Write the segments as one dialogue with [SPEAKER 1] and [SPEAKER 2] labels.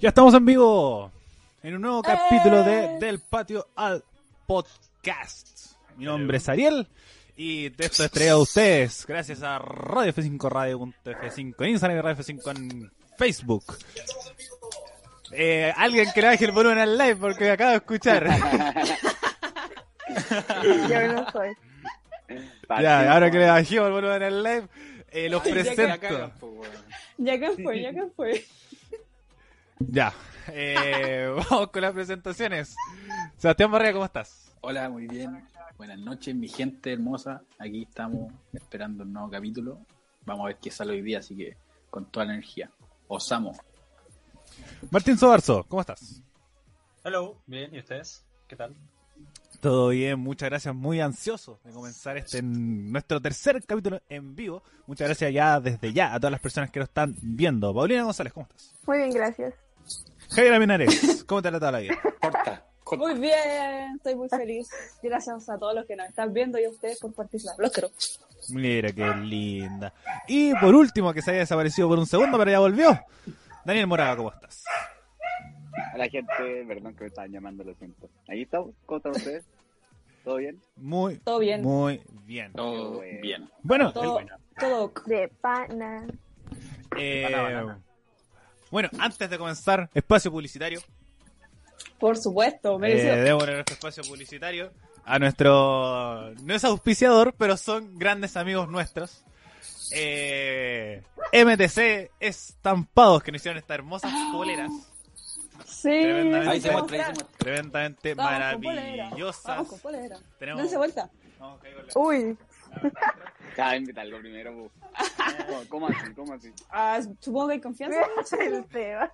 [SPEAKER 1] Ya estamos en vivo en un nuevo capítulo de Del Patio al Podcast. Mi nombre es Ariel y de esto estrella a ustedes gracias a Radio F5 Radio.f5 en Instagram y Radio F5 en Facebook. Eh, alguien que le baje el volumen al live porque me acabo de escuchar.
[SPEAKER 2] Yo no soy.
[SPEAKER 1] ya, ahora que le bajemos el volumen al live, eh, los presento.
[SPEAKER 2] Ya que fue, ya que fue.
[SPEAKER 1] Ya, eh, vamos con las presentaciones. Sebastián Barrea, ¿cómo estás?
[SPEAKER 3] Hola, muy bien. Buenas noches, mi gente hermosa. Aquí estamos esperando un nuevo capítulo. Vamos a ver qué sale hoy día, así que con toda la energía. Osamos.
[SPEAKER 1] Martín Sobarzo, ¿cómo estás?
[SPEAKER 4] Hello, bien, ¿y ustedes? ¿Qué tal?
[SPEAKER 1] Todo bien, muchas gracias. Muy ansioso de comenzar este nuestro tercer capítulo en vivo. Muchas gracias ya desde ya a todas las personas que lo están viendo. Paulina González, ¿cómo estás?
[SPEAKER 2] Muy bien, gracias.
[SPEAKER 1] Javier Minares, ¿cómo te ha tratado la vida?
[SPEAKER 3] Corta, corta.
[SPEAKER 5] Muy bien, estoy muy feliz. Gracias a todos los que nos están viendo y a ustedes por participar. Los quiero.
[SPEAKER 1] Mira qué linda. Y por último, que se haya desaparecido por un segundo, pero ya volvió. Daniel Moraga, ¿cómo estás?
[SPEAKER 6] A la gente, perdón que me estaban llamando, lo siento. Ahí estamos, ¿cómo están ustedes? ¿Todo bien?
[SPEAKER 1] Muy,
[SPEAKER 5] Todo bien.
[SPEAKER 1] muy bien.
[SPEAKER 3] Todo
[SPEAKER 6] Qué bueno.
[SPEAKER 3] bien.
[SPEAKER 1] Bueno, el-
[SPEAKER 5] Todo, todo ok.
[SPEAKER 2] De pana.
[SPEAKER 1] eh,
[SPEAKER 3] Banana, banana.
[SPEAKER 1] bueno, antes de comenzar, espacio publicitario.
[SPEAKER 5] por supuesto, merecido.
[SPEAKER 1] Eh, debo poner nuestro espacio publicitario a nuestro. No es auspiciador, pero son grandes amigos nuestros. Eh, MTC Estampados, que nos hicieron estas hermosas
[SPEAKER 5] Ah.
[SPEAKER 1] poleras.
[SPEAKER 5] sí.
[SPEAKER 1] tremendamente.
[SPEAKER 3] Ahí se muestra, ahí se muestra.
[SPEAKER 1] Tremendamente
[SPEAKER 5] Vamos con polera.
[SPEAKER 1] maravillosas.
[SPEAKER 5] Vamos con polera.
[SPEAKER 1] Tenemos-
[SPEAKER 5] Dense vuelta.
[SPEAKER 1] Vamos, que ahí con la-
[SPEAKER 2] Uy,
[SPEAKER 6] Cada invitarlo primero. bu. ¿Cómo- ¿Cómo así? ¿Cómo así?
[SPEAKER 5] Ah, supongo que hay confianza.
[SPEAKER 2] el tema.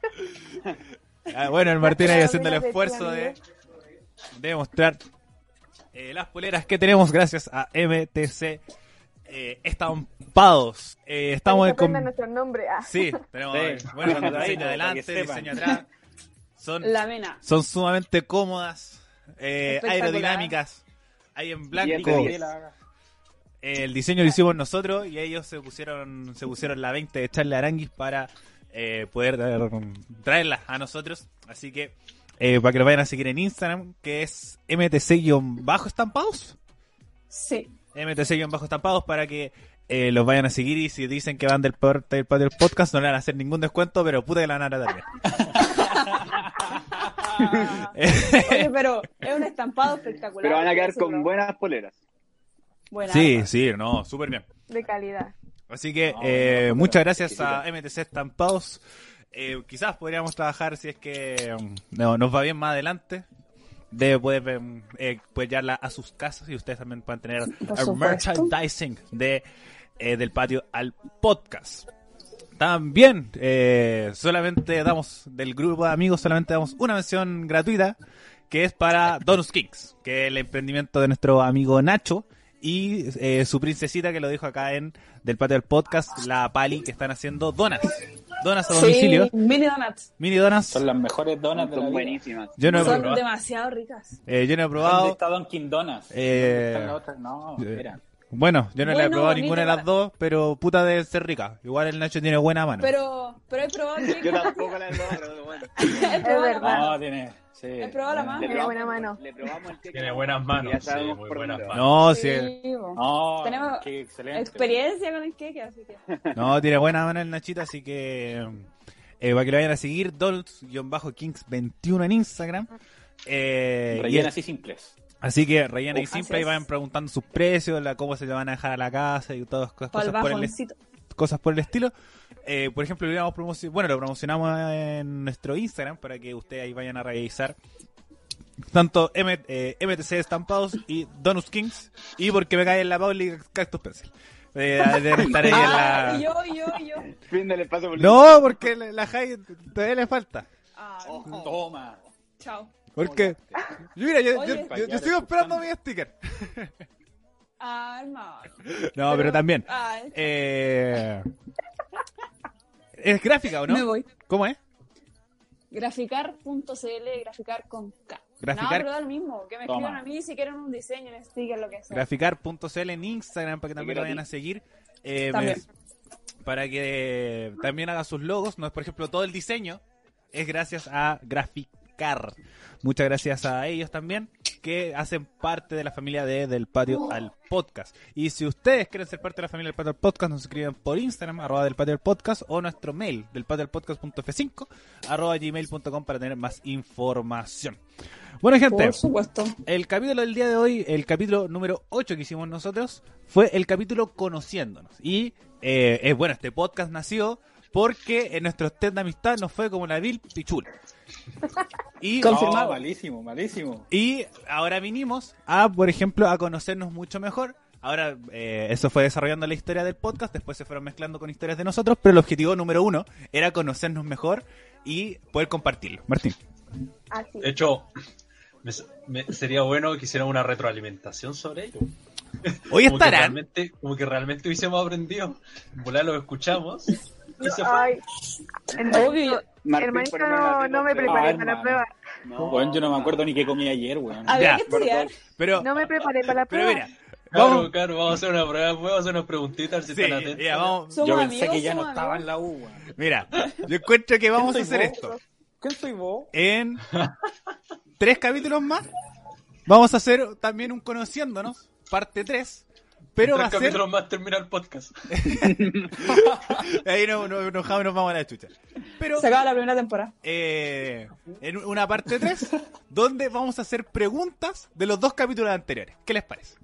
[SPEAKER 1] Ah, bueno, el Martín ahí haciendo el
[SPEAKER 2] Las poleras
[SPEAKER 1] esfuerzo
[SPEAKER 2] de
[SPEAKER 1] de, de mostrar eh, las poleras que tenemos gracias a MTC eh, Estampados. Eh, estamos en.
[SPEAKER 2] Para que se aprenda
[SPEAKER 1] com-
[SPEAKER 2] nuestro nombre. Ah,
[SPEAKER 1] Sí, tenemos
[SPEAKER 3] Sí.
[SPEAKER 1] bueno, con
[SPEAKER 3] Para
[SPEAKER 1] diseño
[SPEAKER 3] que
[SPEAKER 1] adelante,
[SPEAKER 3] sepan.
[SPEAKER 1] diseño atrás. Son,
[SPEAKER 5] La mena.
[SPEAKER 1] son sumamente cómodas, eh,
[SPEAKER 5] Espectacular.
[SPEAKER 1] aerodinámicas, hay en
[SPEAKER 6] Diez
[SPEAKER 1] blanco.
[SPEAKER 6] de diez.
[SPEAKER 1] Eh, el diseño lo hicimos nosotros y ellos se pusieron se pusieron la 20 de Charlie Aranguis para eh, poder traer- traerlas a nosotros. Así que eh, para que lo vayan a seguir en Instagram, que es mtc-estampados.
[SPEAKER 5] Sí.
[SPEAKER 1] MTC-estampados para que eh, los vayan a seguir y si dicen que van del parte del patio del podcast no le van a hacer ningún descuento, pero puta que la van a tratar bien.
[SPEAKER 5] Ah, Oye, pero es un estampado espectacular.
[SPEAKER 6] Pero van a quedar con
[SPEAKER 5] Seguro.
[SPEAKER 6] buenas poleras.
[SPEAKER 5] Buena.
[SPEAKER 1] Sí, sí, no, súper bien.
[SPEAKER 2] De calidad.
[SPEAKER 1] Así que
[SPEAKER 3] No,
[SPEAKER 1] eh,
[SPEAKER 3] no, no,
[SPEAKER 1] muchas
[SPEAKER 3] pero
[SPEAKER 1] gracias
[SPEAKER 3] exquisita.
[SPEAKER 1] a MTC Estampados. Eh, quizás podríamos trabajar si es que mm, no, nos va bien más adelante. De poder em, eh, poder llevarla a sus casas y ustedes también pueden tener el
[SPEAKER 5] supuesto.
[SPEAKER 1] merchandising de eh, del patio al podcast. También eh, solamente damos del grupo de amigos solamente damos una mención gratuita que es para Donus Kings, que es el emprendimiento de nuestro amigo Nacho y eh, su princesita que lo dijo acá en del patio del podcast, la Pali, que están haciendo donas. Donas a domicilio,
[SPEAKER 5] Sí, mini donuts.
[SPEAKER 1] mini donas.
[SPEAKER 3] Son las mejores donas de la
[SPEAKER 6] Son
[SPEAKER 3] vida.
[SPEAKER 6] buenísimas.
[SPEAKER 1] Yo no he
[SPEAKER 5] Son
[SPEAKER 1] probado.
[SPEAKER 5] demasiado ricas.
[SPEAKER 1] eh, yo no he
[SPEAKER 3] ¿Dónde
[SPEAKER 1] probado.
[SPEAKER 3] está Dunkin' Donuts?
[SPEAKER 1] Eh,
[SPEAKER 3] ¿Dónde están las otras? No,
[SPEAKER 1] eh,
[SPEAKER 3] espera.
[SPEAKER 1] Bueno, yo no la he
[SPEAKER 5] Bueno,
[SPEAKER 1] probado
[SPEAKER 5] bonito,
[SPEAKER 1] ninguna de las
[SPEAKER 5] barato.
[SPEAKER 1] dos, pero puta debe ser rica. Igual el Nacho tiene buena mano.
[SPEAKER 5] Pero, pero he probado ricas.
[SPEAKER 6] Yo tampoco la he probado, pero bueno.
[SPEAKER 5] he probado
[SPEAKER 2] Es
[SPEAKER 5] la
[SPEAKER 2] verdad.
[SPEAKER 5] mano.
[SPEAKER 3] No, tiene. Sí.
[SPEAKER 5] He probado la mano.
[SPEAKER 6] Le
[SPEAKER 2] Ah, Tiene
[SPEAKER 6] probamos-
[SPEAKER 2] buena mano.
[SPEAKER 6] Le probamos el que-
[SPEAKER 4] Tiene buenas manos,
[SPEAKER 6] Ya
[SPEAKER 4] sí,
[SPEAKER 6] sabemos
[SPEAKER 4] muy
[SPEAKER 6] por
[SPEAKER 4] buenas
[SPEAKER 6] dónde va.
[SPEAKER 4] manos.
[SPEAKER 1] no, sí,
[SPEAKER 5] Sí, bo.
[SPEAKER 7] Ah,
[SPEAKER 3] No,
[SPEAKER 5] Tenemos
[SPEAKER 3] qué excelente.
[SPEAKER 5] experiencia con el queque, así que.
[SPEAKER 1] no, tiene buena mano el Nachito, así que eh, para que lo vayan a seguir, Dolls-Kings21 en Instagram. Eh, y
[SPEAKER 3] Rellena así simples.
[SPEAKER 1] Así que rellena y
[SPEAKER 5] Así
[SPEAKER 1] simple y
[SPEAKER 5] es.
[SPEAKER 1] van preguntando sus precios, la, cómo se le van a dejar a la casa y todas cosas,
[SPEAKER 5] Para
[SPEAKER 1] cosas
[SPEAKER 5] el
[SPEAKER 1] por, el,
[SPEAKER 5] bajoncito.
[SPEAKER 1] cosas por el estilo. Eh, por ejemplo, lo, hubiéramos promoci- bueno, lo promocionamos en nuestro Instagram para que ustedes ahí vayan a revisar tanto M- eh, MTC Estampados y Donus Kings y porque me cae en la Pauli Cactus Pencil. Eh, deben estar ahí en
[SPEAKER 5] Ah,
[SPEAKER 1] la...
[SPEAKER 5] y yo, y yo, y yo.
[SPEAKER 6] Fin del espacio
[SPEAKER 1] No, porque la, la Jai todavía le falta.
[SPEAKER 5] Ah,
[SPEAKER 6] Ojo.
[SPEAKER 7] Toma.
[SPEAKER 5] chao.
[SPEAKER 1] ¿Por qué? Yo, mira, yo,
[SPEAKER 5] Oye.
[SPEAKER 1] yo- yo- yo sigo esperando mi sticker.
[SPEAKER 5] Ah, hermano.
[SPEAKER 1] No, pero también.
[SPEAKER 5] Ah,
[SPEAKER 1] Eh, ¿Es gráfica o no?
[SPEAKER 5] Me voy.
[SPEAKER 1] ¿Cómo es?
[SPEAKER 5] Graficar.cl, graficar con K.
[SPEAKER 1] Graficar-
[SPEAKER 5] No, pero da lo mismo. Que me
[SPEAKER 7] Toma.
[SPEAKER 5] escriban a mí si quieren un diseño, un sticker, lo que sea.
[SPEAKER 1] Graficar.cl en Instagram para que también
[SPEAKER 6] quiero
[SPEAKER 1] lo
[SPEAKER 6] a ti.
[SPEAKER 1] vayan a seguir. Eh,
[SPEAKER 5] También.
[SPEAKER 1] me- para que eh, también haga sus logos. No es, por ejemplo, todo el diseño es gracias a Graficar. Muchas gracias a ellos también que hacen parte de la familia de Del Patio al Podcast. Y si ustedes quieren ser parte de la familia del Patio al Podcast, nos escriben por Instagram, arroba del Patio al Podcast, o nuestro mail, del Patio al Podcast.f5, arroba gmail.com para tener más información. Bueno, gente.
[SPEAKER 5] Por supuesto.
[SPEAKER 1] El capítulo del día de hoy, el capítulo número 8 que hicimos nosotros, fue el capítulo Conociéndonos. Y eh, eh, bueno, este podcast nació porque en nuestro test de amistad nos fue como la vil pichula. Y,
[SPEAKER 7] Confirmado. malísimo, malísimo.
[SPEAKER 1] y ahora vinimos a, por ejemplo, a conocernos mucho mejor. Ahora, eh, eso fue desarrollando la historia del podcast, después se fueron mezclando con historias de nosotros, pero el objetivo número uno era conocernos mejor y poder compartirlo. Martín.
[SPEAKER 2] Así.
[SPEAKER 4] De hecho, me- me- sería bueno que hicieran una retroalimentación sobre ello.
[SPEAKER 1] Hoy
[SPEAKER 4] Como que,
[SPEAKER 1] estarán...
[SPEAKER 4] realmente, como que realmente hubiésemos aprendido. Volar lo escuchamos. y se fue.
[SPEAKER 2] Ay,
[SPEAKER 5] Obvio.
[SPEAKER 2] hermanito, no, no me preparé
[SPEAKER 7] Ah,
[SPEAKER 2] para la
[SPEAKER 7] hermano.
[SPEAKER 2] prueba.
[SPEAKER 7] Bueno, yo no me acuerdo ni qué comí ayer, weón.
[SPEAKER 5] Habría
[SPEAKER 1] Ya,
[SPEAKER 5] que estudiar.
[SPEAKER 6] Perdón.
[SPEAKER 1] Pero,
[SPEAKER 2] No me preparé para la
[SPEAKER 1] pero
[SPEAKER 2] prueba.
[SPEAKER 1] mira,
[SPEAKER 4] Claro,
[SPEAKER 1] vamos-
[SPEAKER 4] claro, vamos a hacer una prueba, vamos a hacer unas preguntitas, a ver si
[SPEAKER 1] Sí,
[SPEAKER 4] están atentos.
[SPEAKER 1] ya, vamos.
[SPEAKER 5] Somos
[SPEAKER 7] Yo
[SPEAKER 5] amigos.
[SPEAKER 7] pensé que ya no
[SPEAKER 5] somos
[SPEAKER 7] estaba en
[SPEAKER 5] amigos.
[SPEAKER 7] la U, weón.
[SPEAKER 1] Mira, yo encuentro que vamos a
[SPEAKER 7] Estoy
[SPEAKER 1] hacer
[SPEAKER 7] bobo.
[SPEAKER 1] esto.
[SPEAKER 7] ¿Quién soy vos?
[SPEAKER 1] En tres capítulos más vamos a hacer también un conociéndonos, parte 3. Pero
[SPEAKER 4] En
[SPEAKER 1] va a
[SPEAKER 4] tres
[SPEAKER 1] ser...
[SPEAKER 4] capítulos más termina el podcast.
[SPEAKER 1] Ahí no, no, enojado nos vamos a la chucha. Pero
[SPEAKER 5] Se acaba la primera temporada.
[SPEAKER 1] eh, en una parte 3 donde vamos a hacer preguntas de los dos capítulos anteriores. ¿Qué les parece?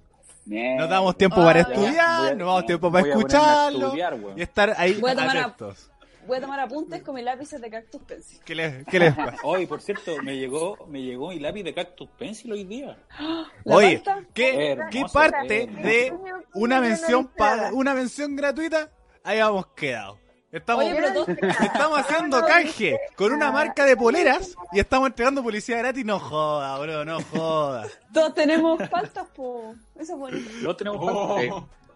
[SPEAKER 1] Nos damos tiempo para
[SPEAKER 5] Ah,
[SPEAKER 1] estudiar,
[SPEAKER 7] voy a-
[SPEAKER 1] nos damos tiempo
[SPEAKER 7] voy
[SPEAKER 1] para
[SPEAKER 7] a ponerme a
[SPEAKER 1] escucharlo
[SPEAKER 7] estudiar, weón.
[SPEAKER 1] y estar ahí
[SPEAKER 5] Voy a tomar a-
[SPEAKER 1] atentos.
[SPEAKER 5] Voy a tomar apuntes con mis lápices de cactus pencil.
[SPEAKER 1] ¿Qué les, qué les parece?
[SPEAKER 7] Hoy, por cierto, me llegó, me llegó mi lápiz de cactus pencil hoy día.
[SPEAKER 5] La
[SPEAKER 1] Oye,
[SPEAKER 5] pasta.
[SPEAKER 1] ¿qué,
[SPEAKER 7] Hermoso,
[SPEAKER 1] qué parte
[SPEAKER 7] hermoso.
[SPEAKER 1] de una
[SPEAKER 2] Yo no
[SPEAKER 1] mención
[SPEAKER 2] hice
[SPEAKER 1] pa-
[SPEAKER 2] nada.
[SPEAKER 1] una mención gratuita? Ahí habíamos quedado. Estamos,
[SPEAKER 5] Oye, pero dos
[SPEAKER 1] estamos haciendo canje con una marca de poleras y estamos entregando publicidad gratis. No joda, bro, no joda.
[SPEAKER 5] Todos tenemos faltas, po. Eso es bonito.
[SPEAKER 7] Los tenemos
[SPEAKER 4] Oh.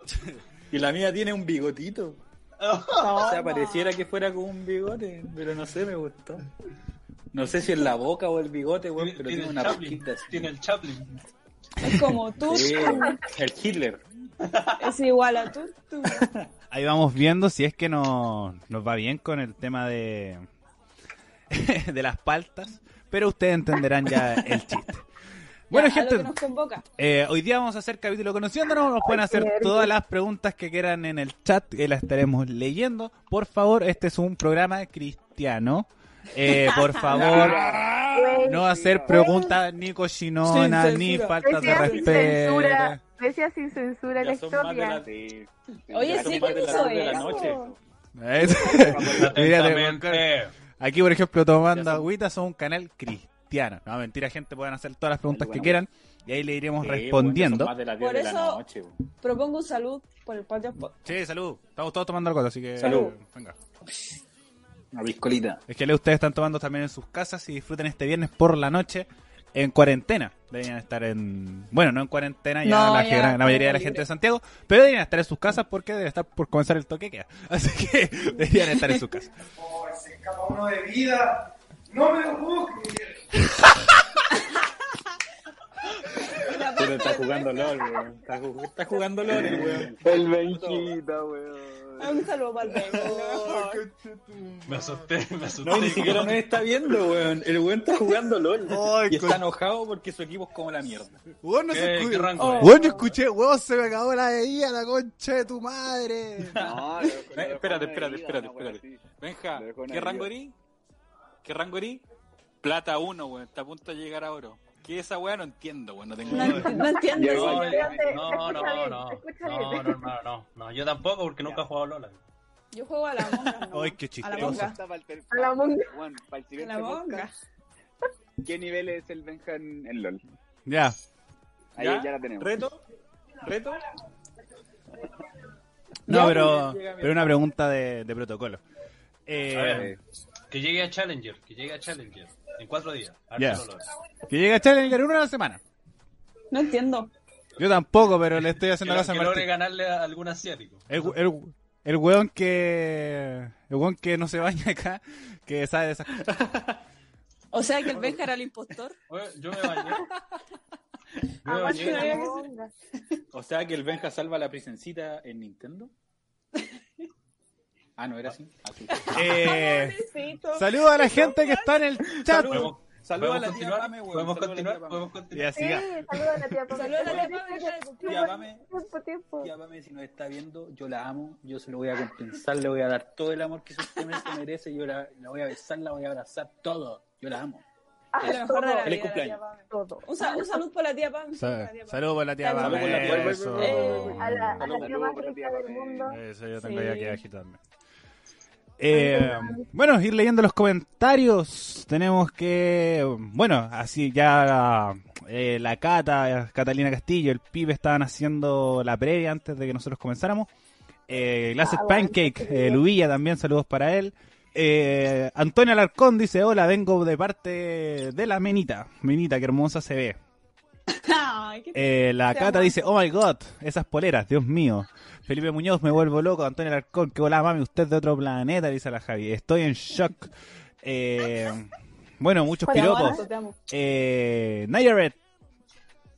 [SPEAKER 7] falta. Y la mía tiene un bigotito.
[SPEAKER 4] Oh.
[SPEAKER 7] O sea, pareciera que fuera con un bigote, pero no sé, me gustó. No sé si es la boca o el bigote, weón,
[SPEAKER 4] Tiene-
[SPEAKER 7] Eh, pero tiene
[SPEAKER 4] tiene el
[SPEAKER 7] una
[SPEAKER 4] Chaplin,
[SPEAKER 7] rosquita así.
[SPEAKER 4] tiene el Chaplin.
[SPEAKER 5] Es como tú,
[SPEAKER 7] Sí, weón. el Hitler.
[SPEAKER 5] es igual a tú, tú.
[SPEAKER 1] Ahí vamos viendo si es que nos, nos va bien con el tema de, de las paltas, pero ustedes entenderán ya el chiste. Bueno,
[SPEAKER 5] Ya, a
[SPEAKER 1] gente,
[SPEAKER 5] lo que nos convoca.
[SPEAKER 1] Eh, hoy día vamos a hacer capítulo conociéndonos. Nos pueden hacer todas las preguntas que quieran en el chat, que las estaremos leyendo. Por favor, este es un programa cristiano. Eh, por favor, no hacer preguntas ni cochinonas,
[SPEAKER 5] Sin
[SPEAKER 1] ni
[SPEAKER 5] censura.
[SPEAKER 1] faltas de
[SPEAKER 2] Decía sin censura.
[SPEAKER 1] respeto.
[SPEAKER 2] Decía sin censura la
[SPEAKER 7] Ya son más de
[SPEAKER 2] historia.
[SPEAKER 7] la-
[SPEAKER 6] Sí.
[SPEAKER 5] Oye,
[SPEAKER 7] Ya son
[SPEAKER 5] sí, eh? ¿quién
[SPEAKER 7] más de la
[SPEAKER 5] hizo
[SPEAKER 7] tarde de la
[SPEAKER 5] eso?
[SPEAKER 7] noche.
[SPEAKER 1] Es- Eh, Mira, te-
[SPEAKER 4] Atentamente.
[SPEAKER 1] aquí, por ejemplo, tomando
[SPEAKER 7] Ya son-
[SPEAKER 1] agüita, son un canal cristiano. No, mentira, gente, pueden hacer todas las preguntas que
[SPEAKER 6] Bueno.
[SPEAKER 1] quieran y ahí le iremos
[SPEAKER 7] Sí, weón, ya
[SPEAKER 1] respondiendo.
[SPEAKER 7] son más de las 10
[SPEAKER 5] Por
[SPEAKER 7] de la
[SPEAKER 5] eso-
[SPEAKER 7] noche, weón.
[SPEAKER 5] Propongo un salud por el patio. Spot.
[SPEAKER 1] Sí, salud. Estamos todos tomando alcohol, así que.
[SPEAKER 7] Salud.
[SPEAKER 1] Venga.
[SPEAKER 7] Una piscolita.
[SPEAKER 1] Es que ustedes están tomando también en sus casas y disfruten este viernes por la noche en cuarentena. Deberían estar en... Bueno, no en cuarentena, ya,
[SPEAKER 5] No,
[SPEAKER 1] la,
[SPEAKER 5] ya,
[SPEAKER 1] gran- la
[SPEAKER 5] estamos
[SPEAKER 1] mayoría de la
[SPEAKER 5] libres.
[SPEAKER 1] gente de Santiago, pero deberían estar en sus casas porque debe estar por comenzar el toque que queda. Así que deberían estar en sus casas.
[SPEAKER 7] Pero está jugando LOL, weón. Está, jug- está jugando LOL, el weón.
[SPEAKER 6] El Benjita, weón.
[SPEAKER 5] Un saludo para el Bengo.
[SPEAKER 4] Me asusté, me asusté.
[SPEAKER 7] No, ni siquiera nos está viendo, weón. El weón está jugando LOL.
[SPEAKER 1] Ay,
[SPEAKER 7] y está
[SPEAKER 1] con-
[SPEAKER 7] enojado porque su equipo es como la mierda.
[SPEAKER 1] Weón, no
[SPEAKER 4] ¿Qué, qué rango es?
[SPEAKER 1] Weón, yo escuché, weón, se me acabó la bebida, la concha de tu madre.
[SPEAKER 6] No,
[SPEAKER 7] Eh, espérate, espérate, espérate, espérate. Benja,
[SPEAKER 6] Lo dejó en
[SPEAKER 7] ¿qué
[SPEAKER 6] herida.
[SPEAKER 7] rango erí? ¿Qué rango erí? Plata 1, weón. Está a punto de llegar a oro. ¿Qué es esa weá? No entiendo, weón. No tengo
[SPEAKER 5] No,
[SPEAKER 7] idea.
[SPEAKER 5] enti- no entiendo.
[SPEAKER 6] Llegó.
[SPEAKER 4] No,
[SPEAKER 6] Sí,
[SPEAKER 4] eh,
[SPEAKER 2] espérate,
[SPEAKER 4] no, no, no,
[SPEAKER 2] escucha bien,
[SPEAKER 4] no,
[SPEAKER 2] escucha
[SPEAKER 4] no,
[SPEAKER 2] bien.
[SPEAKER 4] no, hermano, no, no, yo tampoco porque nunca he jugado a Lola.
[SPEAKER 5] Yo juego a la monga. ¿no?
[SPEAKER 1] Ay, qué
[SPEAKER 5] A la
[SPEAKER 1] chistoso.
[SPEAKER 5] monga.
[SPEAKER 2] A la monga.
[SPEAKER 6] Juan, para el
[SPEAKER 5] A
[SPEAKER 6] siguiente
[SPEAKER 5] la monga.
[SPEAKER 6] podcast, ¿qué nivel es el Benja en, en LOL?
[SPEAKER 1] Ya.
[SPEAKER 6] Ahí ya, la tenemos.
[SPEAKER 7] ¿Reto? ¿Reto?
[SPEAKER 1] No, pero, pero una pregunta de, de protocolo. eh,
[SPEAKER 4] A ver. Que llegue a Challenger, que llegue a Challenger. En cuatro días. A ver
[SPEAKER 1] Ya.
[SPEAKER 4] si no lo logra.
[SPEAKER 1] que llegue a Challenger en una semana.
[SPEAKER 5] No entiendo.
[SPEAKER 1] Yo tampoco, pero le estoy haciendo
[SPEAKER 4] Que
[SPEAKER 1] la
[SPEAKER 4] lo-
[SPEAKER 1] casa
[SPEAKER 4] Que
[SPEAKER 1] a
[SPEAKER 4] logre
[SPEAKER 1] Martín.
[SPEAKER 4] ganarle a algún asiático.
[SPEAKER 1] El, el, el weón que. El weón que no se baña acá, que sabe de esas cosas.
[SPEAKER 5] O sea que el Benja era el impostor.
[SPEAKER 4] Oye, Yo me bañé.
[SPEAKER 7] Ah,
[SPEAKER 4] Yo me bañé.
[SPEAKER 2] Aparte no había que
[SPEAKER 7] O sea que el Benja salva la prisencita en Nintendo. Ah, no, era así. Ah, sí.
[SPEAKER 1] Eh,
[SPEAKER 5] Pobrecito.
[SPEAKER 1] saludos a la gente que está en el chat.
[SPEAKER 4] ¿Podemos,
[SPEAKER 7] Saluda a
[SPEAKER 4] podemos
[SPEAKER 7] la tía
[SPEAKER 4] continuar?
[SPEAKER 7] Pame, weón.
[SPEAKER 4] ¿Podemos
[SPEAKER 7] Saluda a la
[SPEAKER 4] continuar?
[SPEAKER 7] tía Pame.
[SPEAKER 4] ¿Podemos continuar?
[SPEAKER 1] Ya,
[SPEAKER 2] Sí,
[SPEAKER 1] siga.
[SPEAKER 2] saluda a la tía Pame.
[SPEAKER 5] Saluda a la tía Pame.
[SPEAKER 7] Tía Pame.
[SPEAKER 2] Tiempo, tiempo.
[SPEAKER 7] Tía Pame, si nos está viendo, yo la amo, yo se lo voy a compensar, le voy a dar todo el amor que usted me- se merece, yo la, la voy a besar, la voy a abrazar, todo. Yo la amo.
[SPEAKER 2] Ah,
[SPEAKER 5] A lo mejor de la vida,
[SPEAKER 7] Feliz
[SPEAKER 5] la tía
[SPEAKER 7] cumpleaños.
[SPEAKER 5] Pame.
[SPEAKER 2] Todo.
[SPEAKER 5] Un, sal- un saludo para la tía Pam.
[SPEAKER 1] Sa- Saludos por la tía
[SPEAKER 5] Saludos
[SPEAKER 1] Pame,
[SPEAKER 7] por la tía-
[SPEAKER 1] eso.
[SPEAKER 5] Eh,
[SPEAKER 2] A la, a la
[SPEAKER 6] Saludos,
[SPEAKER 2] tía más
[SPEAKER 6] saludos, tía
[SPEAKER 2] rica del
[SPEAKER 6] Pame.
[SPEAKER 2] mundo.
[SPEAKER 1] Eso yo tengo
[SPEAKER 5] Sí.
[SPEAKER 1] ya que agitarme. Eh, bueno, ir leyendo los comentarios. Tenemos que. Bueno, así ya eh, la Cata, Catalina Castillo, el pibe estaban haciendo la previa antes de que nosotros comenzáramos. Eh, Glasses Pancake, eh, Lubilla también, saludos para él. Eh, Antonio Alarcón dice: Hola, vengo de parte de la Menita. Menita, que hermosa se ve.
[SPEAKER 5] Ay, qué
[SPEAKER 1] Eh, la
[SPEAKER 5] Te
[SPEAKER 1] Cata
[SPEAKER 5] amo.
[SPEAKER 1] dice, oh my god, esas poleras, Dios mío. Felipe Muñoz, me vuelvo loco. Antonio Alarcón, que hola mami, usted de otro planeta, dice la Javi. Estoy en shock. Eh, bueno, muchos
[SPEAKER 5] Te amo,
[SPEAKER 1] piropos.
[SPEAKER 5] Alonso, te amo.
[SPEAKER 1] Eh, Nayaret.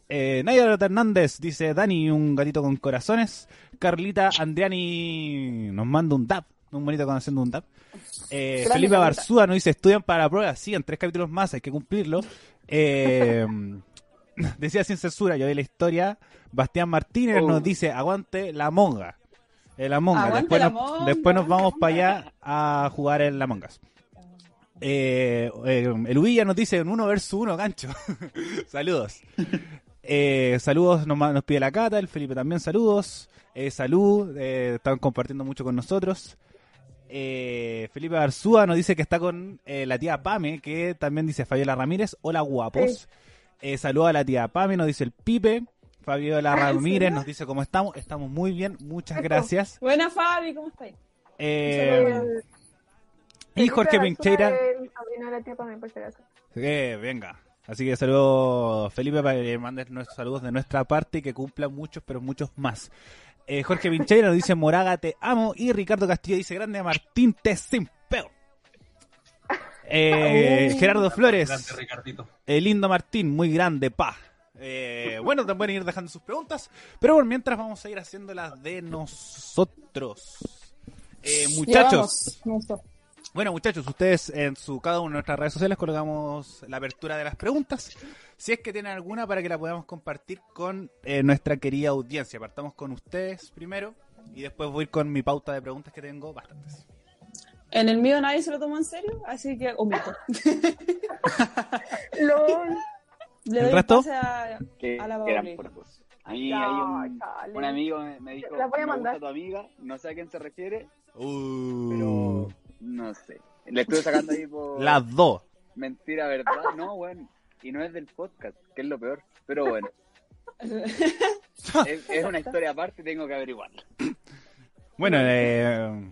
[SPEAKER 1] Eh, Nayaret Hernández dice Dani, un gatito con corazones. Carlita Andriani nos manda un dab, un bonito con haciendo un dab. Eh, Felipe
[SPEAKER 5] Grande, Carlita.
[SPEAKER 1] Barzúa nos dice estudian para la prueba, sí, en tres capítulos más, hay que cumplirlo. Eh, decía sin censura, yo vi la historia. Bastián Martínez
[SPEAKER 6] Oh.
[SPEAKER 1] nos dice aguante la monga. El Among Us.
[SPEAKER 5] Aguante
[SPEAKER 1] Después,
[SPEAKER 5] la
[SPEAKER 1] nos,
[SPEAKER 5] monga.
[SPEAKER 1] después nos vamos para allá a jugar el Among Us. Eh, eh, el Huilla nos dice en uno versus uno, gancho. saludos. Eh, saludos nos, ma- nos pide la Cata, el Felipe también saludos. Eh, salud, eh, están compartiendo mucho con nosotros. Eh, Felipe Arzúa nos dice que está con eh, la tía Pame, que también dice Fabiola Ramírez. Hola guapos. Eh, saludos a la tía Pame, nos dice el Pipe. Fabiola
[SPEAKER 5] Ah, ¿en
[SPEAKER 1] Ramírez
[SPEAKER 5] serio?
[SPEAKER 1] nos dice cómo estamos. Estamos muy bien, muchas gracias.
[SPEAKER 5] Buena Fabi, ¿cómo estáis?
[SPEAKER 1] Eh, y
[SPEAKER 2] Felipe
[SPEAKER 1] Jorge
[SPEAKER 2] Basura
[SPEAKER 1] Pincheira.
[SPEAKER 2] es el sobrino de la tía Pame, por si acaso.
[SPEAKER 1] Eh, venga. Así que saludos, Felipe, para que mandes nuestros saludos de nuestra parte y que cumpla muchos, pero muchos más. Eh, Jorge Pincheira nos dice Moraga, te amo. Y Ricardo Castillo dice Grande Martín, te sin peo. Eh, Gerardo
[SPEAKER 4] Grande,
[SPEAKER 1] Flores,
[SPEAKER 4] Ricardito.
[SPEAKER 1] eh, lindo Martín, muy grande, pa. Eh, bueno, también pueden ir dejando sus preguntas, pero por mientras vamos a ir haciéndolas de nosotros. Eh, muchachos,
[SPEAKER 5] Ya vamos, vamos.
[SPEAKER 1] bueno, muchachos, ustedes en su cada una de nuestras redes sociales colgamos la apertura de las preguntas. Si es que tienen alguna para que la podamos compartir con eh, nuestra querida audiencia. Partamos con ustedes primero y después voy con mi pauta de preguntas que tengo bastantes.
[SPEAKER 5] En el mío nadie se lo tomó en serio, así que omito.
[SPEAKER 2] LOL.
[SPEAKER 5] Le
[SPEAKER 1] ¿El
[SPEAKER 5] doy
[SPEAKER 1] resto?
[SPEAKER 5] pase a-
[SPEAKER 6] que
[SPEAKER 5] A la Pauli.
[SPEAKER 6] eran puercos. A mí hay un,
[SPEAKER 2] chale.
[SPEAKER 6] un amigo me, me dijo,
[SPEAKER 2] La voy a
[SPEAKER 6] me
[SPEAKER 2] mandar.
[SPEAKER 6] gusta tu amiga, no sé a quién se refiere,
[SPEAKER 1] Uh,
[SPEAKER 6] pero no sé. Le estuve sacando ahí por
[SPEAKER 1] las dos.
[SPEAKER 6] mentira, ¿verdad? No, bueno. Y no es del podcast, que es lo peor. Pero bueno, es, es una historia aparte y tengo que averiguarla.
[SPEAKER 1] Bueno, eh,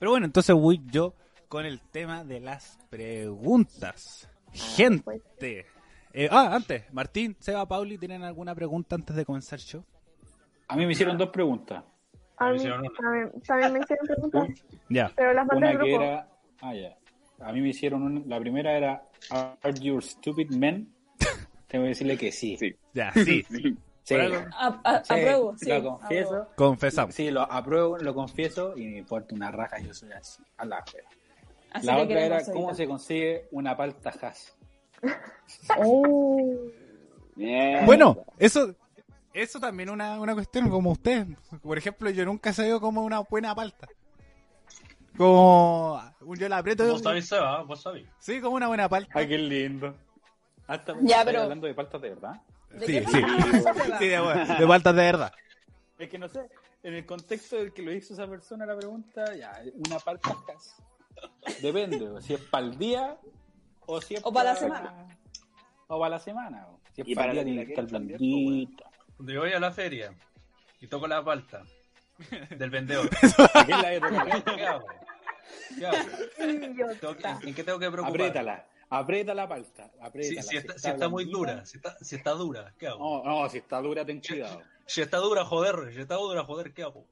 [SPEAKER 1] pero bueno, entonces voy yo con el tema de las preguntas. Gente. Eh, ah, antes, Martín, Seba, Pauli, ¿tienen alguna pregunta antes de comenzar el show?
[SPEAKER 7] A mí me hicieron dos preguntas.
[SPEAKER 2] A
[SPEAKER 4] Me
[SPEAKER 2] mí
[SPEAKER 4] hicieron una.
[SPEAKER 2] también, también me hicieron preguntas,
[SPEAKER 1] Ya.
[SPEAKER 2] pero las mandé al
[SPEAKER 7] Una que
[SPEAKER 2] grupo.
[SPEAKER 7] era. Ah, ya. A mí me hicieron una. La primera era: ¿Are you stupid men? Tengo que decirle que sí.
[SPEAKER 6] Sí.
[SPEAKER 1] Ya, sí.
[SPEAKER 7] Sí.
[SPEAKER 1] Por algo-
[SPEAKER 5] a- a-
[SPEAKER 7] Sí,
[SPEAKER 5] apruebo, sí.
[SPEAKER 7] Lo confieso.
[SPEAKER 5] apruebo.
[SPEAKER 1] Confesamos.
[SPEAKER 7] Sí, lo apruebo, lo confieso y me importa una raja, yo soy así. A la fe.
[SPEAKER 5] Así
[SPEAKER 7] La
[SPEAKER 5] que
[SPEAKER 7] otra
[SPEAKER 5] queremos
[SPEAKER 7] era: ¿cómo
[SPEAKER 5] evitar.
[SPEAKER 7] se consigue una palta has?
[SPEAKER 5] Oh.
[SPEAKER 6] Bien.
[SPEAKER 1] Bueno, eso eso también una, una cuestión como ustedes. Por ejemplo, yo nunca he sabido como una buena palta. Como yo la aprieto.
[SPEAKER 4] Vos sabés, Seba, ¿eh? vos sabés.
[SPEAKER 1] Sí, como una buena palta.
[SPEAKER 7] Ay, qué lindo. Hasta
[SPEAKER 5] Ya,
[SPEAKER 7] estoy
[SPEAKER 5] pero-
[SPEAKER 7] hablando de paltas de verdad.
[SPEAKER 5] ¿De
[SPEAKER 1] Sí,
[SPEAKER 5] qué
[SPEAKER 1] sí.
[SPEAKER 5] palta se va?
[SPEAKER 1] Sí, de, bu- de paltas de verdad.
[SPEAKER 7] Es que no sé, en el contexto del que lo hizo esa persona la pregunta, ya, una palta has. Depende, o si es para el día o si es
[SPEAKER 5] O para la
[SPEAKER 7] pa-
[SPEAKER 5] semana.
[SPEAKER 7] O para la semana. o. Si es
[SPEAKER 6] Y
[SPEAKER 7] para
[SPEAKER 6] para
[SPEAKER 7] el día,
[SPEAKER 6] la
[SPEAKER 7] tiene que
[SPEAKER 6] que la
[SPEAKER 7] estar
[SPEAKER 6] quieres
[SPEAKER 7] blandita.
[SPEAKER 4] Cuando yo voy a la feria y toco la palta del vendedor.
[SPEAKER 6] pues,
[SPEAKER 7] ¿A quién la voy a tocar?
[SPEAKER 4] ¿Qué hago? Ya, tengo que-
[SPEAKER 5] Idiota.
[SPEAKER 4] ¿En qué tengo que preocuparme?
[SPEAKER 6] Apriétala, apriétala palta,
[SPEAKER 4] Si,
[SPEAKER 6] apriétala.
[SPEAKER 4] si está, si está muy dura, si está, si está dura, ¿qué hago?
[SPEAKER 6] No, no, si está dura, ten cuidado.
[SPEAKER 4] Si está dura, joder, si está dura, joder, ¿qué hago?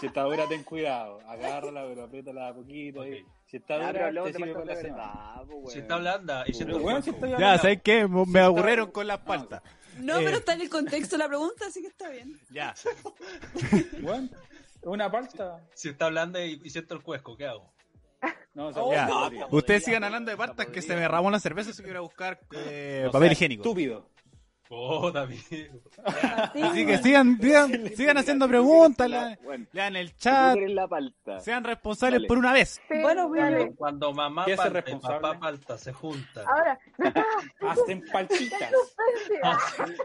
[SPEAKER 6] Si está dura, ten cuidado. Agárrala, pero apriétala a poquito. ahí.
[SPEAKER 4] Ok.
[SPEAKER 6] Si está
[SPEAKER 7] Ya, pero
[SPEAKER 6] dura,
[SPEAKER 7] luego
[SPEAKER 6] te
[SPEAKER 7] te
[SPEAKER 6] sirve
[SPEAKER 7] pasa
[SPEAKER 6] para la pues,
[SPEAKER 7] la
[SPEAKER 6] semana.
[SPEAKER 7] verdad, po,
[SPEAKER 4] Si
[SPEAKER 7] weón.
[SPEAKER 4] está blanda y se
[SPEAKER 6] Pero, weón, si estoy
[SPEAKER 1] Ya,
[SPEAKER 6] hablando-
[SPEAKER 1] ¿sabes qué? Me me aburrieron con las paltas.
[SPEAKER 5] No,
[SPEAKER 1] Eh.
[SPEAKER 5] pero está en el contexto la pregunta, así que está bien.
[SPEAKER 1] Ya.
[SPEAKER 6] Weón, una palta.
[SPEAKER 4] Si está blanda y, y siento el cuesco, ¿qué hago?
[SPEAKER 6] No, esa
[SPEAKER 7] Oh,
[SPEAKER 6] weá
[SPEAKER 1] Ya.
[SPEAKER 6] es
[SPEAKER 7] no,
[SPEAKER 6] podrida.
[SPEAKER 7] está podrida,
[SPEAKER 1] Ustedes sigan hablando de
[SPEAKER 7] está
[SPEAKER 1] paltas que
[SPEAKER 7] podrida.
[SPEAKER 1] se me derramó la cerveza y quiero buscar eh,
[SPEAKER 6] No
[SPEAKER 1] papel
[SPEAKER 6] seas
[SPEAKER 1] higiénico.
[SPEAKER 6] Estúpido.
[SPEAKER 4] Oh, David.
[SPEAKER 1] Así que sigan, sigan, sigan haciendo preguntas, lean,
[SPEAKER 6] Bueno,
[SPEAKER 1] lean el
[SPEAKER 6] tú
[SPEAKER 1] chat,
[SPEAKER 6] eres la palta.
[SPEAKER 1] sean responsables
[SPEAKER 6] Dale.
[SPEAKER 1] por una vez.
[SPEAKER 2] Sí,
[SPEAKER 5] Bueno,
[SPEAKER 2] dale.
[SPEAKER 5] bueno.
[SPEAKER 4] Cuando mamá
[SPEAKER 6] ¿Quién es el
[SPEAKER 4] palta y
[SPEAKER 6] responsable?
[SPEAKER 4] papá palta se juntan.
[SPEAKER 2] Ahora,
[SPEAKER 6] Hacen paltitas.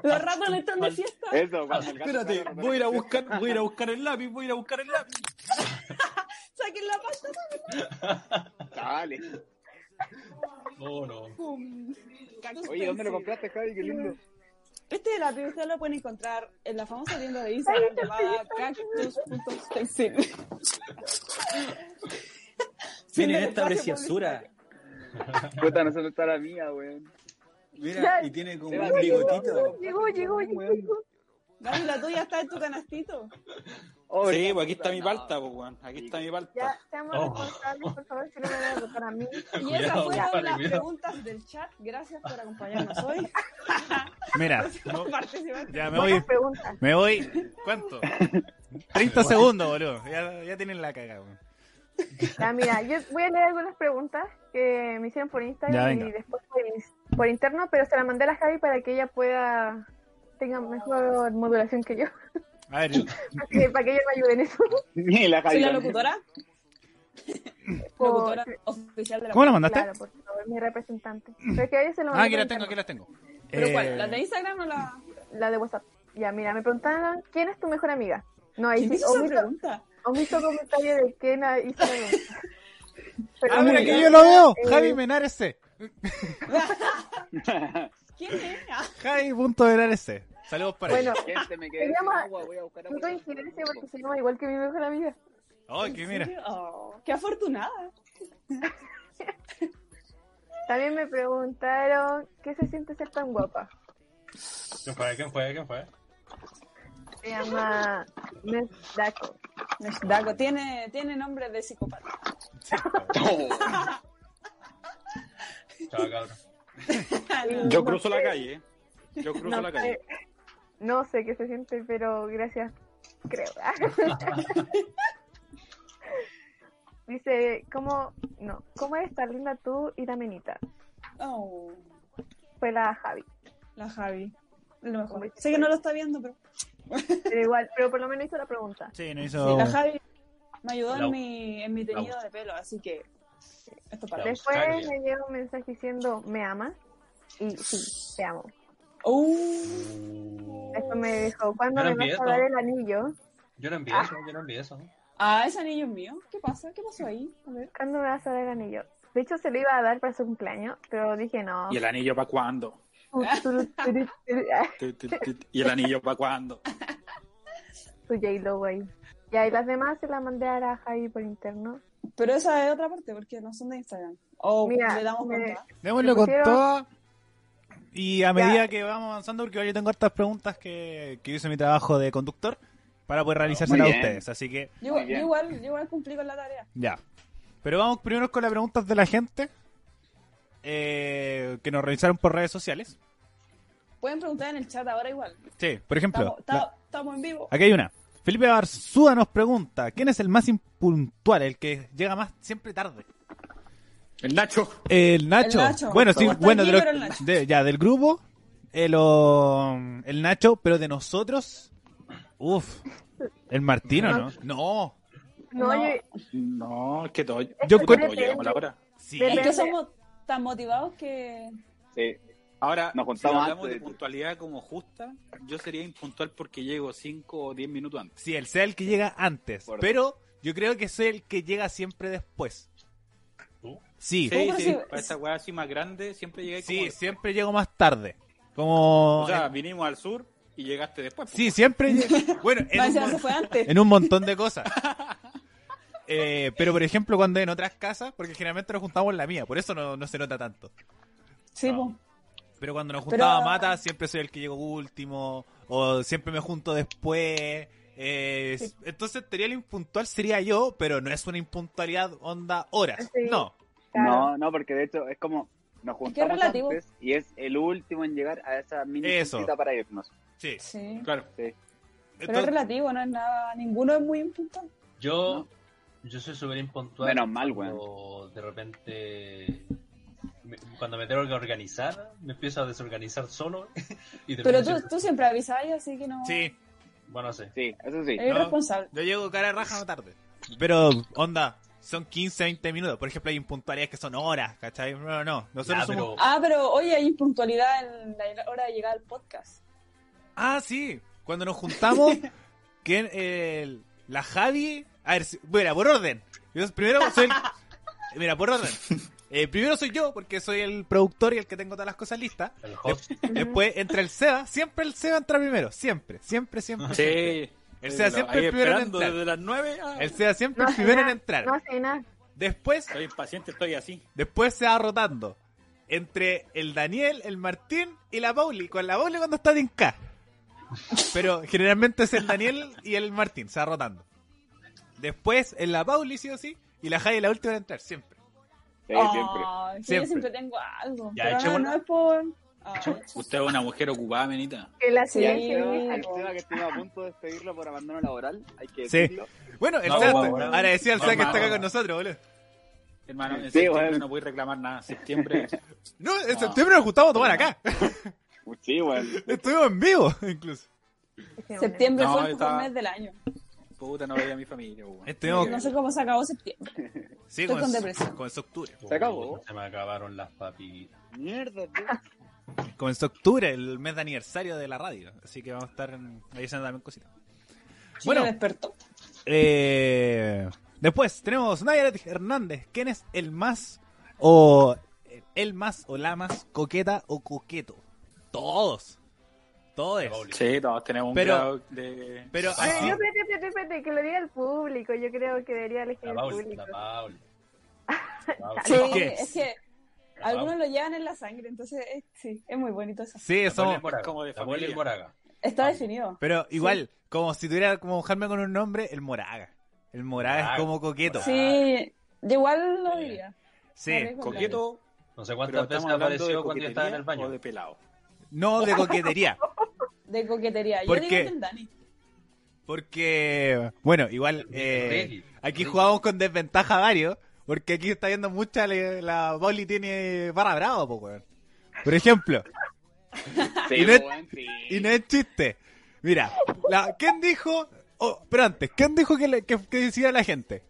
[SPEAKER 5] Los ratos le están de fiesta.
[SPEAKER 6] Eso,
[SPEAKER 1] Ah,
[SPEAKER 6] cuando el gato
[SPEAKER 7] Espérate,
[SPEAKER 6] sale,
[SPEAKER 7] voy a ir a buscar, voy a ir a buscar el lápiz, voy a ir a buscar el lápiz.
[SPEAKER 5] Saquen la pasta. saquen
[SPEAKER 6] Dale.
[SPEAKER 4] Oh, no.
[SPEAKER 5] la pasta.
[SPEAKER 6] Oye, ¿dónde lo compraste, Javi? Qué lindo.
[SPEAKER 5] Este de la usted lo pueden encontrar en la famosa tienda de Instagram llamada cactus.stencil. Sí,
[SPEAKER 7] Miren esta
[SPEAKER 5] espacio
[SPEAKER 7] preciosura.
[SPEAKER 6] Cuéntanos dónde está la mía, weón.
[SPEAKER 7] Mira, y tiene como
[SPEAKER 6] Mira,
[SPEAKER 7] un bigotito.
[SPEAKER 2] llegó, llegó, llegó.
[SPEAKER 5] Gaby, la tuya está en tu canastito.
[SPEAKER 6] Oh,
[SPEAKER 7] Sí,
[SPEAKER 6] verdad,
[SPEAKER 7] pues aquí está mi
[SPEAKER 6] no.
[SPEAKER 7] palta, pues, weón. Aquí está mi
[SPEAKER 2] Ya,
[SPEAKER 7] palta.
[SPEAKER 2] seamos
[SPEAKER 4] Oh.
[SPEAKER 2] responsables, por favor, si no me van a votar a mí.
[SPEAKER 5] Y esas
[SPEAKER 4] Cuidado,
[SPEAKER 5] fueron
[SPEAKER 4] vale,
[SPEAKER 5] las
[SPEAKER 4] cuidado.
[SPEAKER 5] preguntas del chat. Gracias por acompañarnos hoy.
[SPEAKER 1] Mira,
[SPEAKER 5] Participantes.
[SPEAKER 1] ya me voy,
[SPEAKER 2] Buenas preguntas.
[SPEAKER 1] me voy. ¿Cuánto? 30 segundos, boludo. Ya, ya tienen la cagada. weón.
[SPEAKER 2] Ya, mira, yo voy a leer algunas preguntas que me hicieron por
[SPEAKER 1] Ya,
[SPEAKER 2] Instagram
[SPEAKER 1] venga.
[SPEAKER 2] y después por, in- por interno, pero se las mandé a la Javi para que ella pueda tenga mejor modulación que yo.
[SPEAKER 1] A ver,
[SPEAKER 2] Así que para que ella me ayude en eso.
[SPEAKER 6] Ni la
[SPEAKER 5] Soy
[SPEAKER 6] Javi.
[SPEAKER 5] la locutora,
[SPEAKER 2] Por-
[SPEAKER 5] locutora oficial de la
[SPEAKER 1] ¿cómo la mandaste?
[SPEAKER 2] Claro, por favor, mi representante. Pero es que a ella se lo mandé
[SPEAKER 1] Ah, aquí
[SPEAKER 2] por
[SPEAKER 1] la tengo, aquí
[SPEAKER 2] interno,
[SPEAKER 1] la tengo.
[SPEAKER 5] ¿Pero
[SPEAKER 1] Eh,
[SPEAKER 5] cuál? ¿La de Instagram o la.?
[SPEAKER 2] la de WhatsApp. Ya, mira, me preguntaron, ¿quién es tu mejor amiga? No, ahí
[SPEAKER 5] ¿Quién
[SPEAKER 2] sí,
[SPEAKER 5] hizo esa
[SPEAKER 2] omito,
[SPEAKER 5] pregunta?
[SPEAKER 2] omito comentario de quién hizo la pregunta. Pero
[SPEAKER 1] Ah, mira,
[SPEAKER 2] mira,
[SPEAKER 1] que yo lo veo.
[SPEAKER 2] Eh,
[SPEAKER 1] Javi Menares C.
[SPEAKER 5] ¿Quién es? Ah,
[SPEAKER 1] Javi.menares C. Saludos para
[SPEAKER 2] Bueno,
[SPEAKER 1] él.
[SPEAKER 6] Gente, me quedé
[SPEAKER 2] Te llamo-
[SPEAKER 6] sin agua, voy a buscar
[SPEAKER 2] no
[SPEAKER 6] agua.
[SPEAKER 2] coincidencia porque se llama igual que mi mejor amiga.
[SPEAKER 1] Ay, que
[SPEAKER 5] ¿en
[SPEAKER 1] mira.
[SPEAKER 5] serio? Oh, ¡Qué afortunada!
[SPEAKER 2] También me preguntaron qué se siente ser tan guapa.
[SPEAKER 4] ¿Quién fue? ¿Quién fue? ¿Quién fue?
[SPEAKER 2] Se llama Nes Daco.
[SPEAKER 5] Daco, tiene, tiene nombre de psicópata.
[SPEAKER 4] Chao, cabrón.
[SPEAKER 5] No.
[SPEAKER 7] Yo cruzo la calle, eh. Yo cruzo
[SPEAKER 2] No
[SPEAKER 7] la calle.
[SPEAKER 2] sé, no sé qué se siente, pero gracias, creo. Dice, ¿cómo, no, ¿cómo eres tan linda tú y la menita?
[SPEAKER 5] Oh,
[SPEAKER 2] Fue la Javi.
[SPEAKER 5] la Javi. Lo mejor. Sé que no lo está viendo, pero.
[SPEAKER 2] Pero igual, pero por lo menos hizo la pregunta.
[SPEAKER 1] Sí, no
[SPEAKER 5] Sí,
[SPEAKER 1] hizo.
[SPEAKER 5] la Javi me ayudó
[SPEAKER 4] La-
[SPEAKER 5] en mi, en mi teñido
[SPEAKER 4] la-
[SPEAKER 5] de pelo, así que. Esto para.
[SPEAKER 4] La-
[SPEAKER 2] Después
[SPEAKER 4] Australia.
[SPEAKER 2] me llega un mensaje diciendo, ¿me amas? Y sí, te amo.
[SPEAKER 5] Uh,
[SPEAKER 2] Después
[SPEAKER 7] Oh.
[SPEAKER 2] me dijo, ¿cuándo
[SPEAKER 4] Era
[SPEAKER 2] me vas
[SPEAKER 4] miedo.
[SPEAKER 2] a dar el anillo?
[SPEAKER 4] Yo no envié eso, yo no envié eso.
[SPEAKER 5] ah, ese anillo es mío. ¿Qué pasa? ¿Qué pasó ahí? A ver.
[SPEAKER 2] ¿Cuándo me vas a dar el anillo? De hecho, se lo iba a dar para su cumpleaños, pero dije no.
[SPEAKER 7] ¿Y el anillo para cuándo? Tu, tu, tu, tu. ¿Y el anillo para cuándo?
[SPEAKER 2] Su J-Lo ahí. Ya, y las demás se las mandé a la Javi por interno.
[SPEAKER 5] Pero esa es otra parte, porque no son de Instagram. O
[SPEAKER 2] Mira,
[SPEAKER 5] le damos
[SPEAKER 2] me-
[SPEAKER 5] cuenta.
[SPEAKER 1] Démosle con
[SPEAKER 2] pusieron-
[SPEAKER 1] todo. Y a
[SPEAKER 2] Ya.
[SPEAKER 1] medida que vamos avanzando, porque yo tengo hartas preguntas que, que hice mi trabajo de conductor para poder realizárselas a
[SPEAKER 6] Muy bien.
[SPEAKER 1] ustedes. Así que,
[SPEAKER 5] Yo, igual-
[SPEAKER 6] Muy bien.
[SPEAKER 5] yo igual, yo igual cumplí con la tarea.
[SPEAKER 1] ya. Pero vamos primero con las preguntas de la gente eh, que nos realizaron por redes sociales.
[SPEAKER 5] Pueden preguntar en el chat ahora igual.
[SPEAKER 1] Sí, por ejemplo,
[SPEAKER 5] Estamos, ta- estamos en vivo.
[SPEAKER 1] la- aquí hay una. Felipe Barzúa nos pregunta: ¿Quién es el más impuntual, el que llega más siempre tarde?
[SPEAKER 7] El Nacho.
[SPEAKER 1] El Nacho.
[SPEAKER 5] El Nacho.
[SPEAKER 1] Bueno, sí,
[SPEAKER 5] Como está
[SPEAKER 1] bueno, de
[SPEAKER 5] aquí,
[SPEAKER 1] lo-
[SPEAKER 5] pero el Nacho.
[SPEAKER 1] de- ya, del grupo, el, o- el Nacho, pero de nosotros, uff, el Martino, ¿no? No,
[SPEAKER 2] No,
[SPEAKER 5] No.
[SPEAKER 2] yo-
[SPEAKER 7] No, es que todo.
[SPEAKER 1] Yo
[SPEAKER 7] puta,
[SPEAKER 1] encuentro-
[SPEAKER 7] todos llegamos a la hora.
[SPEAKER 1] sí,
[SPEAKER 5] Es
[SPEAKER 2] Depende.
[SPEAKER 5] que somos tan motivados que.
[SPEAKER 6] Sí.
[SPEAKER 7] Ahora,
[SPEAKER 6] Nos
[SPEAKER 7] si
[SPEAKER 6] juntamos
[SPEAKER 7] hablamos
[SPEAKER 6] antes
[SPEAKER 7] de
[SPEAKER 6] de-
[SPEAKER 7] puntualidad como justa, yo sería impuntual porque llego 5 o 10 minutos antes.
[SPEAKER 1] sí, él sea el que llega antes,
[SPEAKER 6] Por-
[SPEAKER 1] pero yo creo que soy el que llega siempre después.
[SPEAKER 4] ¿Tú?
[SPEAKER 1] Sí, sí,
[SPEAKER 7] Sí,
[SPEAKER 5] pero
[SPEAKER 7] sí,
[SPEAKER 5] si-
[SPEAKER 7] para esa weá así más grande siempre llegáis como...
[SPEAKER 1] siempre llego más tarde. Como...
[SPEAKER 7] O sea, vinimos al sur y llegaste después. pues.
[SPEAKER 1] sí, siempre llego... Bueno, en
[SPEAKER 5] Más encima
[SPEAKER 1] un,
[SPEAKER 5] se
[SPEAKER 1] mon-
[SPEAKER 5] fue antes.
[SPEAKER 1] en un montón de cosas. Eh, pero por ejemplo, cuando en otras casas, porque generalmente nos juntamos en la mía, por eso no, no se nota tanto.
[SPEAKER 5] Sí,
[SPEAKER 1] No.
[SPEAKER 5] po.
[SPEAKER 1] Pero cuando nos juntaba
[SPEAKER 5] Pero-
[SPEAKER 1] Mata, siempre soy el que llego último, o siempre me junto después. eh,
[SPEAKER 5] Sí.
[SPEAKER 1] Entonces, sería el impuntual, sería yo, pero no es una impuntualidad onda horas.
[SPEAKER 2] Sí.
[SPEAKER 1] No,
[SPEAKER 2] Claro.
[SPEAKER 6] No, no, porque de hecho es como nos juntamos
[SPEAKER 5] relativo.
[SPEAKER 6] antes y es el último en llegar a esa mini
[SPEAKER 1] Eso.
[SPEAKER 6] cita para irnos.
[SPEAKER 1] sí.
[SPEAKER 5] Sí.
[SPEAKER 7] Claro.
[SPEAKER 5] Pero es
[SPEAKER 1] Entonces-
[SPEAKER 5] relativo, no es nada. Ninguno es muy importante.
[SPEAKER 4] Yo, yo soy súper impuntual.
[SPEAKER 6] Menos mal, weón.
[SPEAKER 4] cuando De repente, me- cuando me tengo que organizar, me empiezo a desorganizar solo. y
[SPEAKER 5] Pero
[SPEAKER 4] termino
[SPEAKER 5] tú,
[SPEAKER 4] siendo-
[SPEAKER 5] tú siempre avisas, así que no.
[SPEAKER 1] sí,
[SPEAKER 4] Bueno, sé.
[SPEAKER 6] Sí, eso
[SPEAKER 2] Eh,
[SPEAKER 6] sí.
[SPEAKER 5] Eres
[SPEAKER 1] No.
[SPEAKER 5] responsable.
[SPEAKER 1] yo llego cara de raja no tarde. Pero, onda, son 15, 20 minutos. Por ejemplo, hay impuntualidades que son horas, ¿cachai? No, no, nosotros
[SPEAKER 4] Ya,
[SPEAKER 1] somos-
[SPEAKER 4] pero
[SPEAKER 5] Ah, pero hoy hay impuntualidad en la hora de llegar al podcast.
[SPEAKER 1] Ah, sí. Cuando nos juntamos, que el- la Javi. A ver, si- mira, por orden. Yo primero soy el- Mira, por orden. Eh, primero soy yo, porque soy el productor y el que tengo todas las cosas listas.
[SPEAKER 4] el host,
[SPEAKER 1] Después entra el Seba. Siempre el Seba entra primero. Siempre, siempre, siempre.
[SPEAKER 7] Sí.
[SPEAKER 1] El SEA siempre
[SPEAKER 7] Ahí
[SPEAKER 1] el primero en
[SPEAKER 7] esperando
[SPEAKER 1] entrar.
[SPEAKER 7] desde las 9. ah,
[SPEAKER 1] El Seba siempre
[SPEAKER 2] No
[SPEAKER 1] es
[SPEAKER 2] hace
[SPEAKER 1] primero en
[SPEAKER 2] nada,
[SPEAKER 1] entrar.
[SPEAKER 2] No hace nada.
[SPEAKER 1] Después,
[SPEAKER 7] Estoy impaciente, estoy así.
[SPEAKER 1] después se va rotando. Entre el Daniel, el Martín y la Pauli. Con la Pauli cuando está en K. Pero generalmente es el Daniel y el Martín, se va rotando. Después en la Pauli, sí o sí, y la Jai la última en entrar, siempre.
[SPEAKER 6] Sí,
[SPEAKER 2] oh,
[SPEAKER 6] siempre.
[SPEAKER 5] Ah, sí,
[SPEAKER 1] Siempre.
[SPEAKER 5] Yo siempre tengo algo.
[SPEAKER 4] Ya,
[SPEAKER 5] pero
[SPEAKER 4] eche
[SPEAKER 5] no,
[SPEAKER 4] una-
[SPEAKER 5] no es por. Ah, eche.
[SPEAKER 7] Usted es una mujer ocupada, menita.
[SPEAKER 2] Que la
[SPEAKER 5] Sí,
[SPEAKER 6] Y
[SPEAKER 2] silencio
[SPEAKER 6] al Seba- al
[SPEAKER 2] dijo.
[SPEAKER 6] Seba que estuvimos a punto de despedirlo por abandono laboral, hay que
[SPEAKER 1] Sí.
[SPEAKER 6] decirlo.
[SPEAKER 1] Bueno, el
[SPEAKER 4] No,
[SPEAKER 1] Seba,
[SPEAKER 4] no,
[SPEAKER 1] te-
[SPEAKER 4] no.
[SPEAKER 1] agradecido al
[SPEAKER 7] No,
[SPEAKER 1] Seba que
[SPEAKER 7] no,
[SPEAKER 1] está acá
[SPEAKER 7] no.
[SPEAKER 1] con nosotros, boludo.
[SPEAKER 7] Hermano, en
[SPEAKER 6] Sí,
[SPEAKER 7] septiembre
[SPEAKER 6] bueno.
[SPEAKER 7] no voy a reclamar nada. Septiembre.
[SPEAKER 1] No, en
[SPEAKER 7] No.
[SPEAKER 1] septiembre nos gustamos tomar acá.
[SPEAKER 6] Uh, Sí, weón.
[SPEAKER 1] Estuvimos en vivo, incluso.
[SPEAKER 5] Septiembre
[SPEAKER 7] No,
[SPEAKER 5] fue el
[SPEAKER 7] está-
[SPEAKER 5] mejor mes del año.
[SPEAKER 7] Puta, no veía a mi familia, weón.
[SPEAKER 1] Estuvimos-
[SPEAKER 5] No sé cómo se acabó septiembre.
[SPEAKER 1] Sí,
[SPEAKER 5] Estoy
[SPEAKER 1] comenzó-
[SPEAKER 5] con depresión.
[SPEAKER 1] Comenzó octubre.
[SPEAKER 6] Se acabó.
[SPEAKER 4] Uy, pues, Se me acabaron las papitas.
[SPEAKER 6] Mierda, tío.
[SPEAKER 1] Comenzó octubre, el mes de aniversario de la radio. Así que vamos a estar en- avisando también cositas.
[SPEAKER 5] Bueno. despertó.
[SPEAKER 1] Eh, después tenemos Nayaret Hernández. ¿Quién es el más o el más o la más coqueta o coqueto? Todos. Todos.
[SPEAKER 4] La Pauli.
[SPEAKER 7] Sí, todos tenemos un
[SPEAKER 1] Pero-
[SPEAKER 7] grado de.
[SPEAKER 1] Pero
[SPEAKER 2] Pero
[SPEAKER 1] así,
[SPEAKER 2] espérate, espérate, espérate, que lo diga el público. Yo creo que debería elegir
[SPEAKER 4] La
[SPEAKER 2] el
[SPEAKER 4] Pauli.
[SPEAKER 2] público.
[SPEAKER 4] La Pauli. La Pauli.
[SPEAKER 5] Sí,
[SPEAKER 1] ¿Qué?
[SPEAKER 5] es que
[SPEAKER 4] La
[SPEAKER 5] algunos
[SPEAKER 4] Pauli.
[SPEAKER 5] lo llevan en la sangre, entonces eh, sí, es muy bonito eso.
[SPEAKER 1] sí,
[SPEAKER 4] La Pauli
[SPEAKER 1] somos,
[SPEAKER 4] Moraga.
[SPEAKER 7] como de
[SPEAKER 4] La Pauli
[SPEAKER 7] familia.
[SPEAKER 4] Moraga.
[SPEAKER 5] Está
[SPEAKER 4] Ah.
[SPEAKER 5] definido.
[SPEAKER 1] pero igual, como si tuviera como mojarme con un nombre, el Moraga. El Moraga es
[SPEAKER 4] Moraga.
[SPEAKER 1] como coqueto.
[SPEAKER 4] Moraga.
[SPEAKER 5] Sí, yo igual lo diría.
[SPEAKER 1] Sí.
[SPEAKER 7] Coqueto,
[SPEAKER 4] No sé
[SPEAKER 7] pero
[SPEAKER 4] cuántas veces
[SPEAKER 7] estamos hablando de
[SPEAKER 4] apareció cuando yo estaba en
[SPEAKER 7] coquetería
[SPEAKER 4] el baño.
[SPEAKER 7] o de pelado.
[SPEAKER 1] No de coquetería.
[SPEAKER 5] De coquetería. Yo
[SPEAKER 1] ¿Por
[SPEAKER 5] digo
[SPEAKER 1] qué?
[SPEAKER 5] que el Dani.
[SPEAKER 1] Porque, bueno, igual, eh,
[SPEAKER 4] Reggie,
[SPEAKER 1] aquí
[SPEAKER 4] Reggie.
[SPEAKER 1] jugamos con desventaja varios, porque aquí está viendo mucha, le- la Pauli tiene barra brava, po, weón. Por ejemplo,
[SPEAKER 6] Sí,
[SPEAKER 1] Y no-
[SPEAKER 6] weón, sí.
[SPEAKER 1] y no es chiste. Mira, la, ¿quién dijo? Oh, pero antes, ¿quién dijo que, le- que, que decía la gente?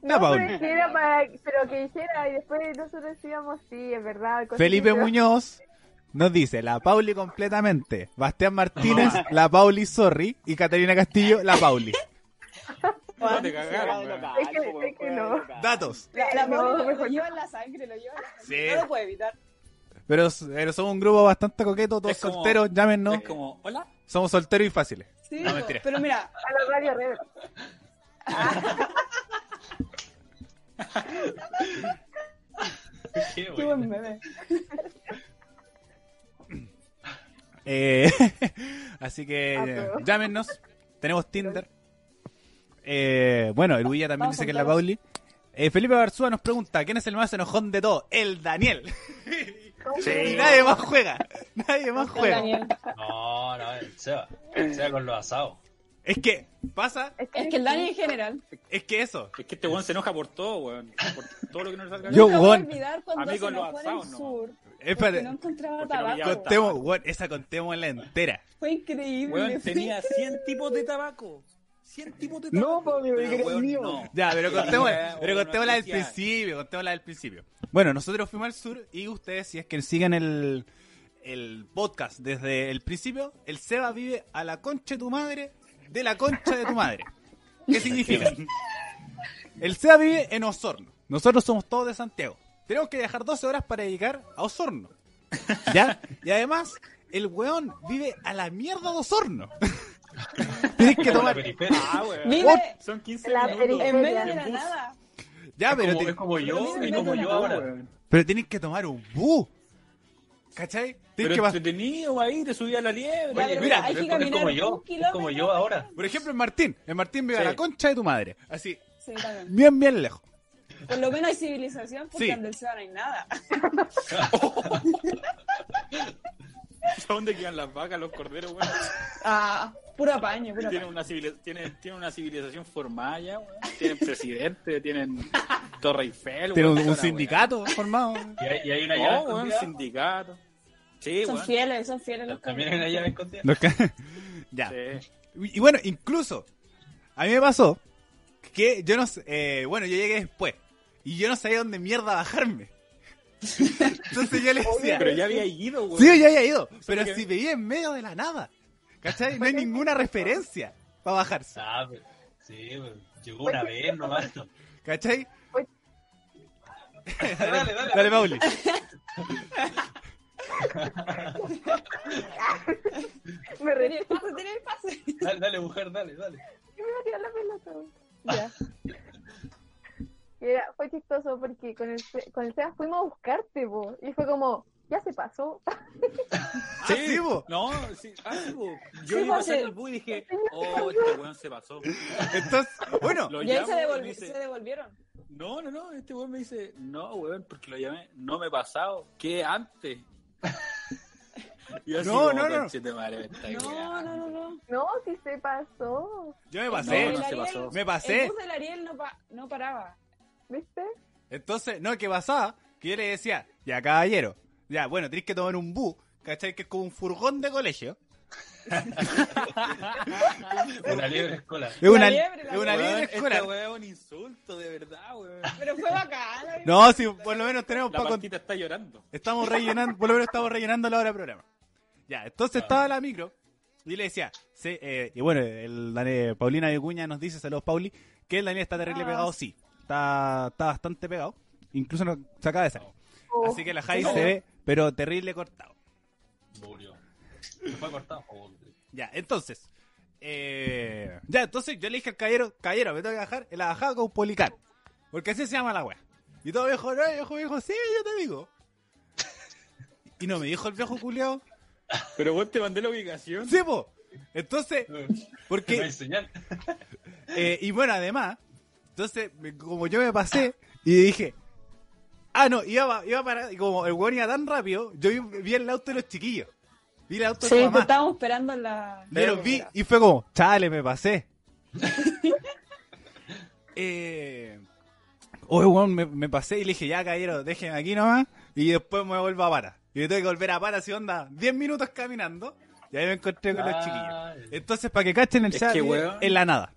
[SPEAKER 1] La
[SPEAKER 2] No,
[SPEAKER 1] Pauli.
[SPEAKER 2] pero, que era para, pero que dijera y después nosotros decíamos, sí, es verdad. cosas
[SPEAKER 1] Felipe
[SPEAKER 2] así, pero-
[SPEAKER 1] Muñoz nos dice la Pauli completamente, Bastián Martínez, la Pauli Sorry y Catalina Castillo, la Pauli.
[SPEAKER 7] No te
[SPEAKER 6] Juega
[SPEAKER 7] cagaron,
[SPEAKER 6] de
[SPEAKER 7] weón.
[SPEAKER 6] local,
[SPEAKER 2] Es que-
[SPEAKER 6] po, weón,
[SPEAKER 2] es que
[SPEAKER 6] juega de
[SPEAKER 2] no.
[SPEAKER 6] local.
[SPEAKER 1] Datos.
[SPEAKER 5] La, la
[SPEAKER 2] No,
[SPEAKER 5] Pauli lo, lo
[SPEAKER 2] mejor
[SPEAKER 5] lleva en la sangre, lo lleva en la sangre.
[SPEAKER 1] Sí.
[SPEAKER 5] No lo puede evitar.
[SPEAKER 1] Pero, pero somos un grupo bastante coqueto, todos
[SPEAKER 7] Es como-
[SPEAKER 1] solteros, llámenos.
[SPEAKER 7] Es como, hola.
[SPEAKER 1] Somos solteros y fáciles.
[SPEAKER 5] Sí,
[SPEAKER 1] No,
[SPEAKER 5] po,
[SPEAKER 1] mentira.
[SPEAKER 5] pero mira,
[SPEAKER 2] A la radio red.
[SPEAKER 4] Qué
[SPEAKER 5] qué
[SPEAKER 4] bueno.
[SPEAKER 5] buen meme.
[SPEAKER 1] Eh, así que
[SPEAKER 2] Ah,
[SPEAKER 1] eh,
[SPEAKER 2] pero-
[SPEAKER 1] llámenos. Tenemos Tinder. Eh, bueno, el Huilla también
[SPEAKER 5] Vamos
[SPEAKER 1] dice que es la
[SPEAKER 5] juntos.
[SPEAKER 1] Pauli. Eh, Felipe Barzúa nos pregunta, ¿quién es el más enojón de todos? El Daniel. Y nadie más juega. Nadie más
[SPEAKER 5] Con
[SPEAKER 1] juega.
[SPEAKER 5] Daniel.
[SPEAKER 4] No, no, el Seba. El Seba con los asados.
[SPEAKER 1] Es que pasa,
[SPEAKER 5] Es que el Dani en general.
[SPEAKER 1] es que eso.
[SPEAKER 7] Es que este weón se enoja por todo, weón. Por todo lo que no le salga
[SPEAKER 1] Yo,
[SPEAKER 7] bien.
[SPEAKER 5] Nunca voy a
[SPEAKER 1] weón.
[SPEAKER 5] olvidar cuando
[SPEAKER 7] Amigo,
[SPEAKER 5] se
[SPEAKER 7] lo
[SPEAKER 5] nos fue en el
[SPEAKER 7] asado, no.
[SPEAKER 5] sur.
[SPEAKER 1] Espérate,
[SPEAKER 5] Porque no encontraba
[SPEAKER 7] Porque no había
[SPEAKER 5] tabaco.
[SPEAKER 7] tabaco.
[SPEAKER 1] contemos, weón, esa contemos la entera.
[SPEAKER 5] Fue increíble.
[SPEAKER 7] Weón,
[SPEAKER 5] fue
[SPEAKER 7] tenía 100 tipos de tabaco. 100 tipos de tabaco.
[SPEAKER 6] No, Pablo,
[SPEAKER 7] Pero,
[SPEAKER 6] que era
[SPEAKER 7] weón,
[SPEAKER 6] mío.
[SPEAKER 7] no.
[SPEAKER 1] Ya, pero contemos,
[SPEAKER 7] Ya,
[SPEAKER 1] pero
[SPEAKER 7] bueno,
[SPEAKER 1] contemos la del
[SPEAKER 7] oficial.
[SPEAKER 1] principio, contemos la del principio. Bueno, nosotros fuimos al sur y ustedes, si es que siguen el, el podcast desde el principio, el Seba vive a la concha de tu madre de la concha de tu madre. ¿Qué significa? El Seba vive en Osorno. Nosotros somos todos de Santiago. Tenemos que viajar 12 horas para llegar a Osorno. ¿Ya? Y además, el weón vive a la mierda de Osorno. Tienes que
[SPEAKER 4] Como la
[SPEAKER 1] tomar. Ah,
[SPEAKER 4] periferia.
[SPEAKER 5] Vive
[SPEAKER 7] Son 15
[SPEAKER 2] La
[SPEAKER 7] minutos.
[SPEAKER 2] periferia.
[SPEAKER 5] en medio de la
[SPEAKER 7] bus.
[SPEAKER 5] nada.
[SPEAKER 1] Ya, pero,
[SPEAKER 4] Como-
[SPEAKER 1] te-
[SPEAKER 4] es como yo,
[SPEAKER 5] Pero
[SPEAKER 4] es
[SPEAKER 5] mira,
[SPEAKER 4] como
[SPEAKER 5] mira,
[SPEAKER 4] yo
[SPEAKER 5] mira,
[SPEAKER 4] ahora.
[SPEAKER 1] pero tienes que tomar un bus. ¿Cachai? Tienes
[SPEAKER 7] Pero
[SPEAKER 1] que pas-
[SPEAKER 7] entretenido ahí, te subía la liebre.
[SPEAKER 4] Oye,
[SPEAKER 5] pero
[SPEAKER 4] mira,
[SPEAKER 5] hay que
[SPEAKER 4] es, es como
[SPEAKER 5] caminar
[SPEAKER 4] yo,
[SPEAKER 5] un
[SPEAKER 4] es como yo
[SPEAKER 5] kilómetro.
[SPEAKER 4] ahora.
[SPEAKER 1] Por ejemplo, en Martín. En Martín vive a
[SPEAKER 4] Sí.
[SPEAKER 1] la concha de tu madre. Así,
[SPEAKER 5] Sí, también.
[SPEAKER 1] bien, bien lejos.
[SPEAKER 5] Por lo menos hay civilización, porque
[SPEAKER 1] Sí.
[SPEAKER 5] en el ciudad no hay nada.
[SPEAKER 7] ¿Dónde quedan las vacas, los corderos, weón?
[SPEAKER 5] Ah, puro apaño, puro apaño.
[SPEAKER 7] Tienen una, civili- tienen, tienen una civilización formal ya, weón. Tienen presidente, tienen Torre Eiffel,
[SPEAKER 1] Tiene
[SPEAKER 7] weón,
[SPEAKER 1] un,
[SPEAKER 7] toda
[SPEAKER 1] un
[SPEAKER 7] la
[SPEAKER 1] sindicato formado.
[SPEAKER 4] Y hay, y hay una
[SPEAKER 7] weá.
[SPEAKER 4] llave
[SPEAKER 7] No, weón,
[SPEAKER 4] escondida.
[SPEAKER 7] sindicato. Sí,
[SPEAKER 5] Son
[SPEAKER 7] weón.
[SPEAKER 5] fieles, son fieles los
[SPEAKER 4] También hay una
[SPEAKER 5] cabros.
[SPEAKER 4] llave escondida.
[SPEAKER 1] Los ca- ya.
[SPEAKER 7] Sí.
[SPEAKER 1] Y y bueno, incluso, a mí me pasó que yo no sé, eh, bueno, yo llegué después y yo no sabía dónde mierda bajarme. Entonces yo le decía,
[SPEAKER 7] Pero ya había ido, weón.
[SPEAKER 1] sí, yo ya había ido, pero
[SPEAKER 7] que-
[SPEAKER 1] si veía en medio de la nada, ¿cachai? No hay ninguna referencia para bajarse,
[SPEAKER 4] Ah, pero- sí, pero llegó una vez nomás.
[SPEAKER 1] ¿cachai?
[SPEAKER 4] Dale, dale.
[SPEAKER 1] Dale, Pauli.
[SPEAKER 2] Me
[SPEAKER 5] Tenía
[SPEAKER 2] reí.
[SPEAKER 5] el pase, tenía el pase.
[SPEAKER 4] Dale, dale, mujer, dale, dale.
[SPEAKER 2] Yo me iba a tirar la pelota. güey.
[SPEAKER 5] Ya.
[SPEAKER 2] Y era, fue chistoso porque con el, Se- con el Sebas fuimos a buscarte, po. Y fue como, ya se pasó.
[SPEAKER 1] Sí, sí, bo.
[SPEAKER 7] No, sí, ah, sí, bo. Yo
[SPEAKER 5] Sí, bo,
[SPEAKER 7] iba a sacar
[SPEAKER 5] sí.
[SPEAKER 7] el bus y dije, oh, este weón se pasó.
[SPEAKER 1] Entonces, bueno,
[SPEAKER 7] Lo
[SPEAKER 5] Y ahí
[SPEAKER 7] llamo
[SPEAKER 5] se,
[SPEAKER 7] y me
[SPEAKER 5] devolvi-
[SPEAKER 7] dice,
[SPEAKER 5] se devolvieron.
[SPEAKER 7] no, no, no, este weón me dice, no, weón, porque lo llamé, no me he pasado, ¿qué antes? Y así
[SPEAKER 1] No,
[SPEAKER 7] como,
[SPEAKER 1] no, no.
[SPEAKER 7] "Conchete madre, me estáis
[SPEAKER 5] No,
[SPEAKER 7] weando".
[SPEAKER 5] no, no, no.
[SPEAKER 2] No, sí se pasó.
[SPEAKER 1] yo me
[SPEAKER 7] No,
[SPEAKER 1] pasé,
[SPEAKER 7] no se pasó.
[SPEAKER 1] me
[SPEAKER 5] El
[SPEAKER 1] pasé.
[SPEAKER 5] bus del Ariel no, pa- no paraba.
[SPEAKER 2] ¿Viste?
[SPEAKER 1] Entonces, no, ¿qué pasaba? Que yo le decía, ya caballero, ya, bueno, tenés que tomar un bus, ¿cachai? Que es como un furgón de colegio.
[SPEAKER 4] Una liebre escolar.
[SPEAKER 1] Es una,
[SPEAKER 5] liebre, la
[SPEAKER 1] es una
[SPEAKER 7] Weón,
[SPEAKER 1] liebre escolar.
[SPEAKER 7] Este weón es un insulto, de verdad, weón.
[SPEAKER 5] Pero fue bacán.
[SPEAKER 1] No, si por lo menos tenemos
[SPEAKER 7] La
[SPEAKER 1] para
[SPEAKER 7] patita está llorando.
[SPEAKER 1] Estamos rellenando, por lo menos estamos rellenando la hora de programa. Ya, entonces estaba la micro y le decía, se- eh, y bueno, el Dani- Paulina Vicuña nos dice, saludos Pauli, que el Daniel está terrible
[SPEAKER 5] Ah.
[SPEAKER 1] pegado, sí. Está, está bastante pegado. Incluso nos, se acaba de salir.
[SPEAKER 2] Oh,
[SPEAKER 1] Así que la Jai se ve, pero terrible cortado.
[SPEAKER 4] Murió. Se fue cortado. Oh, Hombre.
[SPEAKER 1] Ya, entonces. eh, ya, entonces yo le dije al caballero, caballero, me tengo que bajar en la bajada con Policar. Porque así se llama la wea. Y todo viejo, no, viejo, viejo, sí, yo te digo. Y no me dijo el viejo culiao.
[SPEAKER 7] Pero vos te mandé la ubicación.
[SPEAKER 1] Sí, po. Entonces,
[SPEAKER 4] No
[SPEAKER 1] porque.
[SPEAKER 4] hay señal.
[SPEAKER 1] eh, y bueno, además, entonces, me- como yo me pasé y dije. Ah, no, iba, pa- iba para. Y como el weón iba tan rápido, yo vi, vi el auto de los chiquillos. Vi el auto de su
[SPEAKER 5] Sí, te
[SPEAKER 1] mamá.
[SPEAKER 5] estábamos esperando en la.
[SPEAKER 1] Yo los vi y fue como, chale, me pasé. eh, oye, weón, me, me pasé y le dije, ya, caballero, déjenme aquí nomás. Y después me vuelvo a Para. Y yo tuve que volver a Para, así onda, 10 minutos caminando. Y ahí me encontré con los
[SPEAKER 4] Ah,
[SPEAKER 1] chiquillos. Entonces, para que cachen el
[SPEAKER 7] Es
[SPEAKER 1] chat,
[SPEAKER 7] que,
[SPEAKER 1] vive
[SPEAKER 7] weón.
[SPEAKER 1] en la nada.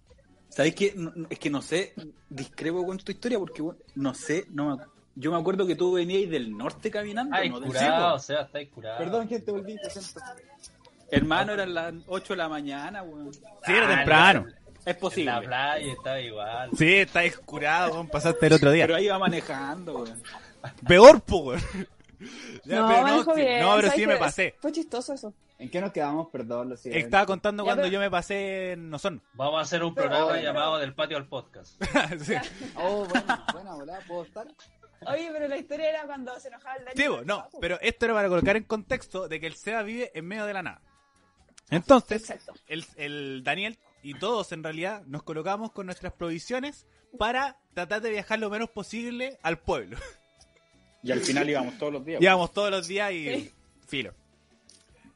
[SPEAKER 7] ¿Sabes qué? No- no, es que no sé, discrepo con tu historia porque weón, no sé, no me, yo me acuerdo que tú venías del norte caminando.
[SPEAKER 4] Ay,
[SPEAKER 7] no del
[SPEAKER 4] Ah, curado, o
[SPEAKER 7] sur.
[SPEAKER 4] sea, estáis curado.
[SPEAKER 7] gente, volví. lo siento. Hermano, eran las 8 de la mañana, weón.
[SPEAKER 1] Sí, era
[SPEAKER 4] Ah,
[SPEAKER 1] temprano.
[SPEAKER 7] Es
[SPEAKER 4] En la
[SPEAKER 7] posible.
[SPEAKER 4] playa estaba igual.
[SPEAKER 1] Sí, está curado, weón, pasaste el otro día.
[SPEAKER 7] Pero ahí iba manejando, weón.
[SPEAKER 1] Peor, po, weón. Ya,
[SPEAKER 5] no,
[SPEAKER 1] pero
[SPEAKER 5] manejó
[SPEAKER 1] sí,
[SPEAKER 5] bien.
[SPEAKER 1] no, pero
[SPEAKER 5] ¿sabes
[SPEAKER 1] sí me
[SPEAKER 5] qué?
[SPEAKER 1] pasé.
[SPEAKER 5] Fue chistoso eso.
[SPEAKER 8] ¿En qué nos quedamos? Perdón, lo siento.
[SPEAKER 1] Estaba contando
[SPEAKER 5] Ya,
[SPEAKER 1] cuando
[SPEAKER 5] pero-
[SPEAKER 1] yo me pasé en Nozón.
[SPEAKER 4] Vamos a hacer un programa llamado Del Patio al Podcast.
[SPEAKER 1] Sí.
[SPEAKER 8] Oh, bueno, buena, volá, ¿puedo estar?
[SPEAKER 5] Oye, pero la historia era cuando se enojaba el Dani.
[SPEAKER 1] Sí, bo, no, pero esto era para colocar en contexto de que el Seba vive en medio de la nada. Entonces,
[SPEAKER 5] Exacto.
[SPEAKER 1] el, el Daniel y todos en realidad nos colocamos con nuestras provisiones para tratar de viajar lo menos posible al pueblo.
[SPEAKER 7] Y al final íbamos todos los días. weón.
[SPEAKER 1] Íbamos todos los días y
[SPEAKER 5] Sí.
[SPEAKER 1] filo.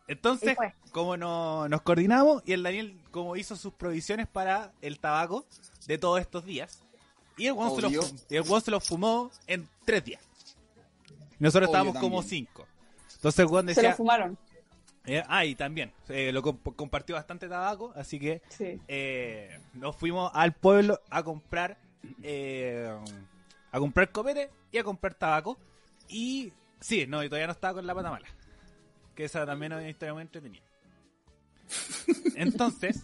[SPEAKER 1] Entonces,
[SPEAKER 2] Y fue.
[SPEAKER 1] como no- nos coordinamos y el Daniel como hizo sus provisiones para el tabaco de todos estos días. Y el Juan se, lo
[SPEAKER 8] Obvio.
[SPEAKER 1] fu- y el Juan se lo fumó en tres días. Y Nosotros
[SPEAKER 8] Obvio
[SPEAKER 1] estábamos como
[SPEAKER 8] también.
[SPEAKER 1] cinco. Entonces el Juan
[SPEAKER 5] Se lo
[SPEAKER 1] decía,
[SPEAKER 5] fumaron.
[SPEAKER 1] Eh, ah, y también, eh, lo comp- compartió bastante tabaco, así que
[SPEAKER 5] Sí.
[SPEAKER 1] eh, nos fuimos al pueblo a comprar eh, a comprar copete y a comprar tabaco. Y sí, no, y todavía no estaba con la pata mala. Que esa también es una historia muy entretenida. Entonces,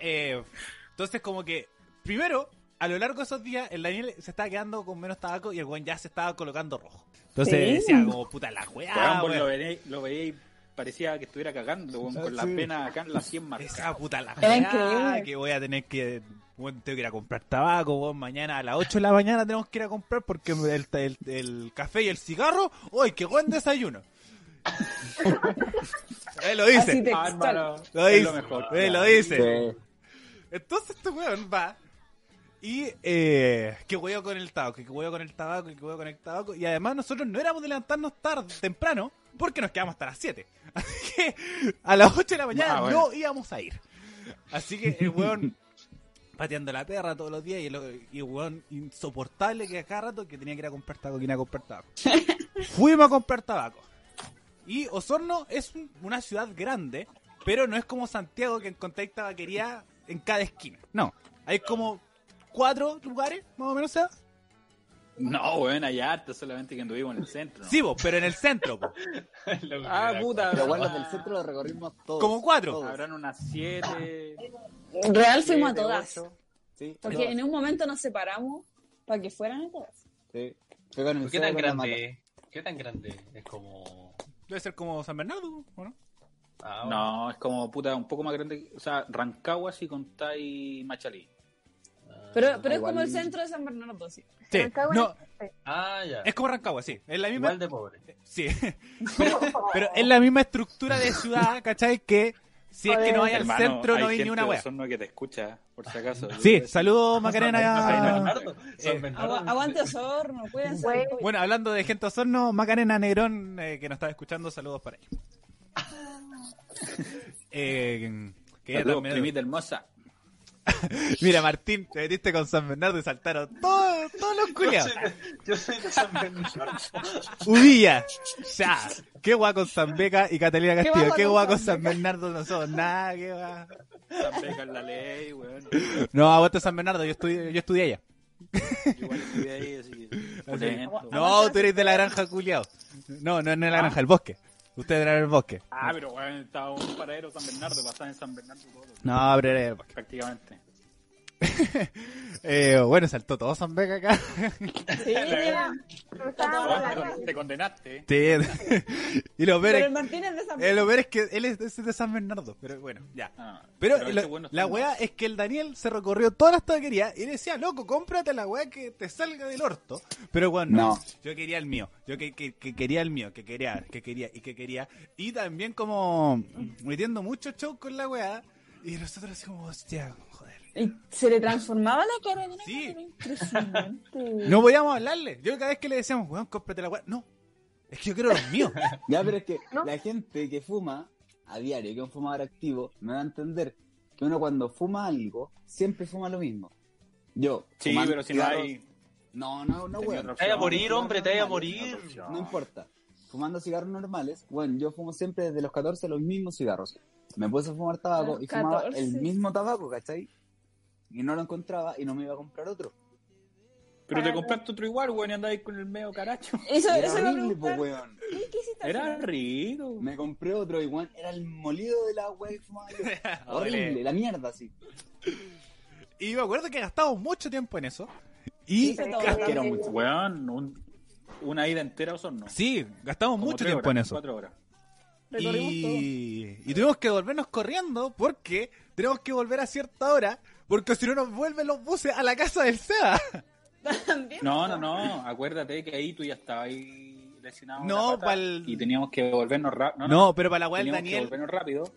[SPEAKER 1] eh, entonces como que primero, a lo largo de esos días, el Daniel se estaba quedando con menos tabaco y el buen ya se estaba colocando rojo. Entonces
[SPEAKER 5] Sí.
[SPEAKER 1] decía como puta la weá.
[SPEAKER 7] Weón, vos
[SPEAKER 1] weón".
[SPEAKER 7] lo veí, lo veí parecía que estuviera cagando, weón, con las
[SPEAKER 1] Ah, Sí.
[SPEAKER 7] venas acá en las 100 marcadas.
[SPEAKER 1] Esa puta la
[SPEAKER 5] Era
[SPEAKER 1] cagada
[SPEAKER 5] increíble.
[SPEAKER 1] que voy a tener que. Bueno, tengo que ir a comprar tabaco, weón. Mañana a las 8 de la mañana tenemos que ir a comprar porque el, el- el café y el cigarro. ¡Uy, qué buen desayuno! Él lo
[SPEAKER 5] Así
[SPEAKER 1] dice.
[SPEAKER 5] te
[SPEAKER 7] Ah, hermano,
[SPEAKER 1] Lo
[SPEAKER 7] es
[SPEAKER 1] dice.
[SPEAKER 7] lo mejor.
[SPEAKER 1] Él lo
[SPEAKER 7] Ya.
[SPEAKER 1] dice. Entonces este weón va. Y eh, que huevo con el tabaco, que huevo con el tabaco, que huevo con el tabaco. Y además nosotros no éramos de levantarnos tarde, temprano, porque nos quedamos hasta las 7. Así que a las 8 de la mañana
[SPEAKER 7] Ah, bueno.
[SPEAKER 1] no íbamos a ir. Así que el weón pateando la perra todos los días y el, y el weón insoportable que a cada rato que tenía que ir a comprar tabaco, que ir a comprar tabaco. Fuimos a comprar tabaco. Y Osorno es un- una ciudad grande, pero no es como Santiago que encontráis tabaquería en cada esquina. No, hay como cuatro lugares, más o menos, ¿sabes?
[SPEAKER 7] No, weón, hay harta, solamente que anduvimos en el centro. ¿no?
[SPEAKER 1] Sí, vos, pero en el centro, po.
[SPEAKER 4] Loco,
[SPEAKER 7] Ah,
[SPEAKER 4] mira,
[SPEAKER 7] puta,
[SPEAKER 8] Pero bueno,
[SPEAKER 7] habrá-
[SPEAKER 8] los del centro lo recorrimos todos.
[SPEAKER 1] como cuatro.
[SPEAKER 8] Todos.
[SPEAKER 7] Habrán unas 7.
[SPEAKER 5] Real fuimos a todas.
[SPEAKER 8] Sí,
[SPEAKER 5] Porque
[SPEAKER 8] todos,
[SPEAKER 5] en un momento nos separamos para que fueran a todas.
[SPEAKER 8] sí. Fue con el
[SPEAKER 4] ¿Qué tan
[SPEAKER 8] cerro, con la mata.
[SPEAKER 4] grande? ¿Qué tan grande? Es como.
[SPEAKER 1] Debe ser como San Bernardo, ¿o no?
[SPEAKER 4] Ah,
[SPEAKER 7] No, es como puta, un poco más grande. que- O sea, Rancagua si contáis Machalí.
[SPEAKER 5] Pero, pero es
[SPEAKER 8] Ah, Igual-
[SPEAKER 5] como el centro de San Bernardo, sí.
[SPEAKER 1] Sí,
[SPEAKER 2] Rancagua
[SPEAKER 1] no,
[SPEAKER 4] Ah, ya.
[SPEAKER 1] es como Rancagua, sí. Es la misma
[SPEAKER 4] Igual de pobre.
[SPEAKER 1] Sí. Pero, pero es la misma estructura de ciudad, ¿cachai? Que si es que no hay al
[SPEAKER 7] Hermano,
[SPEAKER 1] centro, no hay
[SPEAKER 7] gente
[SPEAKER 1] ni una
[SPEAKER 7] de
[SPEAKER 1] wea.
[SPEAKER 7] Osorno que te escucha, por si acaso.
[SPEAKER 1] Sí, saludos
[SPEAKER 4] San
[SPEAKER 1] Macarena.
[SPEAKER 4] Bernardo. San Bernardo.
[SPEAKER 5] Agua- aguante Osorno, cuídense.
[SPEAKER 2] Bueno.
[SPEAKER 1] Bueno, hablando de gente Osorno, Macarena Negrón, eh, que nos está escuchando, saludos para ella. Eh, que ella
[SPEAKER 7] Saludos,
[SPEAKER 1] también-
[SPEAKER 7] primita hermosa.
[SPEAKER 1] Mira, Martín, te metiste con San Bernardo y saltaron todos, todos los culiados.
[SPEAKER 4] Yo soy de San Bernardo.
[SPEAKER 1] Udilla, ya. Qué guay con San Beca y Catalina
[SPEAKER 5] Qué
[SPEAKER 1] Castillo.
[SPEAKER 5] guapo
[SPEAKER 1] Qué
[SPEAKER 5] con
[SPEAKER 1] guay
[SPEAKER 5] San
[SPEAKER 1] con San Bernardo no somos nada, qué guay.
[SPEAKER 7] San Beca es la ley, weón.
[SPEAKER 1] No, aguanta San Bernardo, yo estudié, yo estudié allá.
[SPEAKER 7] Igual estuve ahí, así que. pulento.
[SPEAKER 5] Ah,
[SPEAKER 1] No, tú eres de la granja, culiao. No, no es de la granja, el bosque. Ustedes eran el bosque.
[SPEAKER 7] Ah, pero weón, estaba un paradero San Bernardo, pasaba en San Bernardo todo,
[SPEAKER 1] No, pero era el bosque.
[SPEAKER 7] prácticamente.
[SPEAKER 1] Eh, bueno, saltó todo San Beca acá.
[SPEAKER 5] Sí, mira.
[SPEAKER 2] Cruzábamos la
[SPEAKER 7] Weón,
[SPEAKER 2] calle.
[SPEAKER 7] Ah, Te condenaste, eh.
[SPEAKER 1] Sí. Y lo peor
[SPEAKER 5] Pero el
[SPEAKER 1] es,
[SPEAKER 5] Martínez de San
[SPEAKER 1] eh, lo peor es que él es es de San Bernardo, pero bueno, ya.
[SPEAKER 7] Ah,
[SPEAKER 1] Pero,
[SPEAKER 7] este
[SPEAKER 1] la,
[SPEAKER 7] weón no está
[SPEAKER 1] la
[SPEAKER 7] en-
[SPEAKER 1] weá es que el Daniel se recorrió todas las taquerías y le decía, loco, cómprate la weá que te salga del orto. Pero bueno,
[SPEAKER 8] No.
[SPEAKER 1] yo quería el mío, yo que, que- que quería el mío, que quería, que quería y que quería. Y también como metiendo mucho show con la weá. Y nosotros así como, hostia, joder.
[SPEAKER 5] Y se le transformaba la cara de una
[SPEAKER 1] Sí.
[SPEAKER 5] manera impresionante.
[SPEAKER 1] No podíamos hablarle. Yo cada vez que le decíamos, weón, cómprate la weá. No, es que yo quiero los míos.
[SPEAKER 8] Ya, pero es que
[SPEAKER 2] ¿No?
[SPEAKER 8] la gente que fuma a diario, que es un fumador activo, me va a entender que uno cuando fuma algo, siempre fuma lo mismo. Yo,
[SPEAKER 7] Sí,
[SPEAKER 8] fumando
[SPEAKER 7] pero si no
[SPEAKER 8] cigarros-
[SPEAKER 7] hay.
[SPEAKER 8] No, no, no,
[SPEAKER 7] Tenía
[SPEAKER 8] weón.
[SPEAKER 7] otra opción.
[SPEAKER 4] Te vaya a
[SPEAKER 8] Fumando
[SPEAKER 4] morir,
[SPEAKER 8] cigarros
[SPEAKER 4] hombre, te vaya a
[SPEAKER 8] normales,
[SPEAKER 4] morir.
[SPEAKER 8] No importa. Fumando cigarros normales, bueno, yo fumo siempre desde los 14 los mismos cigarros. Me puse a fumar tabaco y fumaba
[SPEAKER 5] 14.
[SPEAKER 8] el mismo tabaco, ¿cachai? Y no lo encontraba y no me iba a comprar otro.
[SPEAKER 7] Pero te compraste otro igual, weón, y andáis con el medio caracho.
[SPEAKER 5] Eso,
[SPEAKER 8] Era
[SPEAKER 5] eso iba a
[SPEAKER 8] horrible, pues, po,
[SPEAKER 5] preguntar.
[SPEAKER 8] weón.
[SPEAKER 5] ¿Qué, qué hiciste al
[SPEAKER 7] Era
[SPEAKER 5] final?
[SPEAKER 7] rico.
[SPEAKER 8] Me compré otro igual, era el molido de la wea que fumaba yo. Horrible, la mierda, sí.
[SPEAKER 1] Y me acuerdo que gastamos mucho tiempo en eso.
[SPEAKER 5] Sí,
[SPEAKER 1] Y
[SPEAKER 5] se
[SPEAKER 8] Claro,
[SPEAKER 5] tomaba
[SPEAKER 8] que era
[SPEAKER 5] la-
[SPEAKER 8] mucho.
[SPEAKER 7] Weón, un- una ida entera a Osorno.
[SPEAKER 1] sí, gastamos
[SPEAKER 7] Como
[SPEAKER 1] mucho
[SPEAKER 7] tres
[SPEAKER 1] tiempo
[SPEAKER 7] horas,
[SPEAKER 1] en eso.
[SPEAKER 7] Cuatro horas.
[SPEAKER 5] Recorrimos
[SPEAKER 1] Y, y tuvimos que volvernos corriendo porque tenemos que volver a cierta hora porque si no nos vuelven los buses a la casa del SEA.
[SPEAKER 5] todo. También.
[SPEAKER 7] No, no, no. Acuérdate que ahí tú ya estabas ahí lesionado.
[SPEAKER 1] No,
[SPEAKER 7] una pata
[SPEAKER 1] pa'l-
[SPEAKER 7] Y teníamos que volvernos rápido.
[SPEAKER 1] No, pero para la weá del
[SPEAKER 7] teníamos que
[SPEAKER 1] Daniel.
[SPEAKER 7] volvernos rápido.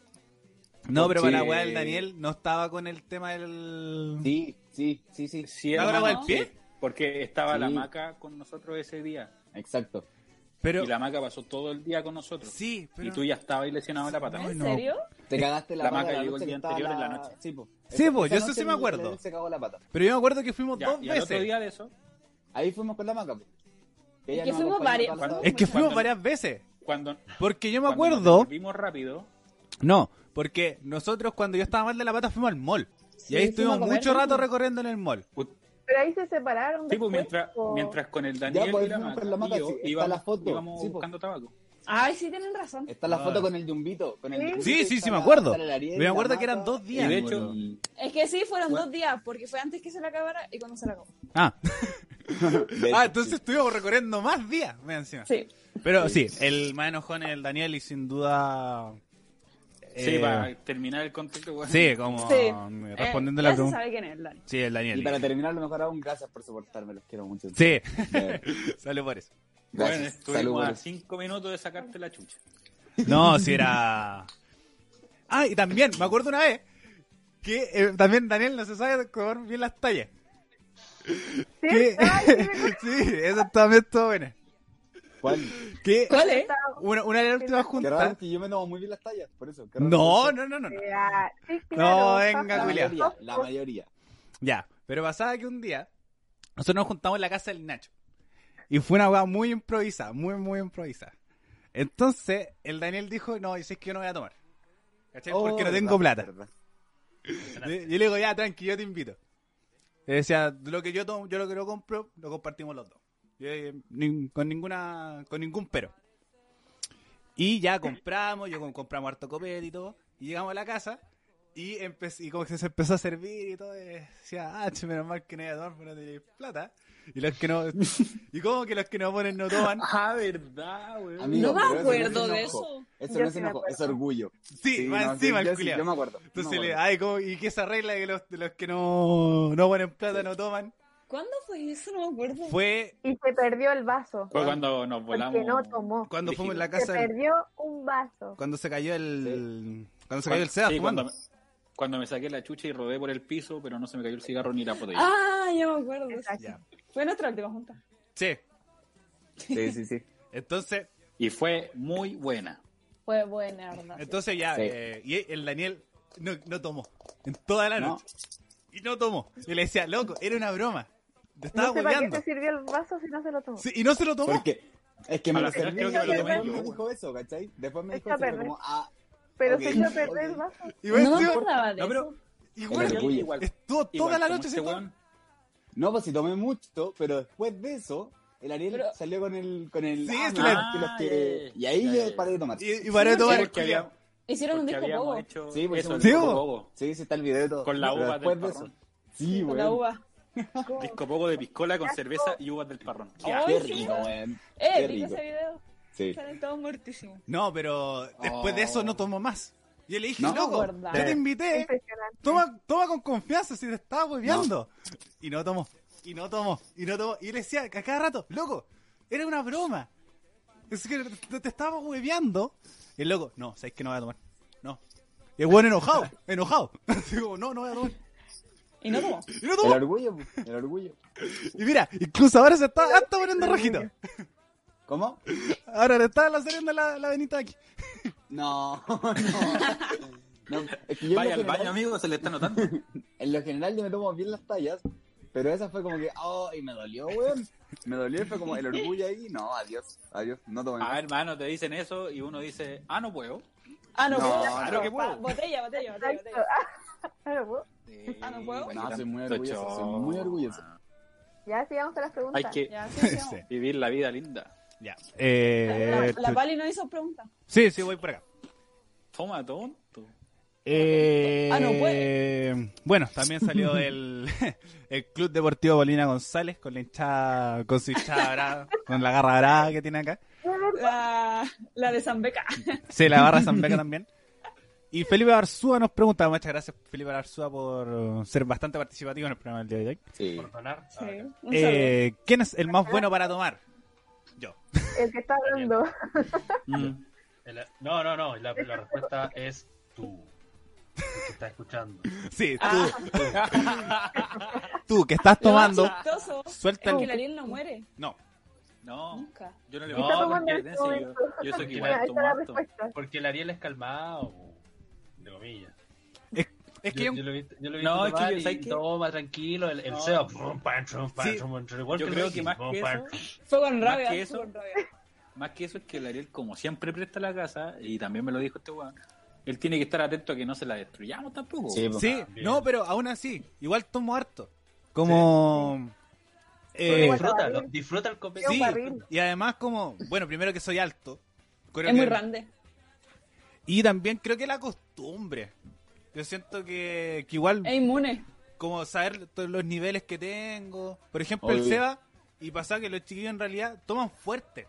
[SPEAKER 1] No, pero para la
[SPEAKER 7] porque-
[SPEAKER 1] weá del Daniel no estaba con el tema del.
[SPEAKER 8] Sí, sí, sí, sí.
[SPEAKER 7] Sí,
[SPEAKER 1] ¿Estaba con la
[SPEAKER 7] hermano,
[SPEAKER 1] weá del pie?
[SPEAKER 7] Porque estaba la
[SPEAKER 8] Sí.
[SPEAKER 7] maca con nosotros ese día.
[SPEAKER 8] Exacto.
[SPEAKER 1] Pero.
[SPEAKER 7] Y la maca pasó todo el día con nosotros.
[SPEAKER 1] Sí, pero.
[SPEAKER 7] Y tú ya estabas ahí lesionado en la pata.
[SPEAKER 1] Ay,
[SPEAKER 5] ¿En
[SPEAKER 1] no.
[SPEAKER 5] serio?
[SPEAKER 8] Te cagaste la,
[SPEAKER 7] La
[SPEAKER 8] pata
[SPEAKER 7] maca
[SPEAKER 8] la
[SPEAKER 7] llegó
[SPEAKER 8] noche
[SPEAKER 7] el día
[SPEAKER 8] que estaba
[SPEAKER 7] anterior en la noche.
[SPEAKER 8] Sí, po.
[SPEAKER 1] Sí, po,
[SPEAKER 8] Esa
[SPEAKER 1] yo eso
[SPEAKER 8] noche
[SPEAKER 1] sí me acuerdo.
[SPEAKER 8] Daniel Se cagó la pata.
[SPEAKER 1] Pero yo me acuerdo que fuimos
[SPEAKER 7] Ya,
[SPEAKER 1] dos
[SPEAKER 7] y al otro
[SPEAKER 1] veces.
[SPEAKER 7] día de eso,
[SPEAKER 8] Ahí fuimos con la maca. po. Ella
[SPEAKER 5] Es que
[SPEAKER 8] nos
[SPEAKER 5] fuimos
[SPEAKER 8] acompañó
[SPEAKER 5] varias-
[SPEAKER 8] para la-
[SPEAKER 1] Es que fuimos
[SPEAKER 7] Cuando-
[SPEAKER 1] varias veces.
[SPEAKER 7] cuando,
[SPEAKER 1] Porque yo me
[SPEAKER 7] cuando nos
[SPEAKER 1] acuerdo.
[SPEAKER 7] devolvimos rápido,
[SPEAKER 1] No, porque nosotros cuando yo estaba mal de la pata fuimos al mall.
[SPEAKER 5] Sí,
[SPEAKER 1] y ahí
[SPEAKER 5] fuimos
[SPEAKER 1] estuvimos
[SPEAKER 5] a comer
[SPEAKER 1] mucho rato
[SPEAKER 5] juntos.
[SPEAKER 1] recorriendo en el mall.
[SPEAKER 2] Pero ahí se separaron.
[SPEAKER 7] Sí, pues,
[SPEAKER 2] después,
[SPEAKER 7] mientras,
[SPEAKER 2] po.
[SPEAKER 7] mientras con el Daniel
[SPEAKER 8] pues,
[SPEAKER 7] y la
[SPEAKER 8] fuimos
[SPEAKER 7] Maca,
[SPEAKER 8] con la Maca,
[SPEAKER 7] y yo
[SPEAKER 8] sí, está
[SPEAKER 7] íbamos,
[SPEAKER 8] la foto,
[SPEAKER 7] íbamos
[SPEAKER 8] sí, pues.
[SPEAKER 7] buscando tabaco.
[SPEAKER 5] Ay, sí, tienen razón.
[SPEAKER 8] Está la
[SPEAKER 1] Ah.
[SPEAKER 8] foto con el yumbito. Con el
[SPEAKER 2] Sí.
[SPEAKER 8] yumbito
[SPEAKER 1] Sí,
[SPEAKER 8] que
[SPEAKER 1] sí, sí,
[SPEAKER 8] está
[SPEAKER 1] me
[SPEAKER 8] la-
[SPEAKER 1] acuerdo.
[SPEAKER 8] está el Ariel,
[SPEAKER 1] Me
[SPEAKER 8] la
[SPEAKER 1] acuerdo que eran
[SPEAKER 8] Maca.
[SPEAKER 1] dos días.
[SPEAKER 7] Y de hecho-
[SPEAKER 8] Y-
[SPEAKER 5] Es que sí, fueron dos días, porque fue antes que se la acabara y cuando se la acabó.
[SPEAKER 1] Ah.
[SPEAKER 8] de hecho,
[SPEAKER 1] Ah,
[SPEAKER 8] sí.
[SPEAKER 1] entonces estuvimos recorriendo más días, me encima.
[SPEAKER 5] Sí.
[SPEAKER 1] Pero sí, el más enojón es el Daniel y sin duda.
[SPEAKER 7] Sí,
[SPEAKER 1] eh,
[SPEAKER 7] para terminar el contexto, weón.
[SPEAKER 1] sí, como
[SPEAKER 5] Sí.
[SPEAKER 1] eh, respondiendo
[SPEAKER 5] Eh,
[SPEAKER 1] la
[SPEAKER 5] ya se
[SPEAKER 1] pregunta.
[SPEAKER 5] sabe quién es, Dani.
[SPEAKER 1] Sí, el Daniel.
[SPEAKER 8] Y para terminar, lo mejor aún, gracias por soportarme, los quiero mucho.
[SPEAKER 1] Sí,
[SPEAKER 8] Eh,
[SPEAKER 1] sale por eso.
[SPEAKER 7] Bueno,
[SPEAKER 8] Gracias,
[SPEAKER 7] estuvimos a
[SPEAKER 8] saludos.
[SPEAKER 7] cinco minutos de sacarte la chucha.
[SPEAKER 1] No, si era. Ah, y también, me acuerdo una vez que eh, también Daniel no se sabe cobrar bien las tallas.
[SPEAKER 2] ¿Sí?
[SPEAKER 1] Que-
[SPEAKER 2] Ay, sí, me-
[SPEAKER 1] sí, eso también estuvo bueno.
[SPEAKER 8] ¿Cuál?
[SPEAKER 1] Que
[SPEAKER 5] ¿Cuál es?
[SPEAKER 1] una, una de las últimas
[SPEAKER 8] Qué raro
[SPEAKER 1] juntas.
[SPEAKER 8] que yo me tomo muy bien las tallas, por eso. qué raro
[SPEAKER 1] No,
[SPEAKER 8] que-
[SPEAKER 1] no, no, no. no.
[SPEAKER 2] Ya, sí,
[SPEAKER 1] No,
[SPEAKER 2] claro.
[SPEAKER 1] venga,
[SPEAKER 8] La
[SPEAKER 2] Papá.
[SPEAKER 1] Julia.
[SPEAKER 8] mayoría, la mayoría.
[SPEAKER 1] Ya, pero pasaba que un día nosotros nos juntamos en la casa del Nacho. Y fue una weá muy improvisada, muy, muy improvisada. Entonces, el Daniel dijo, no, dices que yo no voy a tomar. ¿Cachai?
[SPEAKER 8] Oh,
[SPEAKER 1] Porque no
[SPEAKER 8] verdad,
[SPEAKER 1] tengo plata.
[SPEAKER 8] verdad.
[SPEAKER 1] Y- Yo le digo, ya, tranqui, yo te invito. Y decía, lo que yo tomo, yo lo que lo compro, lo compartimos los dos. Yo, eh, nin- con ninguna, con ningún pero. Y ya compramos, yo com- compramos harto copete y todo, y llegamos a la casa, y, empe- y como que se empezó a servir y todo, y decía, ah, che, menos mal que no hay a tomar, porque no tenéis plata. Y los que no, y como que los que no ponen no toman.
[SPEAKER 7] Ah, verdad, weón.
[SPEAKER 8] Amigo,
[SPEAKER 5] No me
[SPEAKER 8] pero eso es
[SPEAKER 5] acuerdo de
[SPEAKER 8] enojo,
[SPEAKER 5] eso.
[SPEAKER 8] Eso
[SPEAKER 2] Yo
[SPEAKER 8] no es
[SPEAKER 2] sí me
[SPEAKER 8] enojo,
[SPEAKER 2] acuerdo.
[SPEAKER 8] es orgullo.
[SPEAKER 1] Sí, más
[SPEAKER 8] no,
[SPEAKER 1] encima
[SPEAKER 8] yo
[SPEAKER 1] el
[SPEAKER 8] sí,
[SPEAKER 1] culiao.
[SPEAKER 8] Yo me acuerdo. yo me
[SPEAKER 1] Entonces, le,
[SPEAKER 8] acuerdo.
[SPEAKER 1] ay, como, y que esa regla de los, de los que no, no ponen plata no toman,
[SPEAKER 5] ¿Cuándo fue eso? No me acuerdo.
[SPEAKER 1] fue
[SPEAKER 2] Y se perdió el vaso.
[SPEAKER 7] Fue cuando nos volamos.
[SPEAKER 2] Porque no tomó.
[SPEAKER 1] cuando fuimos en la
[SPEAKER 2] Se
[SPEAKER 1] casa del-
[SPEAKER 2] perdió un vaso.
[SPEAKER 1] Cuando se cayó el. Cuando se cayó
[SPEAKER 7] Cuando-
[SPEAKER 1] el Sebas
[SPEAKER 7] sí,
[SPEAKER 1] fumando.
[SPEAKER 7] cuando, me- cuando me saqué la chucha y rodé por el piso, pero no se me cayó el cigarro ni la botella.
[SPEAKER 5] Ah, ya me acuerdo. de eso.
[SPEAKER 2] Exacto.
[SPEAKER 1] Ya.
[SPEAKER 5] Fue nuestra última junta.
[SPEAKER 1] Sí.
[SPEAKER 8] Sí, sí, sí.
[SPEAKER 1] Entonces,
[SPEAKER 7] Y fue muy buena.
[SPEAKER 5] Fue buena, ¿verdad?
[SPEAKER 1] entonces ya.
[SPEAKER 8] Sí.
[SPEAKER 1] eh, y el Daniel no, no tomó. En toda la
[SPEAKER 8] No.
[SPEAKER 1] noche. Y no tomó. Y le decía, loco, era una broma. Te estaba
[SPEAKER 2] No sé para qué
[SPEAKER 1] hueveando.
[SPEAKER 2] se sirvió el vaso si no se lo tomó.
[SPEAKER 1] Sí, y no se lo tomó.
[SPEAKER 8] Porque es que me
[SPEAKER 7] A la
[SPEAKER 8] lo
[SPEAKER 7] final
[SPEAKER 8] serví
[SPEAKER 7] creo que me lo
[SPEAKER 8] y
[SPEAKER 7] tomé
[SPEAKER 8] después
[SPEAKER 7] yo,
[SPEAKER 8] me
[SPEAKER 7] weón.
[SPEAKER 8] dijo eso, ¿cachai? Después me dijo
[SPEAKER 2] Está
[SPEAKER 8] eso, fue
[SPEAKER 2] perder.
[SPEAKER 8] como, ah,
[SPEAKER 2] Pero
[SPEAKER 8] Ok,
[SPEAKER 2] se echó a perder el
[SPEAKER 8] ok.
[SPEAKER 2] vaso.
[SPEAKER 1] Y bueno,
[SPEAKER 5] No me
[SPEAKER 1] tío,
[SPEAKER 5] acordaba de
[SPEAKER 1] no, pero-
[SPEAKER 5] eso.
[SPEAKER 1] y
[SPEAKER 8] El
[SPEAKER 1] bueno,
[SPEAKER 8] orgullo.
[SPEAKER 1] estuvo toda
[SPEAKER 7] igual
[SPEAKER 1] la
[SPEAKER 7] como
[SPEAKER 1] noche
[SPEAKER 7] este
[SPEAKER 1] sin tomar.
[SPEAKER 7] weón.
[SPEAKER 8] no, pues si tomé mucho, pero después de eso, el Ariel
[SPEAKER 5] Pero-
[SPEAKER 8] salió con el... Con el
[SPEAKER 1] Sí,
[SPEAKER 8] ah,
[SPEAKER 1] es
[SPEAKER 8] no,
[SPEAKER 1] la-
[SPEAKER 8] es que los que-
[SPEAKER 7] Ah,
[SPEAKER 8] Y ahí
[SPEAKER 7] ya, ya,
[SPEAKER 8] yo
[SPEAKER 7] ya.
[SPEAKER 8] paré de tomar. Sí,
[SPEAKER 1] Y, y paré de
[SPEAKER 7] Sí,
[SPEAKER 1] tomar el
[SPEAKER 7] porque
[SPEAKER 1] culiao.
[SPEAKER 7] habíamos-
[SPEAKER 5] Hicieron un
[SPEAKER 7] porque
[SPEAKER 5] disco
[SPEAKER 7] habíamos
[SPEAKER 5] bobo.
[SPEAKER 7] hecho
[SPEAKER 8] Sí, pues
[SPEAKER 7] eso, el
[SPEAKER 1] hicimos-
[SPEAKER 7] disco
[SPEAKER 1] Sí,
[SPEAKER 7] bobo.
[SPEAKER 8] sí, está el video y todo.
[SPEAKER 7] Con la
[SPEAKER 8] Pero
[SPEAKER 7] uva del
[SPEAKER 8] después de eso.
[SPEAKER 7] parrón.
[SPEAKER 8] Sí,
[SPEAKER 5] Con
[SPEAKER 8] weón.
[SPEAKER 5] la uva.
[SPEAKER 7] Disco bobo de piscola con cerveza y uvas del parrón. Qué
[SPEAKER 5] Ay,
[SPEAKER 8] Qué
[SPEAKER 5] sí.
[SPEAKER 8] rico, weón.
[SPEAKER 5] Eh, rico
[SPEAKER 8] Qué rico.
[SPEAKER 5] ese video.
[SPEAKER 8] Sí.
[SPEAKER 5] Salen todos muertísimos.
[SPEAKER 1] No, pero después de eso no tomó más. Y yo le dije,
[SPEAKER 8] No,
[SPEAKER 1] loco,
[SPEAKER 5] guardado.
[SPEAKER 1] yo te invité.
[SPEAKER 2] Impresionante.
[SPEAKER 1] Toma, toma con confianza si te estaba hueveando. Y no tomó, y no tomó, y no tomó. Y le decía a cada rato, loco, era una broma. Es que te, te estaba hueveando. Y el loco, no, sabes que no voy a tomar. No. Y el weón enojado, enojado. Así como, no, no voy a tomar.
[SPEAKER 5] Y no tomó.
[SPEAKER 1] Y no
[SPEAKER 8] El
[SPEAKER 1] tomó.
[SPEAKER 8] orgullo, pues, el orgullo.
[SPEAKER 1] Y mira, incluso ahora se está hasta poniendo rojito.
[SPEAKER 8] ¿Cómo?
[SPEAKER 1] Ahora le está saliendo la, la venita aquí.
[SPEAKER 8] No, no. No, es que yo en lo
[SPEAKER 7] Vaya al
[SPEAKER 8] general-
[SPEAKER 7] baño, amigo, se le está notando.
[SPEAKER 8] En lo general yo me tomo bien las tallas, pero esa fue como que, oh, y me dolió, weón. Me dolió y fue como el orgullo ahí. No, adiós, adiós, no tomé
[SPEAKER 7] Ah,
[SPEAKER 8] más.
[SPEAKER 7] hermano, te dicen eso y uno dice, ah, no puedo.
[SPEAKER 5] Ah, no,
[SPEAKER 8] No,
[SPEAKER 5] puedo.
[SPEAKER 8] claro
[SPEAKER 7] que
[SPEAKER 5] Pa-
[SPEAKER 7] puedo.
[SPEAKER 5] Botella, botella, botella.
[SPEAKER 2] Exacto.
[SPEAKER 5] botella.
[SPEAKER 2] Claro, pues.
[SPEAKER 5] Ah, no puedo.
[SPEAKER 7] Imagínate,
[SPEAKER 8] No, soy muy
[SPEAKER 7] tanto
[SPEAKER 8] orgulloso,
[SPEAKER 7] show.
[SPEAKER 8] soy muy orgulloso.
[SPEAKER 2] Ya sigamos con las
[SPEAKER 7] Hay
[SPEAKER 2] preguntas.
[SPEAKER 7] que
[SPEAKER 5] Ya, sí, sigamos.
[SPEAKER 7] vivir la vida linda.
[SPEAKER 1] Ya. Eh,
[SPEAKER 5] La- La Pali no hizo preguntas.
[SPEAKER 1] sí, sí, voy por acá.
[SPEAKER 7] Toma, tonto.
[SPEAKER 1] Eh,
[SPEAKER 5] Ah, no pues.
[SPEAKER 1] Bueno, también salió el, el Club Deportivo Bolina González con la hinchada, con su hinchada brava, con la garra brava que tiene acá.
[SPEAKER 5] La, la de Zambeca.
[SPEAKER 1] Sí, la barra Zambeca también. Y Felipe Arzúa nos pregunta, muchas gracias Felipe Arzúa por ser bastante participativo en el programa del día de hoy.
[SPEAKER 8] Sí.
[SPEAKER 4] Por donar.
[SPEAKER 5] Sí. Un saludo.
[SPEAKER 1] Eh, ¿Quién es el más bueno para tomar? Yo.
[SPEAKER 2] El que está hablando.
[SPEAKER 7] Mm.
[SPEAKER 4] El- no, no, no. La, la respuesta es tú. El que está escuchando.
[SPEAKER 1] Sí,
[SPEAKER 5] Ah,
[SPEAKER 1] tú, tú que estás
[SPEAKER 5] lo más
[SPEAKER 1] tomando,
[SPEAKER 5] chistoso
[SPEAKER 1] suelta
[SPEAKER 5] Es que el
[SPEAKER 1] el...
[SPEAKER 5] Ariel no muere.
[SPEAKER 1] No,
[SPEAKER 7] No,
[SPEAKER 5] Nunca.
[SPEAKER 7] yo no le
[SPEAKER 4] No,
[SPEAKER 7] voy a
[SPEAKER 4] Está
[SPEAKER 2] tomando
[SPEAKER 7] porque
[SPEAKER 2] en este
[SPEAKER 7] dense, yo, yo soy que voy a
[SPEAKER 4] Bueno,
[SPEAKER 2] Bueno, ahí está la
[SPEAKER 7] tomar harto.
[SPEAKER 2] respuesta.
[SPEAKER 4] Porque el Ariel es calmado. De comillas.
[SPEAKER 1] es que yo-
[SPEAKER 4] yo, yo lo he visto, yo lo he
[SPEAKER 7] No,
[SPEAKER 4] visto
[SPEAKER 7] es que
[SPEAKER 4] tomar
[SPEAKER 7] yo-
[SPEAKER 4] y
[SPEAKER 7] ¿sabes qué?
[SPEAKER 4] toma tranquilo. El, el Seba, brum, pan, chum, pan,
[SPEAKER 1] Sí,
[SPEAKER 4] chum, chum, igual
[SPEAKER 7] yo
[SPEAKER 4] el
[SPEAKER 7] creo
[SPEAKER 4] Reggie,
[SPEAKER 7] que más
[SPEAKER 4] brum,
[SPEAKER 7] que
[SPEAKER 4] pan,
[SPEAKER 7] eso-
[SPEAKER 4] chum.
[SPEAKER 5] Fue con
[SPEAKER 7] Más
[SPEAKER 5] rabia.
[SPEAKER 7] que eso.
[SPEAKER 5] fue con rabia.
[SPEAKER 7] Más que eso es que el Ariel, como siempre presta la casa, y también me lo dijo este weón, él tiene que estar atento a que no se la destruyamos tampoco.
[SPEAKER 8] Sí, po.
[SPEAKER 1] Sí,
[SPEAKER 4] bien.
[SPEAKER 1] no, pero aún así, igual tomo harto. Como... Eh,
[SPEAKER 2] Igual
[SPEAKER 4] disfrútalo,
[SPEAKER 2] barril.
[SPEAKER 4] disfruta el copete.
[SPEAKER 1] sí,
[SPEAKER 2] barril.
[SPEAKER 1] y además como, bueno, primero que soy alto. creo
[SPEAKER 5] Es muy
[SPEAKER 1] que-
[SPEAKER 5] grande.
[SPEAKER 1] Y también creo que la costumbre. Yo siento que, que igual,
[SPEAKER 5] Es inmune.
[SPEAKER 1] como saber todos los niveles que tengo. Por ejemplo, el
[SPEAKER 8] Obvio.
[SPEAKER 1] Seba, y pasa que los chiquillos en realidad toman fuerte.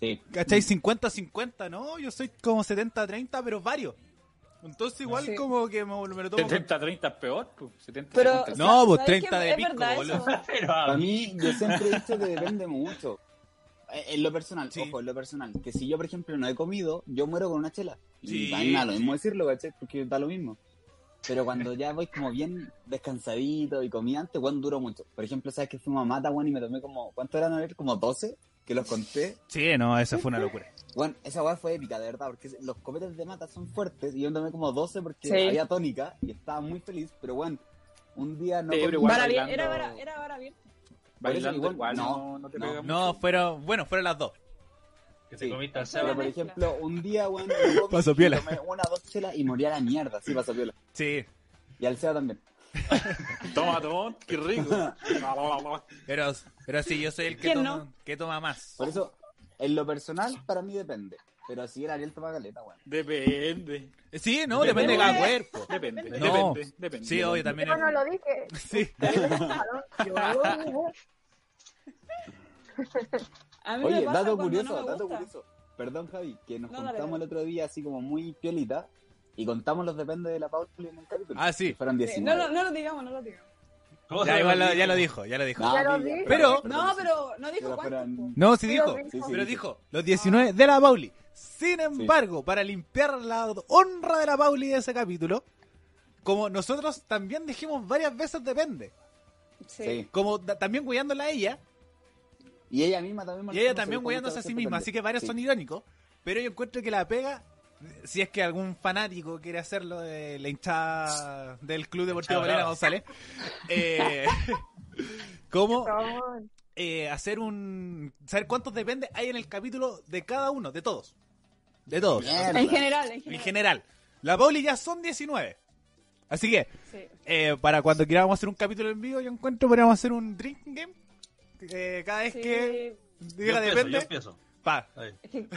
[SPEAKER 3] Sí.
[SPEAKER 1] ¿Cachai?
[SPEAKER 8] Mm.
[SPEAKER 1] 50-50, no, yo soy como 70-30, pero varios. Entonces igual
[SPEAKER 5] Sí.
[SPEAKER 1] como que me, me lo
[SPEAKER 3] De
[SPEAKER 1] tomo...
[SPEAKER 3] 30 a 30 es peor. pues, 70
[SPEAKER 5] Pero,
[SPEAKER 1] No,
[SPEAKER 5] ¿sabes
[SPEAKER 1] vos,
[SPEAKER 5] qué?
[SPEAKER 1] 30 de
[SPEAKER 5] Es
[SPEAKER 1] pico,
[SPEAKER 5] verdad
[SPEAKER 1] boludo.
[SPEAKER 5] eso.
[SPEAKER 4] Pero ah,
[SPEAKER 8] Para
[SPEAKER 4] a mí.
[SPEAKER 8] mí, yo siempre he dicho que depende mucho. Eh, En lo personal,
[SPEAKER 1] Sí.
[SPEAKER 8] ojo, en lo personal. Que si yo, por ejemplo, no he comido, yo muero con una chela.
[SPEAKER 1] Sí.
[SPEAKER 8] Y da nada, lo mismo decirlo, ¿cachai? Porque da lo mismo. Pero cuando ya voy como bien descansadito y comí antes, weón, duró mucho. Por ejemplo, ¿sabes que fuimos a Mata, weón, y me tomé como, ¿cuánto eran a ver? Como 12, que los conté.
[SPEAKER 1] Sí, no, esa fue una locura.
[SPEAKER 8] Bueno, esa weá fue épica, de verdad, porque los copetes de mata son fuertes y yo me tomé como 12 porque
[SPEAKER 5] Sí.
[SPEAKER 8] había tónica y estaba muy feliz, pero bueno, un día no...
[SPEAKER 3] Sí, pero
[SPEAKER 8] comí.
[SPEAKER 3] igual
[SPEAKER 5] Vara bien,
[SPEAKER 3] bailando.
[SPEAKER 5] era vara, era vara bien.
[SPEAKER 3] Bailando
[SPEAKER 8] igual,
[SPEAKER 3] igual
[SPEAKER 8] no,
[SPEAKER 3] no, no te
[SPEAKER 8] no.
[SPEAKER 3] pega mucho.
[SPEAKER 1] No, fueron, bueno, fueron las dos.
[SPEAKER 4] Que te
[SPEAKER 8] Sí.
[SPEAKER 4] comiste al
[SPEAKER 8] Pero,
[SPEAKER 4] sábado.
[SPEAKER 8] por
[SPEAKER 5] Mezcla.
[SPEAKER 8] ejemplo, un día, weón, me comí,
[SPEAKER 1] Pasó piola.
[SPEAKER 8] tomé una, dos chelas y moría la mierda, sí, pasó piola.
[SPEAKER 1] Sí,
[SPEAKER 8] Y al SEA también.
[SPEAKER 3] Toma, toma, qué rico.
[SPEAKER 1] pero, pero sí, yo soy el que
[SPEAKER 5] ¿Quién
[SPEAKER 1] toma,
[SPEAKER 5] no?
[SPEAKER 1] que toma más.
[SPEAKER 8] Por eso, en lo personal, para mí depende. Pero si era Ariel toma caleta, weón.
[SPEAKER 3] Depende.
[SPEAKER 1] Sí, no, depende de cada cuerpo.
[SPEAKER 3] Depende,
[SPEAKER 1] No.
[SPEAKER 3] depende, depende.
[SPEAKER 1] Sí, obvio, también.
[SPEAKER 2] Yo no
[SPEAKER 1] es-
[SPEAKER 2] lo dije.
[SPEAKER 1] Sí.
[SPEAKER 2] Yo-
[SPEAKER 5] A mí me
[SPEAKER 8] Oye,
[SPEAKER 5] pasa
[SPEAKER 8] dato
[SPEAKER 5] cuando
[SPEAKER 8] curioso,
[SPEAKER 5] no me
[SPEAKER 8] dato
[SPEAKER 5] gusta.
[SPEAKER 8] curioso. Perdón, Javi, que nos
[SPEAKER 5] No, dale,
[SPEAKER 8] contamos el
[SPEAKER 5] dale.
[SPEAKER 8] otro día así como muy piolita y contamos los depende de la Paula en el capítulo.
[SPEAKER 1] Ah, sí.
[SPEAKER 8] Fueron
[SPEAKER 5] Sí, no,
[SPEAKER 8] 19.
[SPEAKER 5] lo- no lo digamos, no lo digamos.
[SPEAKER 1] Ya, igual lo- ya lo dijo, ya lo dijo.
[SPEAKER 8] No,
[SPEAKER 2] Ya lo
[SPEAKER 8] sí,
[SPEAKER 2] dije.
[SPEAKER 1] Pero-
[SPEAKER 5] No, pero no dijo
[SPEAKER 8] Pero
[SPEAKER 5] cuánto.
[SPEAKER 8] fueron-
[SPEAKER 5] po.
[SPEAKER 1] No, sí
[SPEAKER 2] Pero
[SPEAKER 1] dijo.
[SPEAKER 2] dijo.
[SPEAKER 8] Sí, sí,
[SPEAKER 1] pero
[SPEAKER 8] dijo.
[SPEAKER 1] dijo, los 19 de la Pauli. Sin embargo, para limpiar la honra de la Pauli de ese capítulo, como nosotros también dijimos varias veces depende,
[SPEAKER 5] Sí.
[SPEAKER 8] Sí.
[SPEAKER 1] como da- también guiándola a ella,
[SPEAKER 8] Y ella misma también.
[SPEAKER 1] y ella también guiándose a sí misma, así que varios son irónicos, pero yo encuentro que la pega, si es que algún fanático quiere hacerlo de la hinchada del Club Deportivo
[SPEAKER 4] Hinchada
[SPEAKER 1] Valera González, eh, como
[SPEAKER 2] Perdón.
[SPEAKER 1] eh, hacer un... saber cuántos depende hay en el capítulo de cada uno, de todos. De todos.
[SPEAKER 5] En general, en general.
[SPEAKER 1] En general, la Pauli ya son 19. Así que,
[SPEAKER 5] Sí.
[SPEAKER 1] eh, para cuando queramos hacer un capítulo en vivo, yo encuentro podríamos hacer un drinking game. Eh, cada vez
[SPEAKER 5] Sí.
[SPEAKER 1] que diga
[SPEAKER 4] yo empiezo, yo
[SPEAKER 1] depende,
[SPEAKER 4] empiezo.
[SPEAKER 1] pa,
[SPEAKER 4] Ahí,
[SPEAKER 5] Es que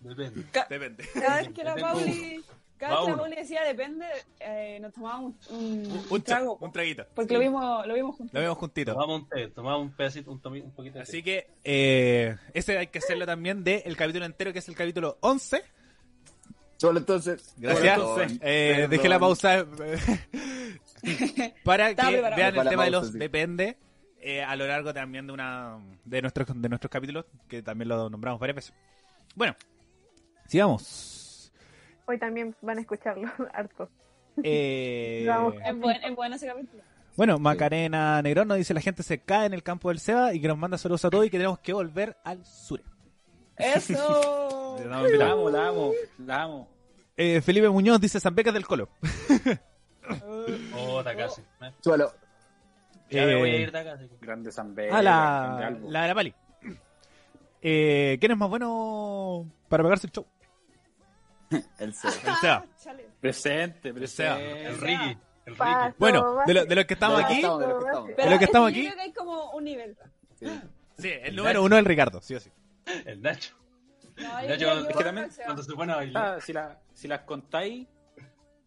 [SPEAKER 4] depende.
[SPEAKER 1] depende.
[SPEAKER 5] Cada vez que la
[SPEAKER 4] Depende.
[SPEAKER 5] Pauli, cada
[SPEAKER 4] Va
[SPEAKER 5] vez que la
[SPEAKER 4] uno.
[SPEAKER 5] Pauli decía depende, eh, nos tomábamos un, un
[SPEAKER 1] Un, tra-
[SPEAKER 5] trago. po.
[SPEAKER 1] un traguito.
[SPEAKER 5] Porque lo vimos, lo vimos
[SPEAKER 1] Lo
[SPEAKER 5] juntos.
[SPEAKER 1] vemos juntitos.
[SPEAKER 4] Tomamos un té, tomamos un pedacito, un, tomi- un poquito de té.
[SPEAKER 1] Así que, eh, ese hay que hacerlo también del el capítulo entero, que es el capítulo 11.
[SPEAKER 8] Solo entonces.
[SPEAKER 1] Gracias.
[SPEAKER 8] Solo entonces.
[SPEAKER 1] Eh,
[SPEAKER 8] Perdón.
[SPEAKER 1] dejé la pausa eh, para
[SPEAKER 5] Estaba
[SPEAKER 1] que
[SPEAKER 5] preparado.
[SPEAKER 1] vean el
[SPEAKER 8] Para la
[SPEAKER 1] tema de
[SPEAKER 8] pausa,
[SPEAKER 1] los
[SPEAKER 8] sí.
[SPEAKER 1] depende eh, a lo largo también de una de nuestros de nuestros capítulos que también lo nombramos varias veces. Bueno, sigamos.
[SPEAKER 2] Hoy también van a escucharlo harto.
[SPEAKER 1] Eh,
[SPEAKER 2] Vamos.
[SPEAKER 5] Es buen, es bueno ese capítulo.
[SPEAKER 1] bueno, Macarena Negrón nos dice la gente se cae en el campo del Seba y que nos manda saludos a todos y que tenemos que volver al sur.
[SPEAKER 5] ¡Eso!
[SPEAKER 3] La amo, la amo, la amo.
[SPEAKER 1] Eh, Felipe Muñoz dice San Becas del Colo.
[SPEAKER 4] Oh, Takase.
[SPEAKER 8] Suelo.
[SPEAKER 4] Ya me voy a
[SPEAKER 1] Eh,
[SPEAKER 4] ir Takase.
[SPEAKER 3] Grande Zambé.
[SPEAKER 1] Ah, la, la de la Pali. Eh, ¿Quién es más bueno para pegarse el show?
[SPEAKER 8] El cero.
[SPEAKER 1] El Seba.
[SPEAKER 5] Chale.
[SPEAKER 3] Presente, presente.
[SPEAKER 4] El Ricky. El Ricky.
[SPEAKER 2] Paso,
[SPEAKER 1] Bueno, de, lo-
[SPEAKER 2] base-
[SPEAKER 1] de los que Ah, estamos
[SPEAKER 8] De los que
[SPEAKER 1] aquí,
[SPEAKER 8] estamos, de los
[SPEAKER 2] base-
[SPEAKER 8] que estamos.
[SPEAKER 1] Pero- lo que
[SPEAKER 5] es
[SPEAKER 1] estamos
[SPEAKER 5] yo
[SPEAKER 1] aquí-
[SPEAKER 5] creo que hay como un nivel.
[SPEAKER 1] sí, el número uno es el Ricardo, sí o sí.
[SPEAKER 4] El Nacho.
[SPEAKER 5] No,
[SPEAKER 4] El
[SPEAKER 5] yo
[SPEAKER 4] Nacho,
[SPEAKER 5] creo
[SPEAKER 4] cuando,
[SPEAKER 5] que
[SPEAKER 4] que
[SPEAKER 5] yo
[SPEAKER 4] también,
[SPEAKER 5] el Seba.
[SPEAKER 4] cuando se pone a bailar.
[SPEAKER 3] Ah, si, la- si las contáis,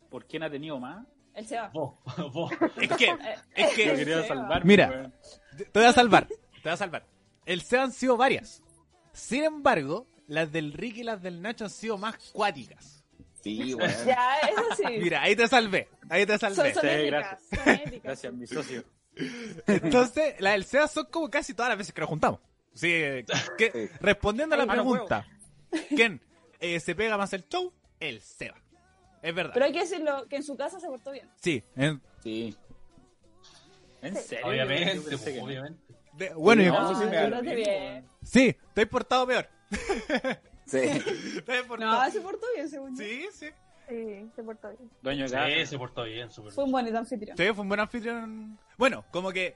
[SPEAKER 3] ¿por quién ha tenido más?
[SPEAKER 5] El Seba.
[SPEAKER 4] Vos, vos.
[SPEAKER 1] Es que, es
[SPEAKER 3] Yo
[SPEAKER 1] que,
[SPEAKER 3] quería
[SPEAKER 5] Seba.
[SPEAKER 3] salvarme.
[SPEAKER 1] Mira.
[SPEAKER 3] weón.
[SPEAKER 1] te voy a salvar, te voy a salvar. El Seba han sido varias. Sin embargo, las del Ricky y las del Nacho han sido más cuáticas.
[SPEAKER 8] Sí, weón.
[SPEAKER 5] Ya, eso sí.
[SPEAKER 1] Mira, ahí te salvé, ahí te
[SPEAKER 5] son,
[SPEAKER 1] salvé.
[SPEAKER 5] son
[SPEAKER 3] Sí,
[SPEAKER 5] éticas.
[SPEAKER 3] gracias.
[SPEAKER 5] Son éticas.
[SPEAKER 3] Gracias, mi socio.
[SPEAKER 1] Entonces, las del Seba son como casi todas las veces que nos juntamos. Sí, eh, que-
[SPEAKER 8] Sí.
[SPEAKER 1] respondiendo a
[SPEAKER 3] Ah,
[SPEAKER 1] la
[SPEAKER 3] no,
[SPEAKER 1] pregunta, ¿quién eh, se pega más el show? El Seba. Es verdad.
[SPEAKER 5] Pero hay que decirlo, que en su casa se portó bien.
[SPEAKER 1] Sí, en-
[SPEAKER 8] Sí.
[SPEAKER 3] ¿En serio?
[SPEAKER 4] Obviamente,
[SPEAKER 3] Yo pensé que
[SPEAKER 4] pues,
[SPEAKER 3] no.
[SPEAKER 4] obviamente.
[SPEAKER 1] de- bueno,
[SPEAKER 8] Sí,
[SPEAKER 1] yo-
[SPEAKER 8] no.
[SPEAKER 5] No,
[SPEAKER 8] sí,
[SPEAKER 5] se
[SPEAKER 8] me
[SPEAKER 5] portó
[SPEAKER 8] arruiné,
[SPEAKER 5] bien.
[SPEAKER 1] sí, estoy portado peor.
[SPEAKER 8] Sí.
[SPEAKER 1] Estoy portado-
[SPEAKER 5] No, se portó bien, según yo.
[SPEAKER 1] Sí, sí.
[SPEAKER 2] Sí, se portó bien.
[SPEAKER 3] Dueño de casa.
[SPEAKER 4] Sí, se portó bien, súper
[SPEAKER 5] Fue un bonito anfitrión.
[SPEAKER 1] Sí, fue un buen anfitrión. Bueno, como que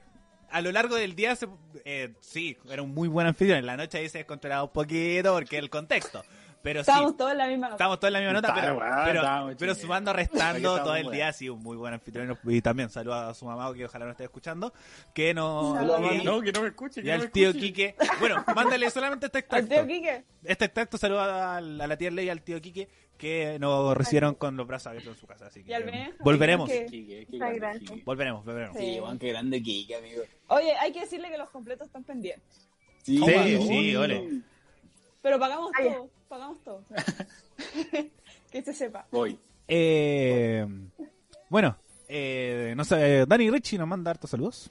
[SPEAKER 1] a lo largo del día, se- eh, sí, era un muy buen anfitrión. En la noche ahí se descontrolaba un poquito porque el contexto. Pero sí,
[SPEAKER 5] Estábamos todos en la misma nota.
[SPEAKER 1] estamos todos en la misma nota,
[SPEAKER 3] Está,
[SPEAKER 1] pero,
[SPEAKER 3] weón,
[SPEAKER 1] pero,
[SPEAKER 3] estamos
[SPEAKER 1] pero
[SPEAKER 3] chingados.
[SPEAKER 1] sumando,
[SPEAKER 8] Aquí
[SPEAKER 1] restando
[SPEAKER 8] estamos,
[SPEAKER 1] todo el
[SPEAKER 8] weón.
[SPEAKER 1] día, ha sido un muy buen anfitrión. Y también saludo a su mamá, que ojalá no esté escuchando. Que no.
[SPEAKER 5] Saludos,
[SPEAKER 1] y-
[SPEAKER 3] No, que no me escuche.
[SPEAKER 1] y
[SPEAKER 3] que no me
[SPEAKER 1] al tío
[SPEAKER 3] escuche.
[SPEAKER 1] Quique. Bueno, mándale solamente este
[SPEAKER 5] Al
[SPEAKER 1] extracto.
[SPEAKER 5] tío Quique.
[SPEAKER 1] Este extracto saluda a la, a la tía Ley y al tío Quique, que nos recibieron con los brazos abiertos en su casa. Así que
[SPEAKER 5] Y al Benja,
[SPEAKER 1] volveremos.
[SPEAKER 5] que-
[SPEAKER 3] Quique, qué
[SPEAKER 2] Ay,
[SPEAKER 3] grande,
[SPEAKER 2] gracias.
[SPEAKER 3] Quique.
[SPEAKER 1] Volveremos, volveremos.
[SPEAKER 5] Sí.
[SPEAKER 8] Sí, weón, qué grande Kike, amigo.
[SPEAKER 5] Oye, hay que decirle que los completos están pendientes.
[SPEAKER 8] Sí,
[SPEAKER 1] Sí, sí, ole.
[SPEAKER 5] Pero pagamos
[SPEAKER 2] Ah, ya.
[SPEAKER 5] todo, pagamos todo. que se sepa.
[SPEAKER 3] Voy.
[SPEAKER 1] Eh, bueno, eh, no sé, Dani Richie nos manda hartos saludos.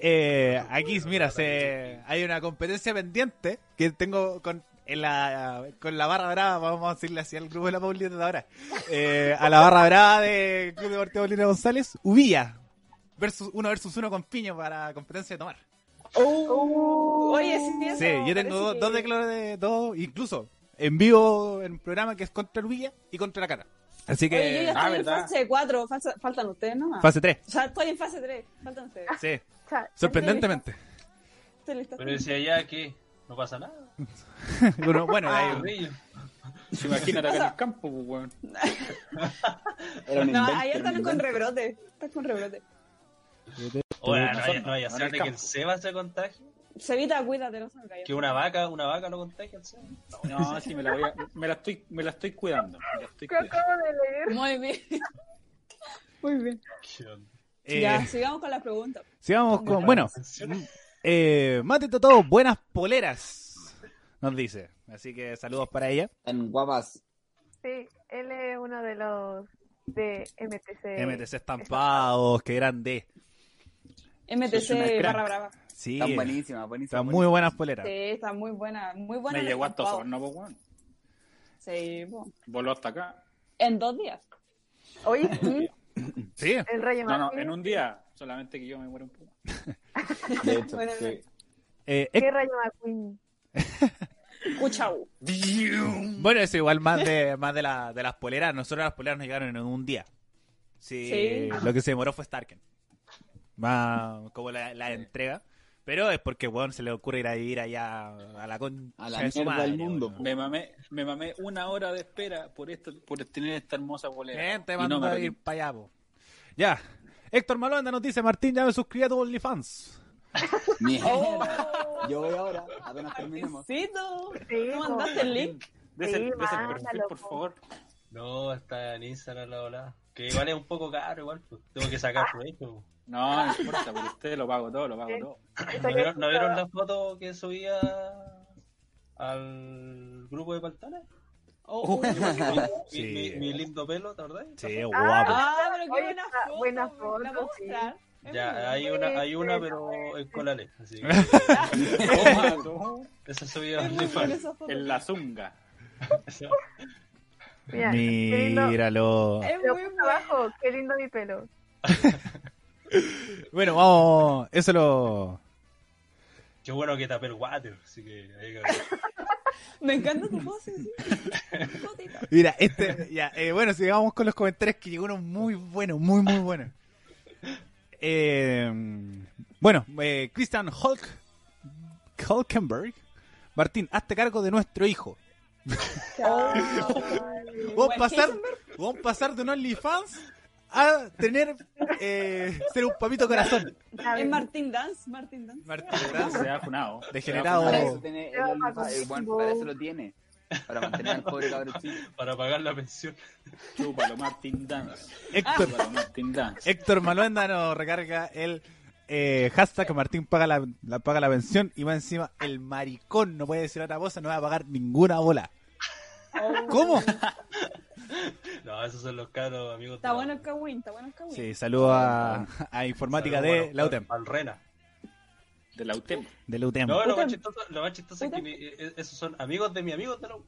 [SPEAKER 1] Eh, aquí, mira, se, hay una competencia pendiente que tengo con, en la, con la barra brava, vamos a decirle así al grupo de la Paulina de ahora. Eh, a la barra brava de Club Deportivo Paulina González, Ubilla, versus uno versus uno con piño para competencia de tomar.
[SPEAKER 5] Oye, sí, eso
[SPEAKER 1] Sí, yo tengo
[SPEAKER 5] parece
[SPEAKER 1] dos,
[SPEAKER 5] que-
[SPEAKER 1] dos declaraciones de dos, incluso en vivo en un programa que es contra el Villa y contra la cara. Así que
[SPEAKER 5] Oye, yo ya
[SPEAKER 3] Ah,
[SPEAKER 5] estoy en
[SPEAKER 3] ¿verdad?
[SPEAKER 5] fase 4, faltan ustedes nomás.
[SPEAKER 1] fase 3.
[SPEAKER 5] O sea, estoy en fase 3, faltan
[SPEAKER 2] Ah.
[SPEAKER 5] ustedes.
[SPEAKER 1] Sí,
[SPEAKER 2] Cha-
[SPEAKER 1] sorprendentemente.
[SPEAKER 5] Estoy lista.
[SPEAKER 4] Pero decía allá que no pasa nada.
[SPEAKER 1] Bueno,
[SPEAKER 5] Ah,
[SPEAKER 1] bueno, ahí-
[SPEAKER 4] Bello.
[SPEAKER 3] Se imagina acá en el campo, pues, weón.
[SPEAKER 8] Era un
[SPEAKER 5] No,
[SPEAKER 8] invento,
[SPEAKER 5] ahí
[SPEAKER 8] era
[SPEAKER 5] están
[SPEAKER 8] un
[SPEAKER 5] con
[SPEAKER 8] invento.
[SPEAKER 5] rebrote. Están con rebrote.
[SPEAKER 4] Oye, no vaya, no vaya
[SPEAKER 3] no
[SPEAKER 4] a
[SPEAKER 3] en
[SPEAKER 4] ser
[SPEAKER 3] el
[SPEAKER 4] de que
[SPEAKER 3] campo.
[SPEAKER 4] el Seba se contagie.
[SPEAKER 5] Sevita, cuídate, no se me cayó.
[SPEAKER 4] Que una vaca, una vaca no contagia al Seba.
[SPEAKER 3] No, sí, me la voy a. Me la estoy, me la estoy cuidando. Me la estoy
[SPEAKER 2] Que acabo de leer.
[SPEAKER 5] Muy bien. Muy bien.
[SPEAKER 4] Qué onda.
[SPEAKER 1] eh,
[SPEAKER 5] Ya, sigamos con las preguntas.
[SPEAKER 1] sigamos con. Bueno, eh, Mate Totó, buenas poleras, nos dice. Así que saludos para ella.
[SPEAKER 8] Tan guapas.
[SPEAKER 2] Sí, él es uno de los de MTC.
[SPEAKER 1] MTC estampados, qué grande.
[SPEAKER 3] Sos una
[SPEAKER 5] MTC
[SPEAKER 3] crack.
[SPEAKER 5] barra brava.
[SPEAKER 1] Sí,
[SPEAKER 8] Tan buenísimas, buenísimas.
[SPEAKER 1] están muy buenas poleras.
[SPEAKER 5] Sí, está muy buena. Muy buena.
[SPEAKER 3] Me
[SPEAKER 5] en el
[SPEAKER 3] llegó hasta
[SPEAKER 5] estampado.
[SPEAKER 3] Osorno, pues, weón.
[SPEAKER 5] Sí, po.
[SPEAKER 3] Voló hasta acá.
[SPEAKER 5] En dos días. mm,
[SPEAKER 2] Oye, sí,
[SPEAKER 1] Sí,
[SPEAKER 2] el Rayo
[SPEAKER 3] No, no,
[SPEAKER 2] Martínez.
[SPEAKER 3] en un día. Solamente que yo me muero un poco.
[SPEAKER 8] De hecho,
[SPEAKER 5] Bueno,
[SPEAKER 8] sí.
[SPEAKER 1] eh,
[SPEAKER 2] ¿Qué Rayo McQueen?
[SPEAKER 5] Cuchau.
[SPEAKER 1] Bueno, es igual más de más de, la- de las poleras. Nosotros las poleras nos llegaron en un día. Sí.
[SPEAKER 5] Sí.
[SPEAKER 1] Lo que se demoró fue Starken. Más como la, la entrega. Pero es porque, weón, se le ocurre ir a vivir allá a la concha
[SPEAKER 8] A la
[SPEAKER 1] de su
[SPEAKER 8] mierda
[SPEAKER 1] madre,
[SPEAKER 8] del mundo,
[SPEAKER 1] weón.
[SPEAKER 3] Me mamé, me mamé una hora de espera por esto, por tener esta hermosa
[SPEAKER 8] pues.
[SPEAKER 3] bolera.
[SPEAKER 1] Bien, Eh, te
[SPEAKER 3] Y
[SPEAKER 1] mando
[SPEAKER 3] no me
[SPEAKER 1] a ir
[SPEAKER 3] arrepiento.
[SPEAKER 1] para allá, po. Ya. Héctor Malonda nos dice, Martín, ya me suscribí a tu OnlyFans.
[SPEAKER 5] Oh,
[SPEAKER 8] Yo voy ahora, apenas terminemos.
[SPEAKER 5] Martincito.
[SPEAKER 2] Sí,
[SPEAKER 5] ¿No
[SPEAKER 2] po.
[SPEAKER 5] mandaste el link?
[SPEAKER 3] Des el,
[SPEAKER 2] Sí,
[SPEAKER 3] des el
[SPEAKER 2] mándalo,
[SPEAKER 3] perfil, por
[SPEAKER 2] po.
[SPEAKER 3] favor.
[SPEAKER 4] No, está en Instagram la volada. Que igual es un poco caro, igual. pues. Tengo que sacar pues. provecho.
[SPEAKER 3] No, no importa, pero usted lo pago todo, lo pago
[SPEAKER 2] Sí.
[SPEAKER 3] todo.
[SPEAKER 5] Ah,
[SPEAKER 4] ¿No vieron, ¿No vieron la foto que subía al grupo de Paltana?
[SPEAKER 5] Oh,
[SPEAKER 4] Mi,
[SPEAKER 1] Sí.
[SPEAKER 4] mi- mi lindo pelo, ¿te acordás?
[SPEAKER 1] Sí, guapo.
[SPEAKER 5] Ah, pero qué
[SPEAKER 2] Oye,
[SPEAKER 5] buena
[SPEAKER 2] está-
[SPEAKER 5] foto.
[SPEAKER 2] buena
[SPEAKER 5] ¿La
[SPEAKER 2] foto,
[SPEAKER 5] puedo
[SPEAKER 2] sí.
[SPEAKER 5] mostrar? Es este,
[SPEAKER 4] Ya,
[SPEAKER 5] buena.
[SPEAKER 4] hay una, hay una, pero
[SPEAKER 5] eh,
[SPEAKER 4] es con la ley. Así que
[SPEAKER 3] Toma, toma.
[SPEAKER 4] esa subida
[SPEAKER 5] Es muy buena esa foto.
[SPEAKER 3] En la zunga.
[SPEAKER 2] Mira, qué lindo.
[SPEAKER 1] Míralo.
[SPEAKER 5] Es
[SPEAKER 2] Pero
[SPEAKER 5] muy
[SPEAKER 2] por
[SPEAKER 5] buena.
[SPEAKER 2] abajo, qué lindo mi pelo.
[SPEAKER 1] Bueno, vamos. Eso lo...
[SPEAKER 4] Qué bueno que tapé el water. Así que, ahí que-
[SPEAKER 5] Me encanta tu pose. sí. Fotito.
[SPEAKER 1] Mira, este, ya, eh, bueno, sigamos con los comentarios que llegó uno muy bueno, muy, muy bueno. Eh, bueno, eh, Christian Hulk, Hulkenberg, Martín, hazte cargo de nuestro hijo.
[SPEAKER 8] Oh,
[SPEAKER 1] Vamos a
[SPEAKER 5] Hulkenberg.
[SPEAKER 1] pasar, vamos a pasar de un OnlyFans a tener, eh, ser un papito corazón.
[SPEAKER 2] Ya
[SPEAKER 5] Es
[SPEAKER 2] ven.
[SPEAKER 5] Martín Dance, Martín Dance.
[SPEAKER 1] Martín,
[SPEAKER 3] Se ha funado.
[SPEAKER 1] Degenerado.
[SPEAKER 8] Para eso tiene el
[SPEAKER 2] Yo
[SPEAKER 8] OnlyFans,
[SPEAKER 2] pago.
[SPEAKER 8] el Juan, para eso lo tiene. Para mantener al pobre cabrón chico.
[SPEAKER 4] para pagar la pensión.
[SPEAKER 3] Chúpalo, Martin Dance.
[SPEAKER 1] Héctor,
[SPEAKER 3] Chúpalo, Martin Dance.
[SPEAKER 1] Héctor Maluenda nos recarga el eh, hashtag Martín paga la, la- paga la pensión y va encima el maricón no puede decir otra cosa, no va a pagar ninguna bola.
[SPEAKER 2] Oh.
[SPEAKER 1] ¿Cómo?
[SPEAKER 4] No, esos son los caros, amigos.
[SPEAKER 5] Está bueno el Kawin, está bueno el Kawin.
[SPEAKER 1] Sí, saludo a, a informática de la E UTEM,
[SPEAKER 4] Al Rena.
[SPEAKER 3] De la UTEM.
[SPEAKER 1] de la UTEM.
[SPEAKER 4] No, lo más
[SPEAKER 5] Puta.
[SPEAKER 4] chistoso, lo más chistoso es que
[SPEAKER 5] Puta.
[SPEAKER 4] mi- eh, esos son amigos de mi amigo de la U.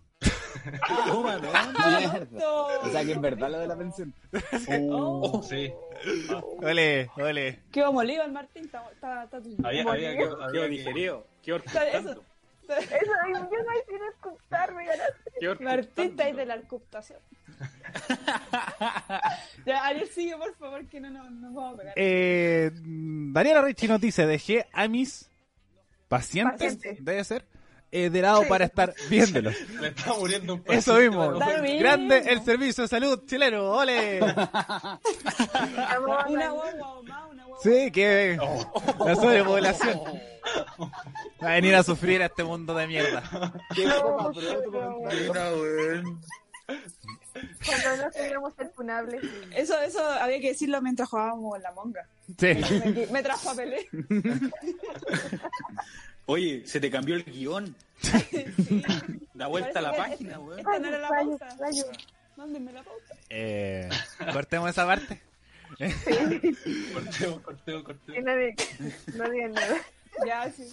[SPEAKER 8] Mierda. O sea que es verdad lo de la pensión.
[SPEAKER 5] Oh,
[SPEAKER 4] Sí,
[SPEAKER 1] Ole, ole.
[SPEAKER 5] Qué homolido el Martín, está, está, está tu-
[SPEAKER 4] había, había que.
[SPEAKER 3] Qué
[SPEAKER 4] Había que
[SPEAKER 3] digerido. Qué
[SPEAKER 5] Está- eso-
[SPEAKER 3] orquestando.
[SPEAKER 5] está-
[SPEAKER 2] Eso, ay, yo no hay sin escucharme, ganaste.
[SPEAKER 3] Qué
[SPEAKER 5] Martín está ahí de
[SPEAKER 3] orquestando.
[SPEAKER 5] la ocultación. ya, Ariel, sigue, por favor, que no nos no vamos a pegar.
[SPEAKER 1] Eh, Daniela Ricci nos dice, dejé a mis pacientes,
[SPEAKER 2] Pacientes.
[SPEAKER 1] debe ser, eh, de lado
[SPEAKER 2] Sí.
[SPEAKER 1] para estar viéndolos.
[SPEAKER 4] Me está muriendo un
[SPEAKER 1] Eso mismo.
[SPEAKER 5] Da lo mismo.
[SPEAKER 1] Grande el servicio de salud chileno. Ole.
[SPEAKER 2] Vamos,
[SPEAKER 5] Una
[SPEAKER 2] Dani.
[SPEAKER 5] guagua o más, una guagua.
[SPEAKER 1] Sí, que la sobrepoblación va a venir a sufrir a este mundo de mierda.
[SPEAKER 8] Qué guapa, pero
[SPEAKER 2] pero
[SPEAKER 8] otro comentario.
[SPEAKER 2] Cuando no teníamos el funable.
[SPEAKER 5] Eso, eso había que decirlo mientras jugábamos en la monga.
[SPEAKER 1] Sí.
[SPEAKER 5] Me, me trajo a Pelé.
[SPEAKER 7] Oye, se te cambió el guión.
[SPEAKER 5] Sí.
[SPEAKER 7] Da vuelta a la
[SPEAKER 5] Parece que
[SPEAKER 7] página,
[SPEAKER 5] es-
[SPEAKER 7] weón.
[SPEAKER 5] Esta no era la
[SPEAKER 2] Rayo,
[SPEAKER 5] pauta.
[SPEAKER 2] rayo.
[SPEAKER 5] Mándenme la pauta.
[SPEAKER 1] Eh, cortemos esa parte.
[SPEAKER 4] Corteo, corteo, corteo.
[SPEAKER 2] Que nadie- no digan nada.
[SPEAKER 5] Ya, sí.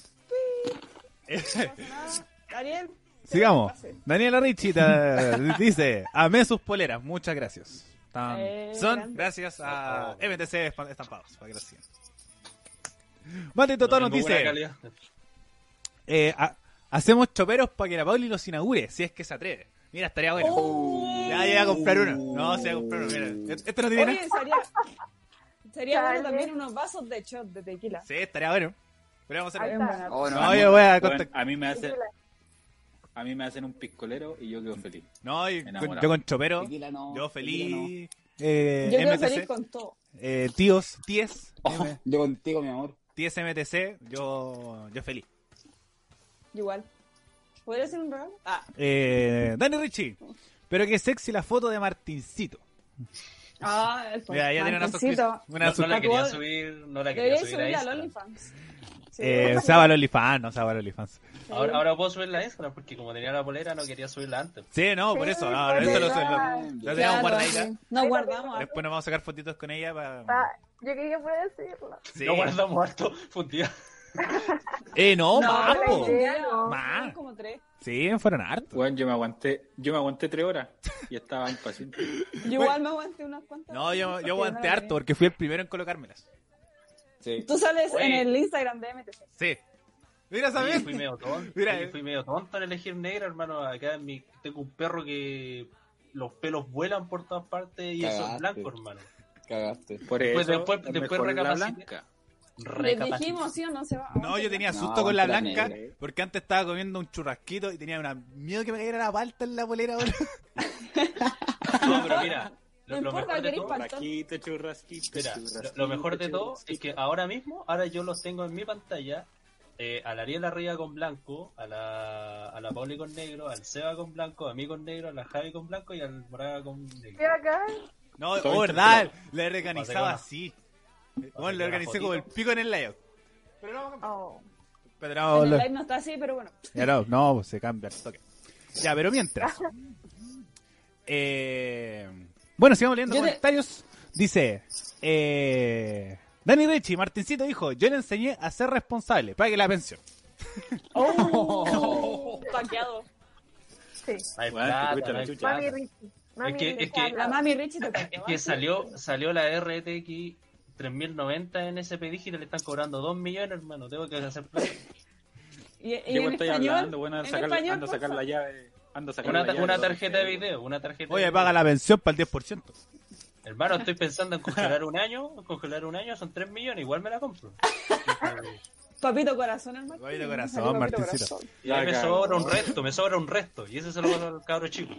[SPEAKER 5] No pasa nada. Ariel. te
[SPEAKER 1] Sigamos.
[SPEAKER 5] pase.
[SPEAKER 1] Daniela Richita eh, dice, amé sus poleras, muchas gracias. Tan-
[SPEAKER 5] Eh,
[SPEAKER 1] son
[SPEAKER 5] grande.
[SPEAKER 1] gracias a MTC esp- Estampados. Para que lo sigan. Mati Totó
[SPEAKER 4] No
[SPEAKER 1] nos
[SPEAKER 4] tengo buena
[SPEAKER 1] dice,
[SPEAKER 4] calidad.
[SPEAKER 1] eh, ha- hacemos choperos para que la Pauli los inaugure, si es que se atreve. Mira, estaría bueno. Ya, ya voy a comprar uno. No, se va a comprar uno. Mira, ¿Este este no tiene nada?
[SPEAKER 5] Oye, sería, sería bueno
[SPEAKER 2] Dale.
[SPEAKER 5] también unos vasos de shot de tequila.
[SPEAKER 1] Sí, estaría bueno. Pero vamos a
[SPEAKER 2] Ahí
[SPEAKER 1] hacer.
[SPEAKER 2] está.
[SPEAKER 8] Oh, no,
[SPEAKER 1] No, yo voy a
[SPEAKER 7] Weón,
[SPEAKER 1] contactar.
[SPEAKER 7] a mí me hacen, a mí me hacen un piscolero y yo quedo feliz.
[SPEAKER 1] No, yo con,
[SPEAKER 7] Enamorado.
[SPEAKER 1] yo con chopero,
[SPEAKER 8] Tequila no,
[SPEAKER 1] yo
[SPEAKER 8] tequila
[SPEAKER 1] feliz. Eh,
[SPEAKER 5] Yo quiero
[SPEAKER 1] MTC,
[SPEAKER 5] salir con todo.
[SPEAKER 1] eh, tíos, tíes,
[SPEAKER 8] no. Oh, Yo contigo, mi amor.
[SPEAKER 1] tíes MTC, yo, yo feliz.
[SPEAKER 5] Igual. ¿Podría ser un regalo? Ah,
[SPEAKER 1] Eh, Dani Richie. Pero que sexy la foto de Martincito.
[SPEAKER 5] ah el
[SPEAKER 1] Mira, ya tiene una suscripción.
[SPEAKER 5] Martincito.
[SPEAKER 1] Una
[SPEAKER 4] No, no
[SPEAKER 1] suscripción.
[SPEAKER 4] la quería subir, no la quería
[SPEAKER 5] Debería
[SPEAKER 4] subir
[SPEAKER 5] subir
[SPEAKER 4] a
[SPEAKER 5] a
[SPEAKER 4] Instagram.
[SPEAKER 5] Lolifans. Sí.
[SPEAKER 1] Eh, se avaló el OnlyFans, no se avaló el OnlyFans.
[SPEAKER 4] Ahora, ahora puedo subirla a Instagram porque como tenía la polera no quería subirla antes.
[SPEAKER 1] Sí, no, por
[SPEAKER 2] Sí,
[SPEAKER 1] eso. No,
[SPEAKER 2] por
[SPEAKER 1] eso lo, lo-
[SPEAKER 2] eso.
[SPEAKER 1] lo
[SPEAKER 5] Claro,
[SPEAKER 1] tenemos guardadita.
[SPEAKER 5] sí. Nos guardamos.
[SPEAKER 1] Después nos vamos a sacar fotitos con ella para...
[SPEAKER 2] Ah, yo quería poder decirlo.
[SPEAKER 1] Sí.
[SPEAKER 4] No guardamos harto fundida.
[SPEAKER 1] Eh, no, más,
[SPEAKER 2] la
[SPEAKER 1] po.
[SPEAKER 2] idea-
[SPEAKER 1] Más.
[SPEAKER 5] Son como tres.
[SPEAKER 1] Sí, fueron hartos.
[SPEAKER 7] Weón, yo me aguanté, yo me aguanté tres horas y estaba impaciente.
[SPEAKER 5] Yo igual me aguanté unas cuantas.
[SPEAKER 1] Pues, No, yo,
[SPEAKER 5] Porque
[SPEAKER 1] yo aguanté
[SPEAKER 5] no la
[SPEAKER 1] harto porque fui el primero en colocármelas.
[SPEAKER 8] Sí.
[SPEAKER 5] Tú sales
[SPEAKER 4] Oye.
[SPEAKER 5] en el Instagram de MTC.
[SPEAKER 1] Sí. Mira,
[SPEAKER 4] Oye,
[SPEAKER 1] ¿sabes?
[SPEAKER 4] fui medio tonto.
[SPEAKER 1] Mira,
[SPEAKER 4] oye,
[SPEAKER 1] eh.
[SPEAKER 4] fui medio tonto en elegir negra, hermano. Acá en mi, tengo un perro que los pelos vuelan por todas partes y eso es
[SPEAKER 8] Cagaste.
[SPEAKER 4] blanco, hermano.
[SPEAKER 1] Eh,
[SPEAKER 8] Cagaste.
[SPEAKER 7] Por eso,
[SPEAKER 4] Pues después-
[SPEAKER 7] es
[SPEAKER 4] después
[SPEAKER 7] mejor la
[SPEAKER 4] recapacité.
[SPEAKER 7] blanca.
[SPEAKER 5] Les
[SPEAKER 4] Recapacita.
[SPEAKER 5] dijimos, sí o no se va.
[SPEAKER 1] No, yo tenía
[SPEAKER 8] No,
[SPEAKER 1] susto con la
[SPEAKER 8] aguante la
[SPEAKER 1] blanca
[SPEAKER 8] negra, eh.
[SPEAKER 1] porque antes estaba comiendo un churrasquito y tenía una miedo que me cayera la palta en la polera. boludo.
[SPEAKER 4] No, pero mira, lo,
[SPEAKER 5] No
[SPEAKER 4] lo
[SPEAKER 5] importa,
[SPEAKER 4] mejor de
[SPEAKER 5] queréis
[SPEAKER 4] todo,
[SPEAKER 5] pantón.
[SPEAKER 7] Churrasquito, churrasquito,
[SPEAKER 4] mira,
[SPEAKER 7] churrasquito,
[SPEAKER 4] lo mejor de todo es
[SPEAKER 7] churrasquito.
[SPEAKER 4] que ahora mismo, ahora yo los tengo en mi pantalla. Eh, a la Ariel arriba con blanco, a la, a la Pauli con negro, al Seba con blanco, a mí con negro, a la Javi con blanco y al Moraga con negro.
[SPEAKER 2] Qué bacán.
[SPEAKER 1] No,
[SPEAKER 7] Todo
[SPEAKER 1] oh, verdad, la he organizado
[SPEAKER 4] Pasé
[SPEAKER 1] así.
[SPEAKER 4] con
[SPEAKER 1] Bueno, lo
[SPEAKER 4] la
[SPEAKER 1] organizé
[SPEAKER 4] fotito.
[SPEAKER 1] como el pico en el layout.
[SPEAKER 2] Oh.
[SPEAKER 1] Pero
[SPEAKER 5] En
[SPEAKER 1] no,
[SPEAKER 5] el
[SPEAKER 1] lo-
[SPEAKER 5] live no está así, pero bueno.
[SPEAKER 1] ya no, no, pues, se cambia el toque. Ya, pero mientras. Eh, bueno, sigamos leyendo
[SPEAKER 5] Yo te-
[SPEAKER 1] comentarios. Dice, eh, Dani Richie, Martincito dijo, yo le enseñé a ser responsable, pague la pensión.
[SPEAKER 5] ¡Oh! Paqueado.
[SPEAKER 2] Sí.
[SPEAKER 4] Ay,
[SPEAKER 7] Bueno,
[SPEAKER 4] plata,
[SPEAKER 7] te cuesta la
[SPEAKER 4] ay,
[SPEAKER 7] chucha.
[SPEAKER 2] Mami
[SPEAKER 4] plata.
[SPEAKER 2] Richie. Mami
[SPEAKER 4] Es que-
[SPEAKER 2] Richie
[SPEAKER 4] es que-
[SPEAKER 5] La
[SPEAKER 2] habla.
[SPEAKER 5] mami Richie te ¿eh?
[SPEAKER 4] Es
[SPEAKER 5] paqueó.
[SPEAKER 4] que salió, salió la RTX 3090 en SP Digital, le están cobrando 2 millones, hermano. Tengo que hacer plata.
[SPEAKER 5] Y, y
[SPEAKER 7] ¿Qué
[SPEAKER 5] en
[SPEAKER 7] weón estáis
[SPEAKER 5] español,
[SPEAKER 7] hablando? Bueno,
[SPEAKER 5] en
[SPEAKER 7] ando a sacar,
[SPEAKER 5] español,
[SPEAKER 7] ando a sacar
[SPEAKER 5] porfa.
[SPEAKER 7] la llave. Ando a sacar
[SPEAKER 4] Una,
[SPEAKER 7] la
[SPEAKER 4] ta-
[SPEAKER 7] llave.
[SPEAKER 4] una tarjeta de video, una tarjeta de
[SPEAKER 1] Oye,
[SPEAKER 4] video.
[SPEAKER 1] paga la pensión para el 10%.
[SPEAKER 4] Hermano, estoy pensando en congelar un año. Congelar un año son 3 millones, igual me la compro.
[SPEAKER 5] Papito corazón, hermano.
[SPEAKER 1] Papito corazón, Martincito.
[SPEAKER 4] Y ahí me
[SPEAKER 7] La
[SPEAKER 4] sobra
[SPEAKER 7] cagó.
[SPEAKER 4] un resto, me sobra un resto. Y ese se lo paso al cabro chico.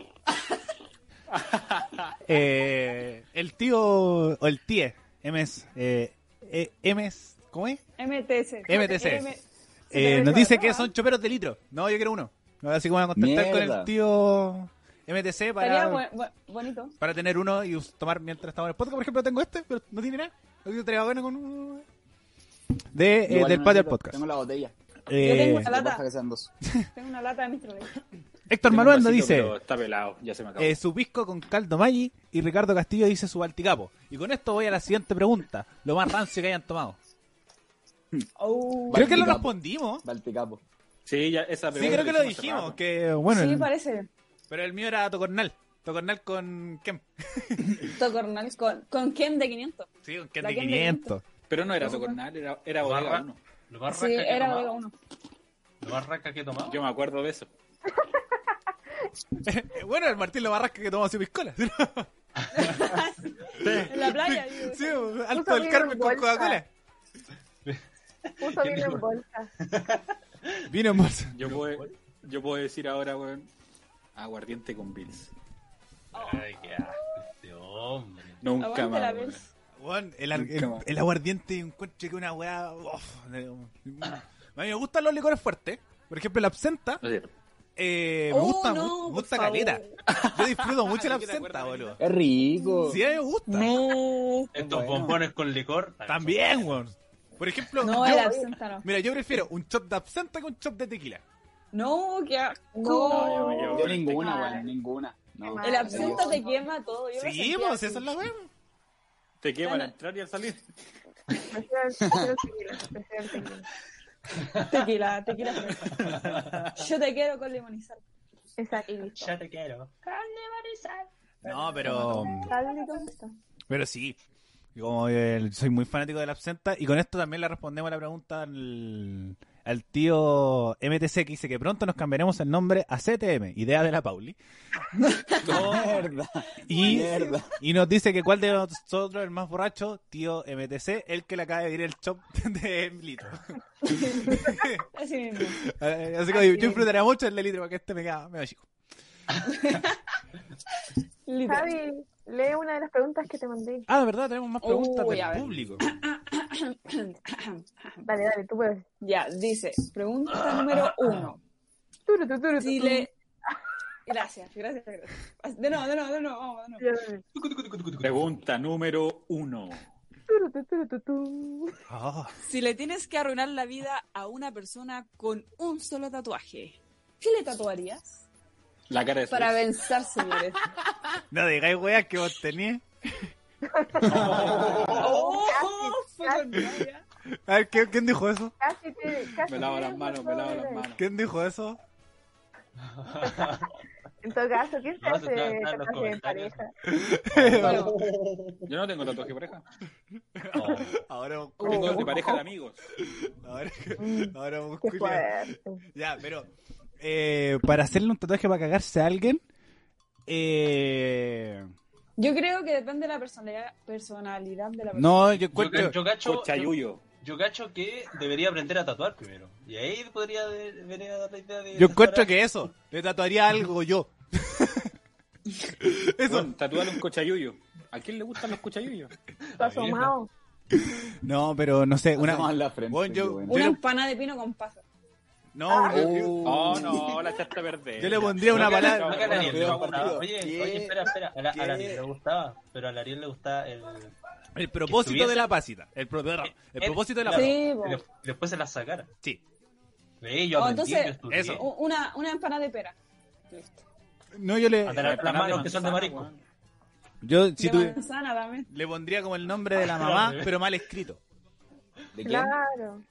[SPEAKER 1] Eh, el tío, o el tíe, MS, eh, eh, MS, ¿cómo es?
[SPEAKER 5] MTC.
[SPEAKER 1] MTC.
[SPEAKER 5] M-
[SPEAKER 1] Eh, nos
[SPEAKER 5] Pero
[SPEAKER 1] dice
[SPEAKER 5] no,
[SPEAKER 1] que
[SPEAKER 5] ¿ah?
[SPEAKER 1] son choperos de litro. No, yo quiero uno. Así que voy a contactar con el
[SPEAKER 8] Mierda.
[SPEAKER 1] tío MTC
[SPEAKER 5] Estaría
[SPEAKER 1] para,
[SPEAKER 5] bu- bu- bonito.
[SPEAKER 1] para tener uno y us- tomar mientras estamos en el podcast. Por ejemplo, tengo este, pero no tiene nada. Así que estaría bueno con uno. De, eh,
[SPEAKER 8] Igual
[SPEAKER 1] del
[SPEAKER 8] no
[SPEAKER 1] patio al
[SPEAKER 8] necesito-
[SPEAKER 1] podcast.
[SPEAKER 8] Tengo la botella.
[SPEAKER 1] Eh,
[SPEAKER 5] tengo esta- La
[SPEAKER 8] La
[SPEAKER 5] lata.
[SPEAKER 8] lata. que sean dos.
[SPEAKER 5] Tengo una lata de Mr. Lake.
[SPEAKER 1] Héctor
[SPEAKER 7] Tengo un
[SPEAKER 1] Manuel nos
[SPEAKER 7] vasito,
[SPEAKER 1] dice
[SPEAKER 7] pero Está pelado, ya se me acabó.
[SPEAKER 1] eh, su pisco con caldo Maggi y Ricardo Castillo dice su alticapo. Y con esto voy a la siguiente pregunta. Lo más rancio que hayan tomado.
[SPEAKER 5] Oh.
[SPEAKER 1] Creo que lo
[SPEAKER 8] Balticapo.
[SPEAKER 1] respondimos.
[SPEAKER 8] Balticapo.
[SPEAKER 7] Sí, ya esa
[SPEAKER 1] Sí, creo que lo dijimos. Que, bueno,
[SPEAKER 5] sí,
[SPEAKER 1] el-
[SPEAKER 5] parece.
[SPEAKER 1] pero el mío era Tocornal. Tocornal con Kemp.
[SPEAKER 5] Tocornal con, con Ken de 500.
[SPEAKER 1] Sí, con Kemp
[SPEAKER 5] La
[SPEAKER 1] de
[SPEAKER 5] Kemp de
[SPEAKER 1] 500.
[SPEAKER 7] Pero no era Socornal, era, era
[SPEAKER 4] Lo más
[SPEAKER 7] Bodega
[SPEAKER 4] ra-
[SPEAKER 7] 1.
[SPEAKER 4] lo más
[SPEAKER 5] Sí,
[SPEAKER 4] rasca que he
[SPEAKER 5] era de
[SPEAKER 4] tomado-
[SPEAKER 5] uno.
[SPEAKER 4] Lo más rasca que he tomado.
[SPEAKER 7] Yo me acuerdo de eso.
[SPEAKER 1] bueno, el Martín lo barrasca que tomó su piscola. ¿sí?
[SPEAKER 5] En la playa. yo-
[SPEAKER 1] Sí, Alto del Carmen con Coca-Cola.
[SPEAKER 2] Puso bien en bolsa.
[SPEAKER 1] Vino en bolsa.
[SPEAKER 7] Yo puedo, yo puedo decir ahora, weón, aguardiente con Bills.
[SPEAKER 4] Ay, qué asco este hombre.
[SPEAKER 7] Nunca
[SPEAKER 5] Aguante la
[SPEAKER 7] más. weón.
[SPEAKER 5] vez.
[SPEAKER 1] Weón, el, ar-
[SPEAKER 7] Nunca
[SPEAKER 1] el-
[SPEAKER 7] más.
[SPEAKER 1] el aguardiente encuentro que una weá. uf, de- mm. a mí me gustan los licores fuertes. Por ejemplo, la absenta.
[SPEAKER 7] No es cierto.
[SPEAKER 1] eh, me
[SPEAKER 5] Oh,
[SPEAKER 1] gusta,
[SPEAKER 5] no,
[SPEAKER 1] mu- me
[SPEAKER 5] por
[SPEAKER 1] gusta
[SPEAKER 5] favor.
[SPEAKER 1] caleta. Yo disfruto mucho la
[SPEAKER 7] Yo te
[SPEAKER 1] absenta,
[SPEAKER 7] acuerdo,
[SPEAKER 1] boludo.
[SPEAKER 8] Es rico.
[SPEAKER 1] Sí, a mí me gusta.
[SPEAKER 5] No.
[SPEAKER 4] Estos
[SPEAKER 8] Bueno.
[SPEAKER 4] bombones con licor.
[SPEAKER 1] También, weón. Por ejemplo,
[SPEAKER 5] No,
[SPEAKER 1] yo-
[SPEAKER 5] el absenta no.
[SPEAKER 1] mira, yo prefiero un shot de absenta que un shot de tequila.
[SPEAKER 5] No, qué asco.
[SPEAKER 3] yo me llevo-
[SPEAKER 6] Yo ninguna,
[SPEAKER 2] Mal.
[SPEAKER 6] weón, ninguna. No.
[SPEAKER 2] Mal.
[SPEAKER 5] El absenta
[SPEAKER 2] No,
[SPEAKER 5] te
[SPEAKER 2] no.
[SPEAKER 5] quema todo. Yo lo
[SPEAKER 1] Sí,
[SPEAKER 5] sentía
[SPEAKER 1] pues,
[SPEAKER 5] así.
[SPEAKER 1] esa es la weá.
[SPEAKER 7] Te quema al
[SPEAKER 5] Bueno.
[SPEAKER 7] entrar y al salir.
[SPEAKER 2] Prefiero el- prefiero el tequila, prefiero el tequila.
[SPEAKER 5] Tequila, tequila fresca. Yo te quiero con limonizar.
[SPEAKER 2] Exacto, y listo.
[SPEAKER 4] Ya te quiero.
[SPEAKER 1] No, pero.
[SPEAKER 5] Dale, ¿cómo está?
[SPEAKER 1] Pero sí. Como eh, soy muy fanático del absenta. Y con esto también le respondemos la pregunta al, al tío MTC que dice que pronto nos cambiaremos el nombre a CTM, idea de la Pauli.
[SPEAKER 8] Mierda.
[SPEAKER 1] Y,
[SPEAKER 8] Mierda.
[SPEAKER 1] y nos dice que cuál de nosotros es el más borracho, tío MTC, el que le acaba de ir el chop de litro.
[SPEAKER 5] Así mismo.
[SPEAKER 1] Eh, Así que yo disfrutaría mucho el de litro porque este me queda medio chico.
[SPEAKER 5] Literal.
[SPEAKER 2] Javi, lee una de las preguntas que te mandé.
[SPEAKER 1] Ah, de verdad, tenemos más preguntas
[SPEAKER 5] Uy, a
[SPEAKER 1] del
[SPEAKER 5] ver.
[SPEAKER 1] público.
[SPEAKER 2] Dale, dale, tú puedes.
[SPEAKER 5] Ya, dice, pregunta número uno.
[SPEAKER 2] Turu, tu, turu, tu,
[SPEAKER 5] Si
[SPEAKER 2] tu.
[SPEAKER 5] le... Gracias, gracias, gracias. De nuevo, de nuevo, de nuevo, vamos, de nuevo.
[SPEAKER 2] Ya, dale.
[SPEAKER 7] Pregunta número uno.
[SPEAKER 2] Turu, tu, turu, tu, tu.
[SPEAKER 1] Ah,
[SPEAKER 9] Si le tienes que arruinar la vida a una persona con un solo tatuaje.
[SPEAKER 5] ¿Qué le tatuarías?
[SPEAKER 7] La cara de
[SPEAKER 5] Para
[SPEAKER 7] Zeus.
[SPEAKER 5] vencer, señores.
[SPEAKER 1] no digáis, weas, que vos tenías.
[SPEAKER 5] ¡Oh! Fue con Maya.
[SPEAKER 1] A ver, ¿quién, quién dijo eso?
[SPEAKER 2] Casi te. Casi
[SPEAKER 7] Me lavo
[SPEAKER 2] te
[SPEAKER 7] las manos, me lavo las manos.
[SPEAKER 1] ¿Quién dijo eso?
[SPEAKER 2] En todo caso, ¿quién se
[SPEAKER 4] No, se
[SPEAKER 2] hace
[SPEAKER 4] está- está en los
[SPEAKER 2] tatuaje de
[SPEAKER 4] comentarios.
[SPEAKER 2] pareja?
[SPEAKER 7] Yo no tengo tatuaje de pareja.
[SPEAKER 1] Ahora
[SPEAKER 5] Oh.
[SPEAKER 7] Tengo de pareja de amigos.
[SPEAKER 1] Ahora,
[SPEAKER 2] Mm,
[SPEAKER 1] ahora vamos,
[SPEAKER 2] Qué
[SPEAKER 1] culiao.
[SPEAKER 2] fuerte.
[SPEAKER 1] Ya, pero eh, para hacerle un tatuaje para cagarse a alguien, eh,
[SPEAKER 5] Yo creo que depende de la personalidad, personalidad de la persona.
[SPEAKER 1] no, yo
[SPEAKER 4] Yo,
[SPEAKER 1] encuentro.
[SPEAKER 4] yo cacho, yo,
[SPEAKER 7] Cochayuyo.
[SPEAKER 4] yo cacho que debería aprender a tatuar primero. Y ahí podría, de- debería dar la idea de.
[SPEAKER 1] Yo encuentro
[SPEAKER 4] tatuar
[SPEAKER 1] que eso, le tatuaría algo yo. Eso.
[SPEAKER 7] Bueno, Tatuar un cochayuyo. ¿A quién le gustan los cochayuyos?
[SPEAKER 2] Está asomado.
[SPEAKER 1] No, pero no sé, una.
[SPEAKER 8] Una la frente.
[SPEAKER 1] Bueno, yo-
[SPEAKER 8] qué bueno.
[SPEAKER 5] Una
[SPEAKER 1] yo-
[SPEAKER 5] empana de pino con pasa.
[SPEAKER 1] No, yo, yo-
[SPEAKER 7] Oh, no, la chasta verde.
[SPEAKER 1] Uh. yo le pondría una
[SPEAKER 4] No, que-
[SPEAKER 1] palabra.
[SPEAKER 4] no, que a la Ariel le
[SPEAKER 8] Feo
[SPEAKER 4] gustaba.
[SPEAKER 8] partido.
[SPEAKER 4] Oye,
[SPEAKER 8] ¿Qué?
[SPEAKER 4] oye, espera, espera. A la, a la Ariel
[SPEAKER 8] ¿Qué?
[SPEAKER 4] le gustaba, pero a la Ariel le gustaba el.
[SPEAKER 1] El propósito de la pasita. El, pro- Ah,
[SPEAKER 4] Eh,
[SPEAKER 1] el propósito de la
[SPEAKER 4] claro,
[SPEAKER 1] pasita.
[SPEAKER 5] Sí, bo.
[SPEAKER 4] que de- Después se la sacara.
[SPEAKER 1] Sí.
[SPEAKER 4] Ve, yo
[SPEAKER 5] Oh,
[SPEAKER 4] aprendí,
[SPEAKER 5] entonces-
[SPEAKER 4] yo estudié.
[SPEAKER 1] Eso.
[SPEAKER 5] U- Una, una empanada de pera. Listo.
[SPEAKER 1] No, yo le.
[SPEAKER 4] Hasta la- las manos que son de marisco.
[SPEAKER 1] Yo si
[SPEAKER 5] de
[SPEAKER 1] tuve-
[SPEAKER 5] manzana también.
[SPEAKER 1] le pondría como el nombre de la mamá, pero mal escrito.
[SPEAKER 8] ¿De quién?
[SPEAKER 2] Claro.